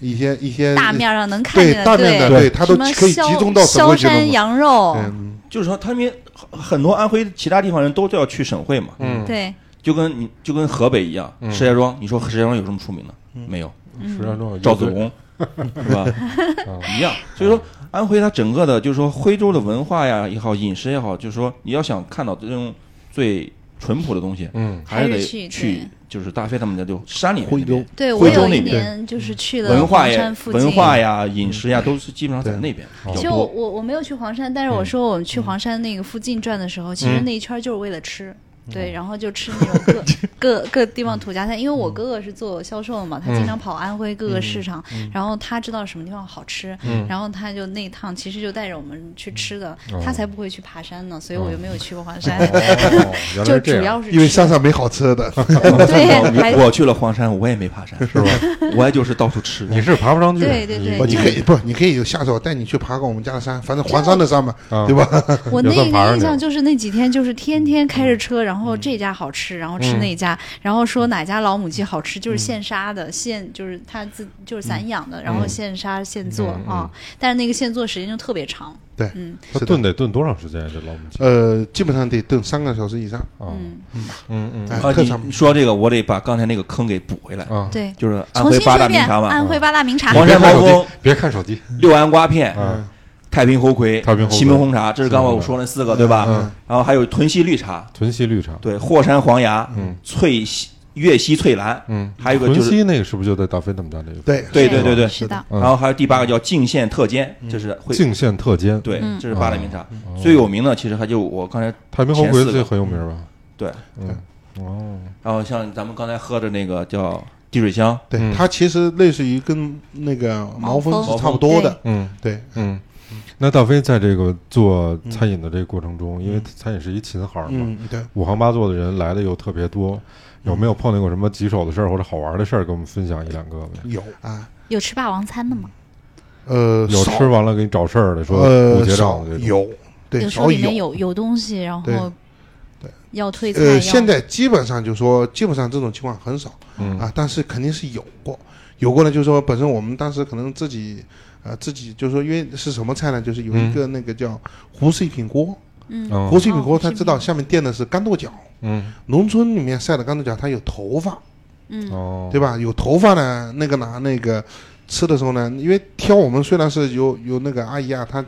Speaker 4: 一些一些
Speaker 2: 大面上能看
Speaker 4: 对
Speaker 2: 见的，
Speaker 4: 大面的，
Speaker 5: 对
Speaker 4: 对，他都
Speaker 2: 什么
Speaker 4: 可以
Speaker 2: 萧
Speaker 4: 集中到省
Speaker 2: 萧
Speaker 4: 会去弄
Speaker 2: 山
Speaker 4: 嘛。
Speaker 2: 羊肉，
Speaker 4: 嗯，
Speaker 5: 就是说他们很多安徽其他地方人都要去省会嘛，
Speaker 3: 嗯，
Speaker 2: 对，
Speaker 5: 就跟你就跟河北一样，石家庄，你说石家庄有什么出名的？没有，
Speaker 3: 石家庄有
Speaker 5: 赵子
Speaker 2: 嗯
Speaker 5: 龙是吧？一样。所以说，安徽它整个的，就是说徽州的文化呀也好，饮食也好，就是说你要想看到这种最淳朴的东西，
Speaker 3: 嗯
Speaker 5: 还是
Speaker 2: 还
Speaker 5: 得
Speaker 2: 是去
Speaker 5: 去
Speaker 2: 对，
Speaker 5: 就是大飞他们家就山里面
Speaker 4: 徽
Speaker 5: 那边
Speaker 4: 州
Speaker 2: 对我
Speaker 5: 徽州
Speaker 2: 有一
Speaker 5: 那边嗯
Speaker 2: 年就是去了
Speaker 5: 文化
Speaker 2: 黄
Speaker 5: 呀
Speaker 2: 山、附近，
Speaker 5: 文化呀、饮食呀，都是基本上在那边比
Speaker 3: 哦
Speaker 5: 较
Speaker 2: 就
Speaker 5: 多。
Speaker 2: 我我没有去黄山，但是
Speaker 3: 嗯
Speaker 2: 我说我们去黄山那个附近转的时候，其实那一圈儿就是为了吃。
Speaker 3: 嗯哦
Speaker 2: 对，然后就吃那种 各各各地方土家菜，因为
Speaker 3: 嗯
Speaker 2: 我哥哥是做销售的嘛，他经常跑安徽各个市场，
Speaker 3: 嗯
Speaker 2: 然后他知道什么地方好吃，然后他就那一趟其实就带着我们去吃的，他才不会去爬山呢，所以我就没有去过黄山，
Speaker 3: 嗯哦，原来
Speaker 2: 就是主
Speaker 3: 这样，
Speaker 2: 要 是
Speaker 4: 因为
Speaker 2: 吃
Speaker 4: 山上没好吃 的，
Speaker 2: 对，还
Speaker 5: 我我去了黄山，我也没爬山，是吧？ 我也就是到处吃。
Speaker 3: 你是爬不上去，
Speaker 2: 对对对
Speaker 4: 不，
Speaker 3: 你
Speaker 4: 哦你可以不，你可以下次我带你去爬个我们家的山，反正黄山的山嘛，
Speaker 3: 啊
Speaker 4: 对吧？
Speaker 2: 我
Speaker 3: 有
Speaker 2: 那
Speaker 3: 段爬
Speaker 2: 个印
Speaker 3: 上去了
Speaker 2: 象就是那几天就是天天开着车，然后这家好吃，然后吃那家，然后说哪家老母鸡好吃，就是现杀的，现就是他自就是散养的，然后现杀现做
Speaker 3: 嗯嗯
Speaker 2: 啊。但是那个现做时间就特别长，
Speaker 4: 对，
Speaker 3: 它
Speaker 4: 是的
Speaker 3: 炖得炖多长时间啊？这老母鸡
Speaker 4: 呃，基本上得等三个小时以上，
Speaker 3: 啊，
Speaker 2: 嗯，
Speaker 3: 嗯嗯
Speaker 4: 哎
Speaker 5: 啊，
Speaker 4: 特
Speaker 5: 你
Speaker 4: 长
Speaker 5: 你说这个，我得把刚才那个坑给补回来。
Speaker 3: 啊，
Speaker 2: 对。
Speaker 5: 就是安
Speaker 2: 重
Speaker 5: 徽
Speaker 2: 新
Speaker 5: 八
Speaker 2: 说
Speaker 5: 大
Speaker 2: 一
Speaker 5: 名
Speaker 2: 遍，
Speaker 5: 茶嘛，
Speaker 2: 安徽八大名茶，
Speaker 5: 黄
Speaker 3: 别
Speaker 5: 山
Speaker 3: 看
Speaker 5: 毛
Speaker 3: 手机
Speaker 5: 峰、
Speaker 3: 别看手机，
Speaker 5: 六安瓜片、
Speaker 3: 嗯
Speaker 5: 太平猴魁
Speaker 3: 太平猴、魁
Speaker 5: 祁门红茶，这是刚刚我说那四个对吧
Speaker 4: 嗯？
Speaker 5: 然后还有屯溪绿茶，
Speaker 3: 屯溪绿茶，
Speaker 5: 对，霍山黄芽
Speaker 3: 嗯、
Speaker 5: 翠溪、粤西翠兰，
Speaker 3: 嗯，
Speaker 5: 还有一个就
Speaker 3: 屯
Speaker 5: 是
Speaker 3: 溪那个是不是就在大飞他们家那个？
Speaker 4: 对，
Speaker 5: 对对对对，
Speaker 2: 是的，
Speaker 3: 嗯
Speaker 5: 然后还有第八个叫泾县特煎，这是会
Speaker 3: 泾县哦特煎，，
Speaker 5: 对，
Speaker 2: 嗯
Speaker 5: 这是八大名茶最有名的，其实还就我刚才
Speaker 3: 太平猴
Speaker 5: 前
Speaker 3: 魁
Speaker 5: 四个
Speaker 3: 最很有名吧？
Speaker 5: 对，
Speaker 3: 嗯，哦，
Speaker 5: 然后像咱们刚才喝的那个叫滴水香，
Speaker 4: 对
Speaker 3: 嗯，
Speaker 4: 它其实类似于跟那个毛峰
Speaker 2: 毛
Speaker 4: 是
Speaker 5: 峰
Speaker 4: 差不多的，
Speaker 3: 嗯
Speaker 4: 对，
Speaker 3: 嗯。那大飞在这个做餐饮的这个过程中，因为餐饮是一琴行嘛，
Speaker 4: 嗯，对，
Speaker 3: 五行八作的人来的又特别多，有没有碰见过什么棘手的事儿或者好玩的事儿，给我们分享一两个呗？
Speaker 4: 有啊，
Speaker 2: 有吃霸王餐的吗？
Speaker 4: 呃，
Speaker 3: 有
Speaker 4: 少
Speaker 3: 吃完了给你找事儿的，说
Speaker 4: 呃
Speaker 3: 不结
Speaker 4: 少
Speaker 3: 账的这种，
Speaker 4: 有，对，
Speaker 2: 时候
Speaker 4: 少
Speaker 2: 里面
Speaker 4: 有。
Speaker 2: 有有东西，然
Speaker 4: 对
Speaker 2: 后要退菜，
Speaker 4: 呃，
Speaker 2: 要
Speaker 4: 现在基本上就说，基本上这种情况很少
Speaker 3: 嗯
Speaker 4: 啊，但是肯定是有过，有过呢，就是说本身我们当时可能自己，呃，自己就是说，因为是什么菜呢？就是有一个那个叫胡氏一品锅，
Speaker 2: 嗯
Speaker 3: 嗯
Speaker 4: 胡氏一品锅，
Speaker 2: 哦
Speaker 4: 他知道下面垫的是干豆角，
Speaker 3: 嗯
Speaker 4: 农村里面晒的干豆角，它有头发，
Speaker 2: 嗯
Speaker 3: 哦，
Speaker 4: 对吧？有头发呢，那个拿那个吃的时候呢，因为挑我们虽然是有有那个阿姨啊，她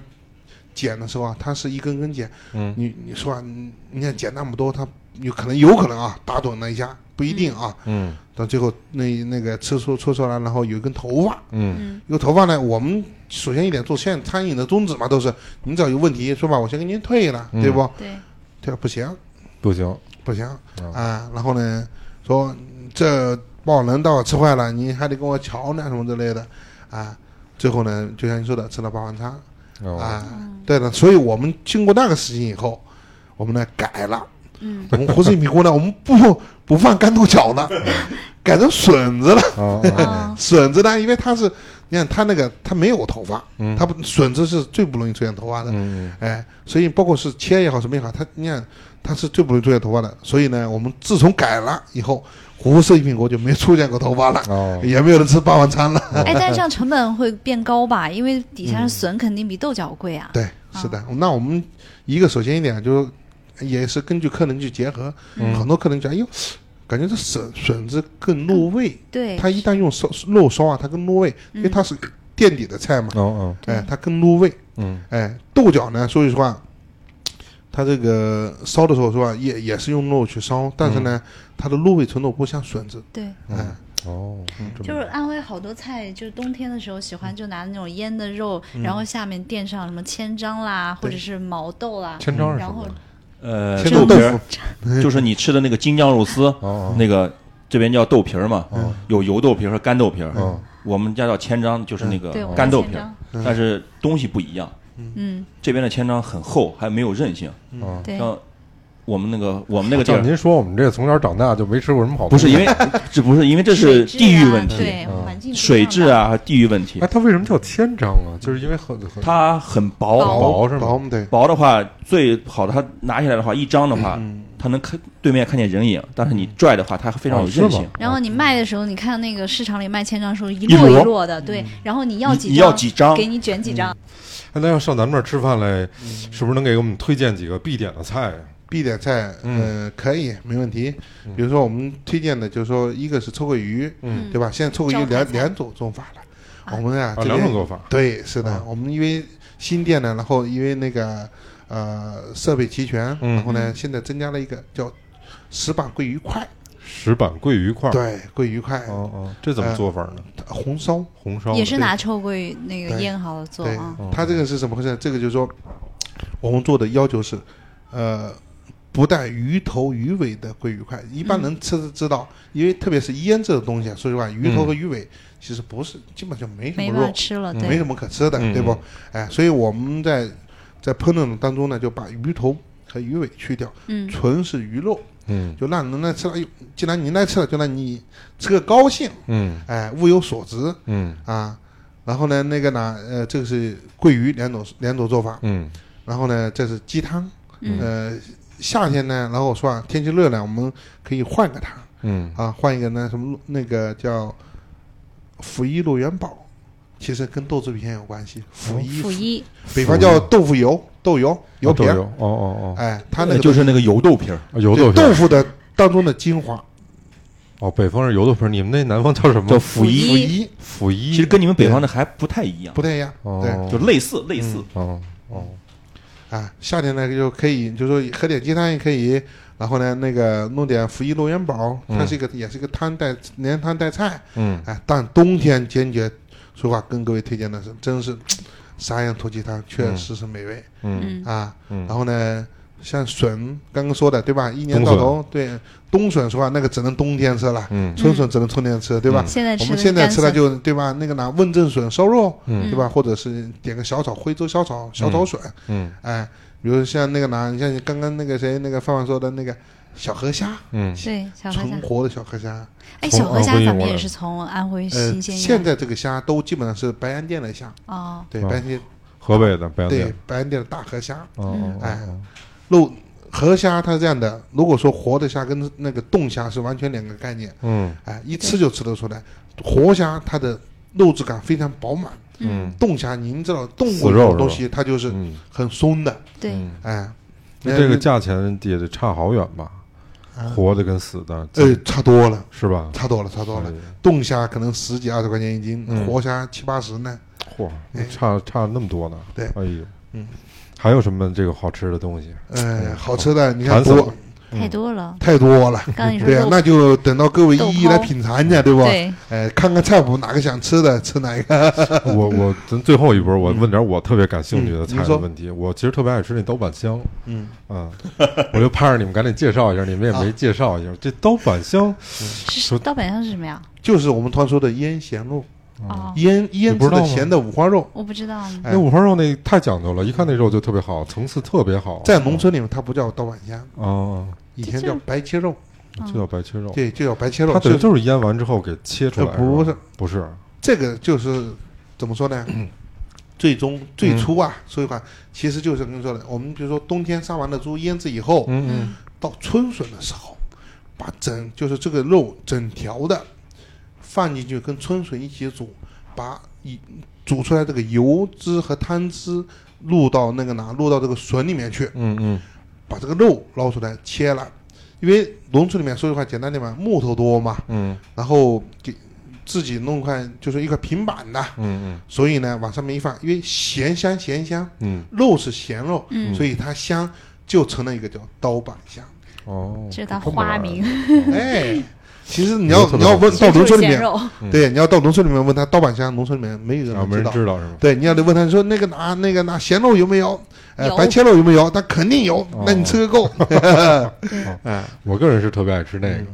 Speaker 4: 剪的时候啊，她是一根根剪，
Speaker 3: 嗯
Speaker 4: 你你说啊，你你看剪那么多，她有可能有可能啊打盹了一下，不一定啊，
Speaker 3: 嗯
Speaker 4: 到最后那那个吃出吃出来，然后有一根头发，
Speaker 3: 嗯
Speaker 2: 嗯
Speaker 4: 有头发呢，我们首先一点做现餐饮的宗旨嘛，都是您只要有问题说吧，我先给您退了，
Speaker 3: 嗯
Speaker 4: 对不？
Speaker 2: 对，
Speaker 4: 退了不行，
Speaker 3: 不行，
Speaker 4: 不行
Speaker 3: 嗯
Speaker 4: 啊。然后呢，说这把我人倒吃坏了，你还得跟我瞧呢，什么之类的啊。最后呢，就像你说的，吃了霸王餐
Speaker 3: 哦
Speaker 4: 啊，对的。所以我们经过那个事情以后，我们呢改了，
Speaker 2: 嗯，
Speaker 4: 我们胡水米糊呢，我们不不放干豆角了，改成笋子了。
Speaker 3: 啊啊，
Speaker 2: 啊，
Speaker 4: 笋子呢，因为它是，你看它那个它没有头发，
Speaker 3: 嗯
Speaker 4: 它不笋子是最不容易出现头发的，
Speaker 3: 嗯
Speaker 4: 哎，所以包括是切也好，什么也好，它你看它是最不容易出现头发的。所以呢，我们自从改了以后，虎湖设计品国就没出现过头发
Speaker 2: 啊
Speaker 4: 了，
Speaker 3: 哦，
Speaker 4: 也没有人吃霸王餐了。
Speaker 2: 哎，但这样成本会变高吧？因为底下的笋肯定比豆角贵啊。
Speaker 4: 对，是的。那我们一个首先一点就是，也是根据客人去结合，很多客人讲，哎呦，感觉这笋笋子更入味。
Speaker 2: 对，
Speaker 4: 它一旦用烧肉烧啊，它更入味，因为它是垫底的菜嘛，
Speaker 3: 哦哦，
Speaker 4: 哎，它更入味。
Speaker 3: 嗯
Speaker 4: 哎，豆角呢，说句实话，它这个烧的时候是吧，也也是用肉去烧，但是
Speaker 3: 嗯
Speaker 4: 呢，它的入味程度不像笋子，
Speaker 2: 对，
Speaker 4: 哎，
Speaker 3: 哦，
Speaker 2: 就是安徽好多菜，就是冬天的时候喜欢就拿那种腌的肉，然后下面垫上什么千张啦，或者是毛豆啦，
Speaker 3: 千张是什
Speaker 2: 然后
Speaker 3: 么？
Speaker 5: 呃，
Speaker 4: 千
Speaker 5: 豆
Speaker 4: 豆
Speaker 5: 皮
Speaker 4: 豆
Speaker 5: 儿
Speaker 4: 腐，
Speaker 5: 就是你吃的那个京酱肉丝，
Speaker 3: 哦
Speaker 5: 那个这边叫豆皮儿嘛，
Speaker 3: 嗯
Speaker 5: 有油豆皮儿和干豆皮儿
Speaker 3: 哦，
Speaker 5: 我们家叫千张，就是那个
Speaker 2: 对，我
Speaker 5: 嗯干
Speaker 2: 们
Speaker 5: 豆
Speaker 2: 千
Speaker 5: 皮儿
Speaker 2: 张，，
Speaker 5: 但是东西不一样。
Speaker 2: 嗯，
Speaker 5: 这边的千张很厚，还没有韧性，
Speaker 3: 哦，
Speaker 2: 对，
Speaker 5: 像我们那个我们那个地
Speaker 3: 照
Speaker 5: 儿
Speaker 3: 您说，我们这从小长大就没吃过什么好
Speaker 5: 不
Speaker 3: 东西，
Speaker 5: 是因为这不是因为这
Speaker 2: 水
Speaker 5: 是
Speaker 2: 质
Speaker 5: 地域
Speaker 2: 啊
Speaker 5: 问题，
Speaker 2: 对，环境不一样
Speaker 5: 水质
Speaker 2: 吧，
Speaker 5: 啊和地域问题
Speaker 3: 哎，，它为什么叫千张啊？就是因为很很
Speaker 5: 它很薄
Speaker 2: 薄
Speaker 3: 薄是
Speaker 4: 薄
Speaker 3: 吗？
Speaker 4: 嘛对，
Speaker 5: 薄的话，最好的它拿起来的话，一张的话，它能看对面看见人影，但是你拽的话，它非常有
Speaker 3: 哦是
Speaker 5: 韧
Speaker 3: 吗
Speaker 5: 性。
Speaker 2: 然后你卖的时候，你看那个市场里卖千张的时候，一
Speaker 5: 一
Speaker 2: 摞
Speaker 5: 摞
Speaker 2: 一摞的，对，然后你要
Speaker 5: 你
Speaker 2: 几
Speaker 5: 你
Speaker 2: 张
Speaker 5: 要几张
Speaker 2: 给你卷几张，
Speaker 3: 哎，那要上咱们这儿吃饭嘞，是不是能给我们推荐几个必点的菜呀？
Speaker 4: 必点菜，
Speaker 3: 嗯
Speaker 4: 呃，可以没问题。比如说我们推荐的，就是说一个是臭鳜鱼，
Speaker 3: 嗯
Speaker 4: 对吧？现在臭鳜
Speaker 2: 招
Speaker 4: 鱼
Speaker 2: 牌
Speaker 4: 两
Speaker 2: 菜
Speaker 4: 两种做法了，
Speaker 2: 啊
Speaker 4: 我们啊
Speaker 3: 啊，
Speaker 4: 这
Speaker 3: 两种
Speaker 4: 边
Speaker 3: 做法。
Speaker 4: 对，是的
Speaker 3: 啊，
Speaker 4: 我们因为新店呢，然后因为那个呃设备齐全，
Speaker 3: 嗯
Speaker 4: 然后呢现在增加了一个叫石板桂鱼块，
Speaker 3: 石板桂鱼块儿，
Speaker 4: 对，桂鱼块
Speaker 3: 哦哦，这怎么做法呢？
Speaker 4: 红烧，
Speaker 3: 红烧的
Speaker 2: 也是拿臭鳜那个腌好了做
Speaker 4: 对
Speaker 2: 啊，，
Speaker 4: 它这个是怎么回事？这个就是说我们做的要求是，呃。不带鱼头鱼尾的桂鱼块，一
Speaker 2: 嗯
Speaker 4: 般人吃的知道，因为特别是腌制的东西啊，说实话，鱼
Speaker 3: 嗯
Speaker 4: 头和鱼尾其实不是，基本上没什
Speaker 2: 没
Speaker 4: 么
Speaker 2: 法
Speaker 4: 肉，
Speaker 2: 吃了，
Speaker 4: 没
Speaker 2: 对
Speaker 4: 什，么可吃的，
Speaker 3: 嗯
Speaker 4: 对不？哎，所以我们在在烹饪当中呢，就把鱼头和鱼尾去掉，
Speaker 2: 嗯，
Speaker 4: 纯是鱼肉，
Speaker 3: 嗯
Speaker 4: 就让人来吃了。哎呦，既然你来吃了，就让你吃个高兴，
Speaker 3: 嗯
Speaker 4: 哎，物有所值
Speaker 3: 嗯
Speaker 4: 啊。然后呢，那个呢，呃，这个是桂鱼两种两种做法，
Speaker 3: 嗯
Speaker 4: 然后呢，这是鸡汤，
Speaker 2: 嗯
Speaker 4: 呃，夏天呢，然后我说啊，天气热了，我们可以换个汤
Speaker 3: 嗯
Speaker 4: 啊，换一个呢什么那个叫辅一肉元宝，其实跟豆制品有关系，辅一
Speaker 2: 辅一，
Speaker 4: 北方叫豆腐油、豆油、油皮
Speaker 3: 豆
Speaker 4: 儿，
Speaker 3: 油，哦哦
Speaker 4: 哎，它那个
Speaker 5: 呃就是那个油豆皮儿，
Speaker 3: 哦，油
Speaker 4: 对
Speaker 3: 豆皮
Speaker 4: 豆
Speaker 3: 儿，
Speaker 4: 腐的当中的精华，
Speaker 3: 哦，北方是油豆皮儿，你们那南方叫什么
Speaker 5: 叫？辅
Speaker 2: 一
Speaker 5: 一，
Speaker 4: 辅一
Speaker 3: 腐一，
Speaker 5: 其实跟你们北方的还不太一样，
Speaker 4: 不太一样，
Speaker 3: 哦，
Speaker 5: 就类似类
Speaker 2: 嗯
Speaker 5: 似。
Speaker 3: 哦哦，
Speaker 4: 对啊，夏天呢就可以，就说喝点鸡汤也可以，然后呢那个弄点福一肉元宝，它
Speaker 3: 嗯
Speaker 4: 是一个也是一个汤带连汤带菜，
Speaker 3: 嗯
Speaker 4: 哎，但冬天坚决说话跟各位推荐的是，真是三样土鸡汤确实是美味
Speaker 3: 嗯
Speaker 2: 嗯，
Speaker 4: 啊，
Speaker 3: 嗯
Speaker 4: 然后呢。像笋，刚刚说的对吧？一年
Speaker 3: 冬
Speaker 4: 到
Speaker 3: 笋
Speaker 4: 头，对冬笋说话，那个只能冬天吃了，
Speaker 3: 嗯
Speaker 4: 春笋只能春天吃，对吧？
Speaker 2: 现在
Speaker 4: 嗯我
Speaker 2: 吃
Speaker 4: 们
Speaker 2: 的
Speaker 4: 现在吃的
Speaker 2: 干笋
Speaker 4: 就对吧？那个拿问政笋烧肉，
Speaker 3: 嗯
Speaker 4: 对吧？或者是点个小炒徽州小炒小炒笋，
Speaker 3: 嗯
Speaker 4: 哎，比如像那个拿，你像你刚刚那个谁那个范范说的那个小河虾，
Speaker 3: 嗯
Speaker 2: 对小河虾
Speaker 4: 存，活的小河虾，
Speaker 2: 哎，
Speaker 3: 从
Speaker 2: 小河虾
Speaker 3: 安徽
Speaker 2: 咱
Speaker 3: 运
Speaker 2: 们
Speaker 3: 过
Speaker 2: 也
Speaker 3: 来
Speaker 2: 是从安徽
Speaker 4: 呃，
Speaker 2: 新鲜
Speaker 4: 现
Speaker 2: 腌
Speaker 4: 在这个虾都基本上是白洋淀的虾，
Speaker 2: 哦，
Speaker 4: 对，
Speaker 3: 啊
Speaker 4: 白洋淀
Speaker 3: 河北的北洋
Speaker 4: 对
Speaker 3: 店，
Speaker 4: 白洋淀的大河虾，
Speaker 3: 哦哦
Speaker 4: 哎
Speaker 3: 哦，
Speaker 4: 肉河虾它是这样的，如果说活的虾跟那个冻虾是完全两个概念，
Speaker 3: 嗯
Speaker 4: 哎，一吃就吃得出来，活虾它的肉质感非常饱满。
Speaker 3: 嗯
Speaker 4: 冻虾，您知道冻
Speaker 3: 死
Speaker 4: 过
Speaker 3: 肉
Speaker 4: 这种
Speaker 3: 是
Speaker 4: 东
Speaker 3: 吧
Speaker 4: 西，它就是
Speaker 3: 嗯，
Speaker 4: 很松的，
Speaker 2: 对，
Speaker 3: 嗯
Speaker 4: 哎，
Speaker 3: 那这个价钱也得差好远吧？
Speaker 5: 啊
Speaker 3: 活的跟死的，
Speaker 5: 哎
Speaker 4: 呃差多了，
Speaker 3: 是吧？
Speaker 4: 差多了，差多了
Speaker 3: 哎。
Speaker 4: 冻虾可能十几二十块钱一斤，
Speaker 3: 嗯
Speaker 4: 活虾七八十呢。
Speaker 3: 嚯，差差那么多呢？
Speaker 4: 对
Speaker 3: 哎呦，
Speaker 4: 嗯，
Speaker 3: 还有什么这个好吃的东西？
Speaker 4: 呃，
Speaker 3: 嗯
Speaker 4: 好吃的，你看
Speaker 3: 馋死
Speaker 4: 多
Speaker 2: 太
Speaker 3: 嗯
Speaker 2: 多了。
Speaker 4: 太多了。
Speaker 2: 刚才你说
Speaker 4: 对啊
Speaker 2: 肉，
Speaker 4: 那就等到各位一一来品尝去，对不？
Speaker 2: 对，
Speaker 4: 哎，看看菜谱哪个想吃的，吃哪一个。
Speaker 3: 我我咱最后一波，我问点我特别感兴趣的
Speaker 4: 嗯
Speaker 3: 菜
Speaker 4: 您
Speaker 3: 的
Speaker 4: 说
Speaker 3: 问题。我其实特别爱吃那刀板香，
Speaker 4: 嗯，啊
Speaker 3: 啊，我就盼着你们赶紧介绍一下，你们也没介绍一下这刀板香。
Speaker 2: 是盗版上是什么呀？
Speaker 4: 就是我们常说的腌咸肉，
Speaker 3: 嗯
Speaker 2: 哦，
Speaker 4: 腌腌
Speaker 3: 不知道
Speaker 4: 制的
Speaker 3: 吗哦
Speaker 4: 咸的五花肉，
Speaker 2: 我不知道呢。
Speaker 4: 哎
Speaker 3: 那五花肉那太讲究了，一看那肉就特别好，层次特别好。
Speaker 4: 在农村里面它不叫刀板虾，
Speaker 3: 啊，
Speaker 4: 以
Speaker 2: 这
Speaker 4: 前
Speaker 2: 就
Speaker 4: 叫
Speaker 2: 是
Speaker 4: 白切肉，
Speaker 3: 就叫白切肉，
Speaker 4: 对，就叫白切肉。
Speaker 3: 它等于
Speaker 4: 就是
Speaker 3: 就是腌完之后给切出来。
Speaker 4: 呃不
Speaker 3: 是
Speaker 4: 是
Speaker 3: 吧，不是，
Speaker 4: 这个就是怎么说呢？最终
Speaker 3: 嗯
Speaker 4: 最初啊，说实话，其实就是跟你说的，我们比如说冬天杀完的猪腌制以后，
Speaker 3: 嗯
Speaker 4: 到春笋的时候，把整就是这个肉整条的放进去，跟春笋一起煮，把一煮出来这个油脂和汤汁入到那个哪，入到这个笋里面去，
Speaker 3: 嗯嗯
Speaker 4: 把这个肉捞出来切了。因为农村里面，说实话，简单点嘛，木头多嘛，
Speaker 3: 嗯
Speaker 4: 然后给自己弄块就是一块平板的，
Speaker 3: 嗯
Speaker 4: 所以呢往上面一放，因为咸香咸香，
Speaker 3: 嗯
Speaker 4: 肉是咸肉，
Speaker 2: 嗯
Speaker 4: 所以它香就成了一个叫刀板香。
Speaker 3: 嗯，哦，
Speaker 2: 这是他
Speaker 3: 这么玩
Speaker 2: 花
Speaker 3: 儿
Speaker 2: 名，
Speaker 4: 哎，其实你要
Speaker 3: 特别
Speaker 4: 你要
Speaker 3: 好
Speaker 4: 问到农村里
Speaker 2: 咸
Speaker 4: 面，
Speaker 2: 肉，
Speaker 3: 嗯
Speaker 4: 对，你要到农村里面问他刀板香，农村里面没有人
Speaker 3: 啊，
Speaker 4: 能
Speaker 3: 没人
Speaker 4: 道。
Speaker 3: 知道是吗？
Speaker 4: 对，你要得问他说那个哪那个哪咸肉有没有？哎、
Speaker 2: 有
Speaker 4: 白切肉有没有？他肯定有，
Speaker 3: 哦
Speaker 4: 那你吃个够。
Speaker 3: 我个人是特别爱吃那
Speaker 4: 嗯
Speaker 3: 个，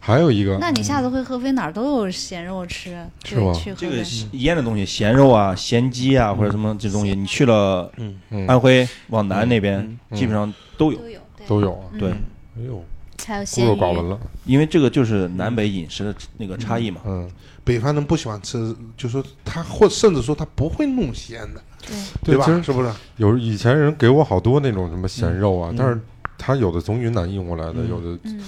Speaker 3: 还有一个
Speaker 2: 那你下次回合肥哪儿都有咸肉吃，
Speaker 3: 是
Speaker 2: 对
Speaker 3: 吗
Speaker 2: 去合
Speaker 5: 这个
Speaker 2: 肥
Speaker 5: 腌的东西，咸肉啊、咸鸡啊，或者什么这
Speaker 2: 嗯
Speaker 5: 东西，你去了安徽往南那边，基本上都有。
Speaker 2: 都有，对
Speaker 3: 都有啊，
Speaker 5: 对，
Speaker 3: 哎呦，
Speaker 2: 还有
Speaker 3: 孤
Speaker 2: 鲜
Speaker 3: 陋
Speaker 2: 嗯
Speaker 3: 寡
Speaker 2: 鱼
Speaker 3: 闻，了，
Speaker 5: 因为这个就是南北饮食的那个差异嘛。
Speaker 3: 嗯，
Speaker 4: 北方人不喜欢吃，就说他或甚至说他不会弄咸的，
Speaker 2: 对，
Speaker 4: 对吧
Speaker 3: 其？实
Speaker 4: 是不是？
Speaker 3: 有以前人给我好多那种什么咸肉
Speaker 4: 嗯
Speaker 3: 啊，但是他有的从云南运过来的，有的
Speaker 2: 嗯。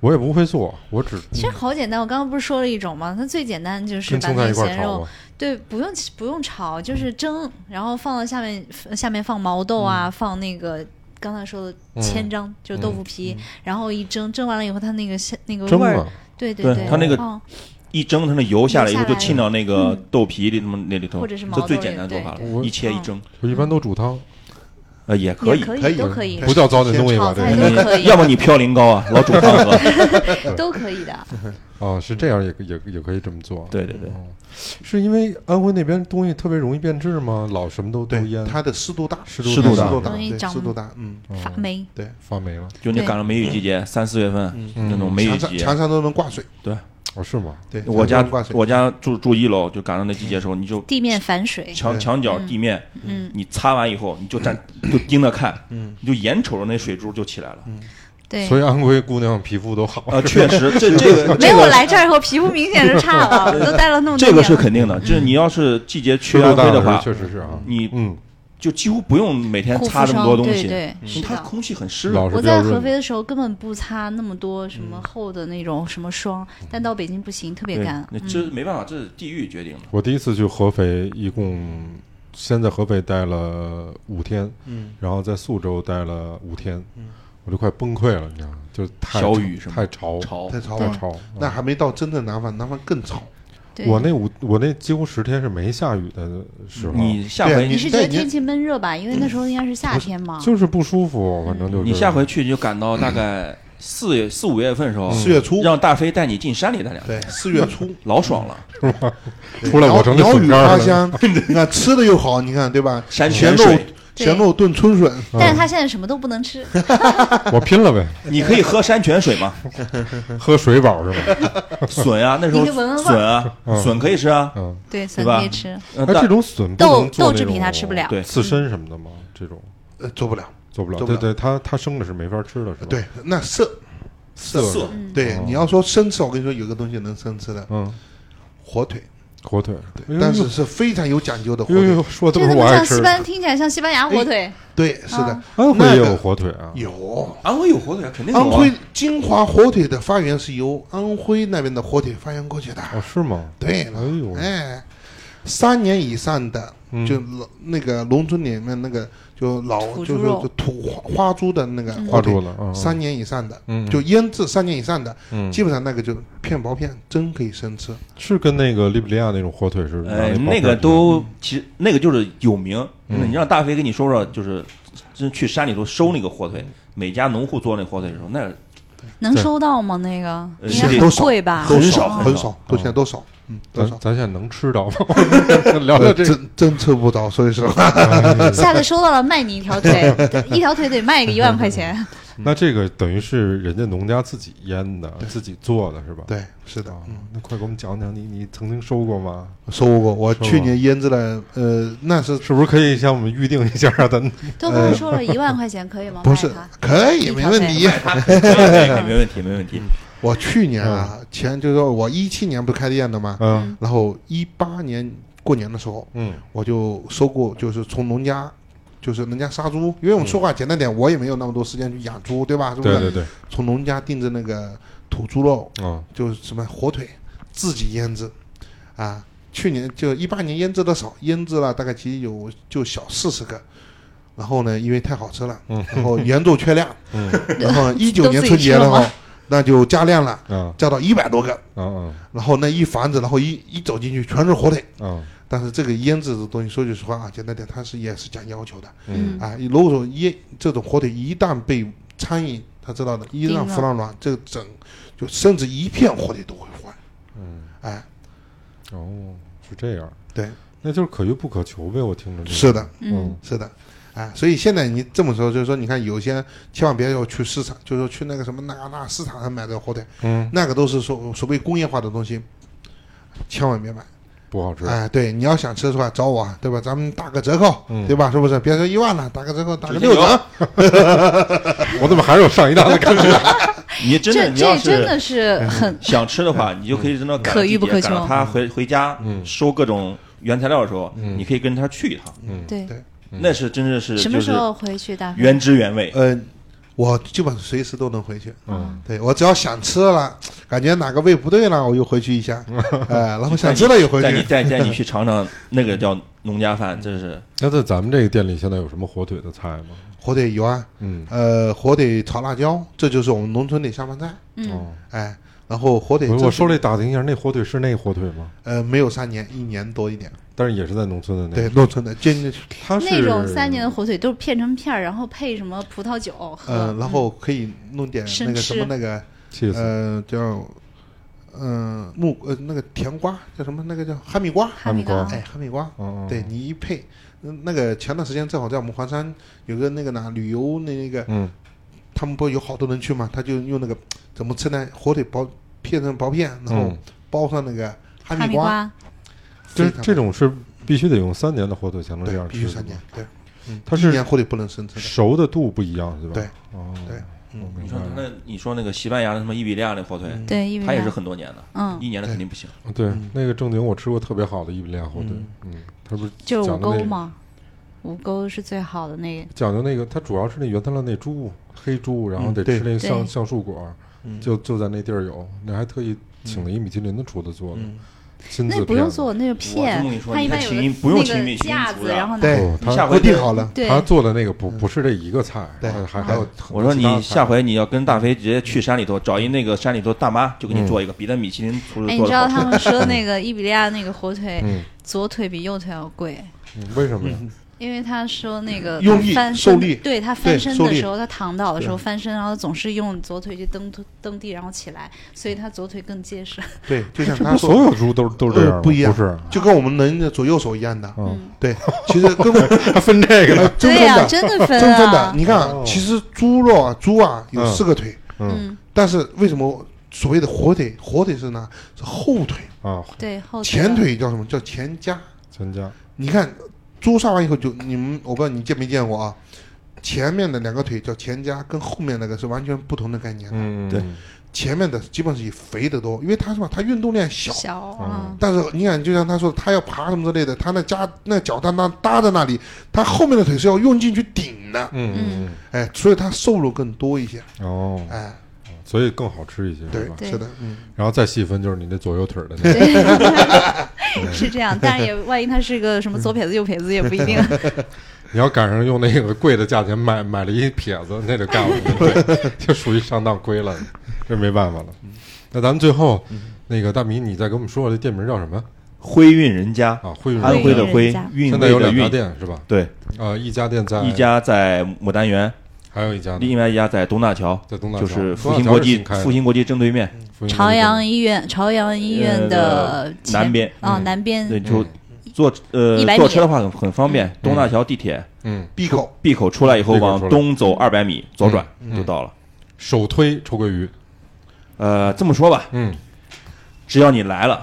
Speaker 3: 我也不会做，我只
Speaker 2: 其实好简单，我刚刚不是说了一种吗？它最简单就是
Speaker 3: 跟
Speaker 2: 把
Speaker 3: 青
Speaker 2: 那
Speaker 3: 菜
Speaker 2: 个
Speaker 3: 一块儿
Speaker 2: 咸
Speaker 3: 炒啊
Speaker 2: 肉
Speaker 3: 吧，，
Speaker 2: 对，不用不用炒，就是蒸，然后放到下面下面放毛豆啊，
Speaker 3: 嗯
Speaker 2: 放那个刚才说的千张，就是豆腐皮，然后一蒸，蒸完了以后它那个香那个
Speaker 3: 嗯蒸
Speaker 2: 味儿
Speaker 3: 啊，，
Speaker 2: 对对
Speaker 5: 对
Speaker 2: 对，
Speaker 5: 它那个
Speaker 2: 哦
Speaker 5: 一蒸，它那油下来以后
Speaker 2: 油下
Speaker 5: 就
Speaker 2: 来
Speaker 5: 沁到那个豆皮里那么那里头，
Speaker 2: 嗯或者是毛
Speaker 5: 这最
Speaker 2: 豆
Speaker 5: 简
Speaker 2: 里
Speaker 5: 单做法
Speaker 2: 对
Speaker 5: 了，
Speaker 3: 对
Speaker 5: 一切一蒸，
Speaker 3: 我一般都煮汤，嗯
Speaker 5: 呃，也
Speaker 2: 也
Speaker 5: 可以。
Speaker 4: 可以
Speaker 2: 都可以
Speaker 4: 可，
Speaker 3: 不叫糟践东西
Speaker 2: 炒
Speaker 3: 吧？这
Speaker 2: 菜
Speaker 3: 个
Speaker 2: 都可以
Speaker 5: 要么你嘌呤高啊，老煮汤喝。
Speaker 2: 都可以的。
Speaker 3: 啊，是这样也也也可以这么做，
Speaker 5: 对对对，
Speaker 3: 是因为安徽那边东西特别容易变质吗？老什么都都
Speaker 4: 对，
Speaker 3: 腌，
Speaker 4: 它的湿度大，湿
Speaker 5: 湿度大
Speaker 4: 度大，
Speaker 2: 容易
Speaker 4: 对，
Speaker 2: 长
Speaker 4: 湿度大，嗯，
Speaker 3: 嗯
Speaker 2: 发霉，
Speaker 4: 对，
Speaker 3: 发霉了，
Speaker 5: 就你
Speaker 2: 对嗯
Speaker 5: 赶上梅雨季节，三四月份那种梅雨
Speaker 4: 墙
Speaker 5: 季
Speaker 4: 上
Speaker 5: 节，
Speaker 4: 墙上都能挂水，
Speaker 5: 对，
Speaker 3: 哦，是吗？
Speaker 4: 对，
Speaker 5: 我
Speaker 4: 墙上
Speaker 5: 家
Speaker 4: 能挂水，
Speaker 5: 我家住住一楼，就赶上那季节的时候，你就
Speaker 2: 地面反水，
Speaker 5: 墙
Speaker 4: 对
Speaker 5: 墙角地面，
Speaker 2: 嗯，
Speaker 5: 你擦完以后，你就站就盯着看，
Speaker 4: 嗯
Speaker 5: 你就眼瞅着那水珠就起来了。
Speaker 2: 对。
Speaker 3: 所以安徽姑娘皮肤都好，
Speaker 5: 啊，确实，这这个
Speaker 2: 没
Speaker 5: 这
Speaker 2: 有我
Speaker 5: 个
Speaker 2: 来这儿以后皮肤明显是差 了，我都待了那么多
Speaker 5: 这
Speaker 2: 年
Speaker 5: 个
Speaker 2: 了。
Speaker 5: 是肯定的，就是你要是季节
Speaker 3: 湿
Speaker 5: 去安
Speaker 3: 度
Speaker 5: 徽
Speaker 3: 大
Speaker 5: 的
Speaker 3: 的时候
Speaker 5: 话，
Speaker 3: 确实是啊，
Speaker 5: 你
Speaker 3: 嗯，
Speaker 5: 就几乎不用每天
Speaker 2: 护
Speaker 5: 擦
Speaker 2: 肤
Speaker 5: 这么
Speaker 2: 霜
Speaker 5: 多东
Speaker 2: 对
Speaker 5: 西，
Speaker 2: 对
Speaker 5: 因
Speaker 2: 是
Speaker 5: 为它
Speaker 2: 的
Speaker 5: 空气很湿润。
Speaker 3: 老
Speaker 2: 嗯
Speaker 3: 是
Speaker 2: 我
Speaker 3: 比较
Speaker 2: 在合
Speaker 3: 润
Speaker 2: 肥，的时候根本不擦那么多什
Speaker 3: 嗯
Speaker 2: 么厚的那种什么霜，但到北京不行，特别
Speaker 5: 对
Speaker 2: 干。嗯
Speaker 5: 那这没办法，这是地域决定的。
Speaker 3: 我第一次去合肥，一共先在合肥待了五天，
Speaker 4: 嗯，
Speaker 3: 然后在苏州待了五天，我就快崩溃了，你知道吗？就是太
Speaker 5: 小
Speaker 3: 潮
Speaker 5: 雨是吗
Speaker 3: 太潮，
Speaker 5: 潮
Speaker 4: 太潮
Speaker 3: 哦太
Speaker 4: 了，
Speaker 3: 潮。
Speaker 4: 哦那
Speaker 3: 嗯
Speaker 4: 还没到真正南方，南方更潮。
Speaker 2: 对，
Speaker 3: 我那五我那几乎十天是没下雨的时候，
Speaker 5: 你下
Speaker 4: 对
Speaker 5: 回
Speaker 2: 你
Speaker 5: 你
Speaker 2: 是觉得
Speaker 4: 对你
Speaker 2: 天气闷热吧？因为那时候应该是夏天嘛。
Speaker 3: 就是不舒服，反正就是
Speaker 5: 你下回去就赶到大概四月四五月份的时候，
Speaker 4: 四月初，
Speaker 5: 让大飞带你进山里，咱俩
Speaker 4: 对，四月初，
Speaker 5: 老爽了。
Speaker 3: 出来我成那
Speaker 4: 鸟
Speaker 3: 笋
Speaker 4: 语
Speaker 3: 干
Speaker 4: 花
Speaker 3: 儿了，
Speaker 4: 香，那吃的又好，你看对吧？
Speaker 5: 山
Speaker 4: 咸肉
Speaker 5: 泉水，
Speaker 4: 咸肉炖春笋，
Speaker 2: 但是他现在什么都不能 吃，
Speaker 3: 我拼 了呗，
Speaker 5: 你可以喝山泉水嘛？
Speaker 3: 喝水饱是吧？
Speaker 5: 笋 啊，那时候
Speaker 2: 你可以闻闻味儿
Speaker 5: 笋啊，笋可以吃啊。
Speaker 3: 嗯，
Speaker 2: 对，所以
Speaker 5: 对吧
Speaker 2: 可以吃。
Speaker 5: 呃
Speaker 3: 哎，
Speaker 5: 但
Speaker 3: 这种笋不
Speaker 2: 豆
Speaker 3: 能做
Speaker 2: 豆制
Speaker 3: 那
Speaker 2: 品
Speaker 3: 种
Speaker 2: 它吃不了
Speaker 5: 对
Speaker 3: 刺身什么的吗？这种
Speaker 4: 呃，做不了。
Speaker 3: 做不了，
Speaker 4: 做不
Speaker 3: 对对，
Speaker 4: 了
Speaker 3: 它它生的是没法吃的，是吧？
Speaker 4: 对，那色，
Speaker 3: 涩
Speaker 5: 涩
Speaker 3: 的，
Speaker 4: 对，你要说生吃，我跟你说，有个东西能生吃的，
Speaker 3: 哦嗯，
Speaker 4: 火腿，
Speaker 3: 火腿，哎呦哎
Speaker 4: 但是是非常有讲究的火
Speaker 3: 呦呦，
Speaker 4: 腿。
Speaker 3: 说的
Speaker 2: 这
Speaker 3: 都是
Speaker 2: 怎
Speaker 3: 我
Speaker 2: 么
Speaker 3: 爱
Speaker 2: 像
Speaker 3: 吃
Speaker 2: 西
Speaker 3: 的。
Speaker 2: 班听起来像西班牙火腿？
Speaker 4: 对，是的，
Speaker 3: 安徽
Speaker 4: 那
Speaker 3: 哎也
Speaker 4: 个
Speaker 3: 有火腿啊，
Speaker 4: 有。
Speaker 5: 安徽有火腿啊，肯定有
Speaker 4: 安
Speaker 5: 啊
Speaker 4: 徽金华火腿的发源是由安徽那边的火腿发源过去的。
Speaker 3: 哦，是吗？
Speaker 4: 对
Speaker 3: 哎呦，
Speaker 4: 哎，三年以上的，
Speaker 3: 嗯
Speaker 4: 就老那个农村里面那个就老
Speaker 2: 土
Speaker 4: 就是
Speaker 2: 猪肉
Speaker 4: 就土花花猪的那个
Speaker 3: 画
Speaker 4: 火腿
Speaker 3: 住，了，嗯
Speaker 4: 三年以上的，
Speaker 3: 嗯，
Speaker 4: 就腌制三年以上的，
Speaker 3: 嗯
Speaker 4: 基本上那个就片薄片，真可以生吃。
Speaker 3: 是跟那个利比利亚那种火腿是，
Speaker 5: 哎，
Speaker 3: 拿
Speaker 5: 那
Speaker 3: 包装的
Speaker 5: 个都其实那个就是有名。
Speaker 3: 嗯
Speaker 5: 你让大飞跟你说说，就是真去山里头收那个火腿，每家农户做那火腿的时 候，那
Speaker 2: 能收到吗？那个
Speaker 5: 呃
Speaker 2: 应该
Speaker 5: 是
Speaker 2: 啊很
Speaker 4: 都少
Speaker 2: 贵吧？
Speaker 4: 都
Speaker 5: 很少很
Speaker 4: 很
Speaker 5: 少
Speaker 4: 少，都现在都少，嗯，啊都
Speaker 3: 咱
Speaker 4: 少，
Speaker 3: 咱现在能吃到吗？ 聊聊这个，哎
Speaker 4: 真真吃不着，所以说嗯
Speaker 2: 下次收到了卖你一条腿，一条腿得卖个一万块钱。
Speaker 3: 那这个等于是人家农家自己腌的，自己做的是吧？
Speaker 4: 对，是的
Speaker 3: 啊，
Speaker 4: 嗯，
Speaker 3: 那快给我们讲讲你你曾经收过吗？
Speaker 4: 收过，我
Speaker 3: 收过
Speaker 4: 去年腌制了，呃，那是
Speaker 3: 是不是可以向我们预定一下？啊咱
Speaker 2: 都刚才说了一万块钱可以吗？
Speaker 4: 不是
Speaker 2: 卖它
Speaker 4: 可以没问题？
Speaker 5: 没问题，没问题。
Speaker 4: 嗯我去年啊，前就是说我一七年不是开店的吗？
Speaker 3: 嗯
Speaker 4: 然后一八年过年的时候，
Speaker 3: 嗯，
Speaker 4: 我就收购，就是从农家，就是人家杀猪，因为我们说话简单点，我也没有那么多时间去养猪，对吧？是不
Speaker 3: 嗯对对
Speaker 4: 是？
Speaker 3: 对，
Speaker 4: 从农家订的那个土猪肉，
Speaker 3: 啊，
Speaker 4: 就是什么火腿，自己腌制，啊，去年就一八年腌制的少，腌制了大概其实有就小四十个。然后呢，因为太好吃了，然后严重缺量，
Speaker 3: 嗯
Speaker 4: 然后一九年
Speaker 2: 都自己
Speaker 4: 春
Speaker 2: 吃
Speaker 4: 节
Speaker 2: 了
Speaker 4: 的话
Speaker 2: 吗，
Speaker 4: 那就加量了，
Speaker 3: 啊
Speaker 4: 加到一百多个，
Speaker 3: 啊啊
Speaker 4: 然后那一房子，然后一一走进去全是火腿，
Speaker 3: 啊，
Speaker 4: 但是这个腌制的东西，说句实话啊，简单点，它是也是讲要求的
Speaker 2: 嗯
Speaker 4: 啊。如果说腌这种火腿一旦被苍蝇，它知道的，一
Speaker 2: 叮了
Speaker 4: 旦腐烂卵，这个整就甚至一片火腿都会坏。
Speaker 3: 嗯，
Speaker 4: 哎，
Speaker 3: 哦，是这样，
Speaker 4: 对，
Speaker 3: 那就是可遇不可求呗，我听着这个
Speaker 4: 是的，
Speaker 2: 嗯，
Speaker 4: 是的。啊，所以现在你这么说，就是说，你看有些千万不要去市场，就是说去那个什么那那市场上买的火腿，
Speaker 3: 嗯，
Speaker 4: 那个都是所所谓工业化的东西，千万别买。
Speaker 3: 不好吃，
Speaker 4: 哎，对，你要想吃的话，找我，对吧？咱们打个折扣，
Speaker 3: 嗯
Speaker 4: 对吧？是不是？别说一万了，打个折扣，打个
Speaker 5: 直接
Speaker 4: 六折
Speaker 3: 啊
Speaker 5: 有。
Speaker 3: 我怎么还是有上一当的感 觉？
Speaker 5: 你真的
Speaker 2: 这
Speaker 5: 你要
Speaker 2: 这真
Speaker 5: 是嗯
Speaker 2: 的是很
Speaker 5: 想吃的话，你就可以真的赶着
Speaker 2: 可遇不
Speaker 5: 地铁
Speaker 2: 可
Speaker 5: 赶
Speaker 2: 求
Speaker 5: 上他回回家
Speaker 3: 嗯
Speaker 5: 收各种原材料的时候，
Speaker 3: 嗯
Speaker 5: 你可以跟他去一趟，
Speaker 3: 嗯，
Speaker 2: 对。
Speaker 5: 那是真的是
Speaker 2: 什么
Speaker 5: 就是
Speaker 2: 时候回去大飞？
Speaker 5: 原汁原味。
Speaker 4: 呃，我基本随时都能回去。
Speaker 3: 嗯，
Speaker 4: 对我只要想吃了，感觉哪个胃不对了，我又回去一 下。哎，然后想吃了又回
Speaker 5: 带你
Speaker 4: 去。
Speaker 5: 带带你去尝 尝那个叫农家饭，真是
Speaker 3: 那在咱们这个店里现在有什么火腿的菜吗？
Speaker 4: 火腿有啊，
Speaker 3: 嗯，
Speaker 4: 呃，火腿炒辣椒，这就是我们农村的下饭菜。
Speaker 2: 嗯，
Speaker 3: 哦，
Speaker 4: 哎，然后火腿
Speaker 3: 我
Speaker 4: 这
Speaker 3: 我受累打听一下，那火腿是那火腿吗？
Speaker 4: 呃没有三年，一年多一点。
Speaker 3: 但是也是在农村的那
Speaker 4: 对，
Speaker 3: 个，
Speaker 4: 农村的 坚，
Speaker 3: 它是
Speaker 2: 那种三年的火腿都是片成片儿，然后配什么葡萄酒喝。
Speaker 4: 呃，然后可以弄点
Speaker 2: 生
Speaker 4: 那个什
Speaker 2: 吃
Speaker 4: 么那个。
Speaker 3: 气死，
Speaker 4: 呃，叫嗯、呃、木呃那个甜瓜叫什么？那个叫哈密瓜，
Speaker 2: 哈密瓜
Speaker 3: 哈密瓜
Speaker 4: 哎，哈密瓜，
Speaker 3: 嗯，嗯
Speaker 4: 对，你一配，嗯那个前段时间正好在我们黄山有个那个哪旅游那个，
Speaker 3: 嗯
Speaker 4: 他们不是有好多人去嘛，他就用那个怎么吃呢？火腿薄片成薄片，然后
Speaker 3: 嗯，
Speaker 4: 包上那个哎哈
Speaker 2: 哈密
Speaker 4: 瓜，
Speaker 2: 瓜，
Speaker 3: 这
Speaker 4: 非常
Speaker 3: 这种是必须得用三年的火腿才能这
Speaker 4: 对，
Speaker 3: 样
Speaker 4: 必
Speaker 3: 吃的
Speaker 4: 须三
Speaker 3: 吗
Speaker 4: 年，对，嗯，
Speaker 3: 它
Speaker 4: 一
Speaker 3: 是
Speaker 4: 年火腿不能生吃
Speaker 2: 哦
Speaker 4: 的，
Speaker 3: 熟的度不一样，对吧？
Speaker 4: 对，
Speaker 3: 哦，
Speaker 4: 对，嗯
Speaker 3: 我
Speaker 5: 你
Speaker 3: 明白
Speaker 5: 说
Speaker 3: 了。
Speaker 5: 那你说那个西班牙的什么伊比利亚那火腿，
Speaker 3: 嗯
Speaker 2: 对，因为
Speaker 5: 它也是很多年的，
Speaker 2: 嗯，
Speaker 5: 一年的肯定不行。
Speaker 3: 对
Speaker 4: 嗯，
Speaker 3: 那个正经我吃过特别好的伊比利亚火腿，嗯，它不是
Speaker 2: 就是五
Speaker 3: 讲的那
Speaker 2: 沟
Speaker 3: 个
Speaker 2: 嘛，五沟是最好的那个。
Speaker 3: 讲究那个，它主要是那原材料那猪黑猪，然后
Speaker 4: 嗯
Speaker 3: 得
Speaker 4: 对
Speaker 3: 吃那橡
Speaker 2: 对
Speaker 3: 橡树果，
Speaker 4: 嗯
Speaker 3: 就就在那地儿有，那还特意请了一米其林的厨子做的，
Speaker 4: 嗯，
Speaker 3: 亲自
Speaker 2: 那不
Speaker 3: 片
Speaker 2: 用
Speaker 3: 子，
Speaker 2: 做，那是片
Speaker 5: 这么一。说
Speaker 2: 它一般
Speaker 5: 你
Speaker 2: 有
Speaker 5: 看
Speaker 2: 个
Speaker 5: 起因不用起因
Speaker 2: 那
Speaker 5: 米
Speaker 2: 个
Speaker 5: 其林
Speaker 2: 架
Speaker 5: 厨
Speaker 2: 子，
Speaker 5: 的
Speaker 2: 然后拿
Speaker 4: 对
Speaker 3: 哦，
Speaker 5: 下
Speaker 3: 他
Speaker 5: 回
Speaker 4: 锅底
Speaker 5: 就
Speaker 4: 好了，
Speaker 2: 对
Speaker 3: 他做的那个不不是这一个菜，
Speaker 4: 嗯对
Speaker 3: 还还
Speaker 4: 对
Speaker 3: 还有
Speaker 5: 我说
Speaker 3: 很多
Speaker 5: 你
Speaker 3: 其
Speaker 5: 下
Speaker 3: 他菜
Speaker 5: 回你要跟大飞直接去山里头找一那个山里头大妈，就给你做一个比那米其林厨
Speaker 2: 哎，
Speaker 5: 师
Speaker 2: 你
Speaker 5: 做
Speaker 2: 知道
Speaker 5: 的好
Speaker 2: 他
Speaker 5: 吃。
Speaker 2: 们说那个伊比利亚那个火腿，
Speaker 3: 嗯，
Speaker 2: 左腿比右腿要贵，
Speaker 3: 嗯为什么呀？
Speaker 2: 因为他说那个
Speaker 4: 用
Speaker 2: 他
Speaker 4: 力
Speaker 2: 翻
Speaker 4: 受
Speaker 2: 身的
Speaker 4: 力
Speaker 2: 对他翻身
Speaker 4: 受
Speaker 2: 的
Speaker 4: 力
Speaker 2: 时候，他躺倒的时候
Speaker 4: 对
Speaker 2: 翻身，然后总是用左腿去蹬蹬地，然后起来，所以他左腿更结实。
Speaker 4: 对，就像
Speaker 3: 这
Speaker 4: 他
Speaker 3: 不所
Speaker 4: 说，
Speaker 3: 有猪都都是这样吗，
Speaker 4: 呃不一样
Speaker 3: 是？
Speaker 4: 就跟我们人的左右手一样的，
Speaker 3: 嗯，
Speaker 4: 对，其实 跟我
Speaker 3: 还分这个呢？
Speaker 4: 真
Speaker 2: 对
Speaker 4: 正
Speaker 2: 呀、
Speaker 4: 的。
Speaker 2: 真的分
Speaker 4: 真正的
Speaker 2: 啊，，
Speaker 4: 你看
Speaker 3: 哦
Speaker 4: 啊，其实猪肉啊，猪啊有
Speaker 3: 嗯
Speaker 4: 四个腿，
Speaker 2: 嗯，
Speaker 4: 但是为什么所谓的火腿，火腿是呢？是后腿，
Speaker 3: 啊，
Speaker 2: 哦对后腿
Speaker 4: 前腿叫什么叫前夹？
Speaker 3: 全 家
Speaker 4: 你看猪杀完以后就你们，我不知道你见没见过啊？前面的两个腿叫前夹，跟后面那个是完全不同的概念。
Speaker 3: 嗯，
Speaker 5: 对
Speaker 3: 嗯
Speaker 4: 前面的基本是以肥的多，因为它什么，它运动量小。哦
Speaker 2: 小啊，
Speaker 4: 但是你看，就像他说，他要爬什么之类的，他那夹那脚搭那搭在那里，他后面的腿是要用劲去顶的，
Speaker 3: 嗯嗯
Speaker 4: 哎，所以他瘦肉更多一些，
Speaker 3: 嗯，哦，
Speaker 4: 哎，
Speaker 3: 所以更好吃一些，
Speaker 4: 对
Speaker 3: 是吧，？
Speaker 2: 对
Speaker 4: 是的，嗯，
Speaker 3: 然后再细分就是你那左右腿的 那个，
Speaker 2: 嗯是这样。但是也万一他是个什么左撇子右撇子也不一定。
Speaker 3: 你要赶上用那个贵的价钱买买了一撇子，那就干 了，对，就属于上当亏了， 这没办法了。那咱们最后那个大米，你再给我们说说这店名叫什么
Speaker 5: 徽韵人家，
Speaker 3: 啊？汇润
Speaker 5: 安徽的徽
Speaker 2: 徽韵人家，
Speaker 5: 韵
Speaker 3: 现在
Speaker 5: 味
Speaker 3: 有
Speaker 5: 的
Speaker 3: 两家
Speaker 5: 韵。
Speaker 3: 店是吧？
Speaker 5: 对，
Speaker 3: 呃，一家店在
Speaker 5: 一，家在牡丹园，
Speaker 3: 还有一家呢
Speaker 5: 另外一家在东大桥，
Speaker 3: 在东大
Speaker 5: 就
Speaker 3: 桥，
Speaker 5: 是
Speaker 3: 东
Speaker 5: 复
Speaker 3: 大
Speaker 5: 兴
Speaker 3: 桥
Speaker 5: 国
Speaker 3: 是
Speaker 5: 际
Speaker 3: 新开的
Speaker 5: 复兴国际正对面，
Speaker 3: 复兴国际
Speaker 2: 朝阳医院，朝阳医
Speaker 3: 嗯
Speaker 2: 院的
Speaker 5: 呃
Speaker 2: 前
Speaker 5: 南边
Speaker 2: 啊，南
Speaker 5: 对，
Speaker 2: 边
Speaker 5: 就坐呃
Speaker 2: 100米
Speaker 5: 坐车的话很很方便，东大桥地铁
Speaker 3: 嗯，
Speaker 4: 闭口，
Speaker 5: 闭口出来以后
Speaker 3: 闭口出
Speaker 5: 往
Speaker 3: 来
Speaker 5: 东走二百米，左转
Speaker 3: 嗯
Speaker 5: 就到了。
Speaker 3: 首推臭鳜鱼，
Speaker 5: 呃，这么说吧，
Speaker 3: 嗯，
Speaker 5: 只要你来了，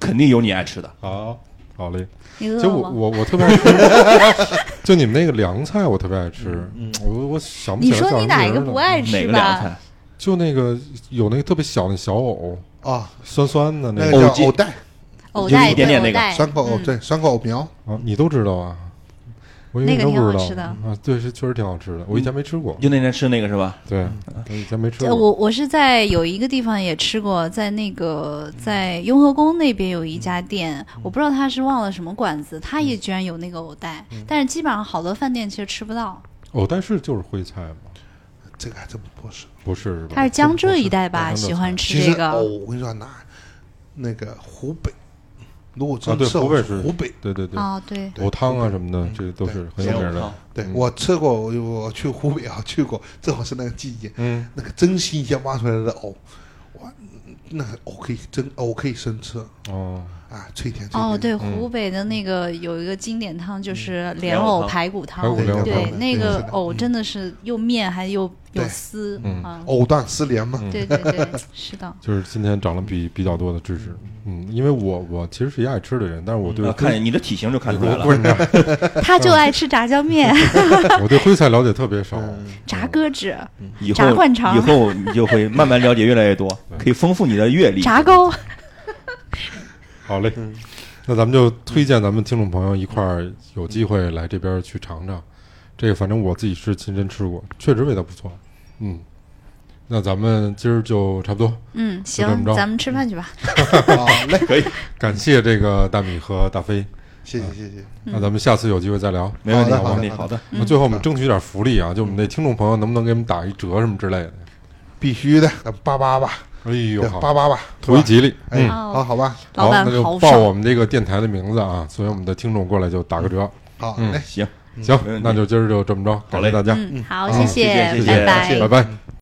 Speaker 5: 肯定有你爱吃的。
Speaker 3: 好，好嘞。
Speaker 2: 你
Speaker 3: 就
Speaker 2: 饿
Speaker 3: 我
Speaker 2: 吗？
Speaker 3: 我我特别爱吃， 就你们那个凉菜我特别爱吃，
Speaker 5: 嗯
Speaker 3: 嗯我我想不
Speaker 2: 你
Speaker 3: 起来
Speaker 2: 说
Speaker 3: 叫
Speaker 2: 你
Speaker 3: 什么
Speaker 2: 哪一
Speaker 3: 名
Speaker 2: 个
Speaker 3: 儿了
Speaker 2: 不爱
Speaker 5: 哪
Speaker 2: 吃
Speaker 5: 个凉
Speaker 2: 吧？
Speaker 5: 菜？
Speaker 3: 就那个有那个特别小那小藕，
Speaker 4: 啊，
Speaker 3: 酸酸的
Speaker 4: 那
Speaker 3: 那
Speaker 4: 个
Speaker 3: 个
Speaker 5: 藕
Speaker 4: 叫
Speaker 5: 鸡
Speaker 4: 藕带，
Speaker 2: 藕
Speaker 5: 就
Speaker 2: 带
Speaker 5: 一点点那个
Speaker 2: 对藕带
Speaker 4: 酸口藕，对，酸口藕苗，
Speaker 3: 啊，你都知道啊？我以为
Speaker 2: 那个
Speaker 3: 你都
Speaker 2: 挺好
Speaker 3: 不知道
Speaker 2: 吃的
Speaker 3: 啊，对，是确实挺好吃的，我以前没吃过。
Speaker 5: 就那天吃那个是吧？
Speaker 3: 对，
Speaker 5: 嗯
Speaker 3: 我以前没吃
Speaker 2: 呃
Speaker 3: 过。
Speaker 2: 我我是在有一个地方也吃过，在那个在雍和宫那边有一家店，我不知道他是忘了什么馆子，他也居然有那个藕带，但是基本上好多饭店其实吃不到，
Speaker 3: 藕带哦是就是徽菜吗？
Speaker 4: 这个还真不是。
Speaker 3: 不是，是吧
Speaker 2: 他是江浙一带吧，
Speaker 3: 不是
Speaker 2: 喜欢
Speaker 4: 其
Speaker 2: 吃
Speaker 4: 实
Speaker 2: 这个。
Speaker 4: 藕，我跟你说，拿那个湖北，如果
Speaker 3: 啊，
Speaker 4: 真
Speaker 3: 对，
Speaker 4: 吃藕
Speaker 3: 湖北是
Speaker 4: 湖北，
Speaker 3: 对对对，
Speaker 2: 哦，对，
Speaker 3: 藕汤啊什么
Speaker 5: 嗯
Speaker 3: 的，这都
Speaker 4: 对
Speaker 3: 是很有名的。
Speaker 4: 对我吃过，我我去湖北啊，去过，正好是那个季节，
Speaker 3: 嗯，
Speaker 4: 那个真新鲜挖出来的藕，哇，那个藕可以蒸，藕可以生吃
Speaker 3: 哦，
Speaker 4: 啊，脆甜脆甜。
Speaker 2: 哦，对，湖北的那个有一个经典汤就是莲
Speaker 5: 莲藕
Speaker 2: 藕
Speaker 5: 汤
Speaker 2: 排骨
Speaker 3: 排
Speaker 2: 汤
Speaker 3: 骨莲藕，
Speaker 2: 对
Speaker 4: 汤，
Speaker 2: 那
Speaker 4: 对
Speaker 2: 个
Speaker 4: 是的
Speaker 2: 藕真的是又面还又有
Speaker 4: 对
Speaker 2: 丝
Speaker 3: 嗯
Speaker 2: 啊，
Speaker 4: 藕断丝连嘛，
Speaker 2: 对对对，是的。
Speaker 3: 就是今天长了比比较多的知识。嗯，因为我我其实是一爱吃的人，但是我对
Speaker 5: 啊
Speaker 3: 徽
Speaker 5: 看你的体型就看出来
Speaker 3: 我不
Speaker 5: 了。
Speaker 3: 是你知道
Speaker 2: 他就爱吃炸酱面、
Speaker 3: 我对徽菜了解特别少。
Speaker 5: 嗯
Speaker 2: 炸鸽子、
Speaker 5: 以后
Speaker 2: 炸灌肠
Speaker 5: 以后你就会慢慢了解越来 越多，可以丰富你的阅历。
Speaker 2: 炸糕。
Speaker 3: 好嘞，
Speaker 2: 嗯
Speaker 3: 那咱们就推荐咱们听众朋友一块儿有机会来这边去尝尝。这个反正我自己是亲身吃过，确实味道不错。嗯，那咱们今儿就差不多，
Speaker 2: 嗯，
Speaker 3: 就这么
Speaker 2: 行
Speaker 3: 着，嗯
Speaker 2: 咱们吃饭去吧。
Speaker 4: 好嘞，
Speaker 5: 可以，
Speaker 3: 感谢这个大米和大飞。
Speaker 4: 谢谢谢谢，
Speaker 2: 嗯
Speaker 3: 那咱们下次有机会再聊。
Speaker 5: 没问题，
Speaker 4: 好的
Speaker 5: 没问题，
Speaker 4: 好
Speaker 5: 好
Speaker 4: 的
Speaker 5: 的。
Speaker 3: 那最后我们争取点福利
Speaker 2: 嗯
Speaker 3: 啊，就我们那听众朋友能不能给我们打一折什么之类的？
Speaker 4: 必须的，咱八八吧，
Speaker 3: 哎呦，
Speaker 4: 对
Speaker 3: 好
Speaker 4: 八八吧，
Speaker 3: 图一吉利。
Speaker 4: 哎，
Speaker 3: 嗯，
Speaker 2: 哦
Speaker 4: 好好吧，
Speaker 2: 老
Speaker 3: 好，
Speaker 2: 板
Speaker 3: 那就
Speaker 2: 豪
Speaker 3: 报
Speaker 2: 爽，
Speaker 3: 我们这个电台的名字啊，所以我们的听众过来就打个折。
Speaker 4: 好
Speaker 3: 嗯
Speaker 4: 嘞，
Speaker 5: 行，
Speaker 3: 行
Speaker 5: 没问，题
Speaker 3: 那就今儿就这么着，感谢
Speaker 5: 好嘞
Speaker 3: 大家，
Speaker 2: 嗯，好，嗯谢
Speaker 4: 好
Speaker 5: 谢谢谢谢
Speaker 2: 拜拜
Speaker 5: 谢
Speaker 3: 拜拜。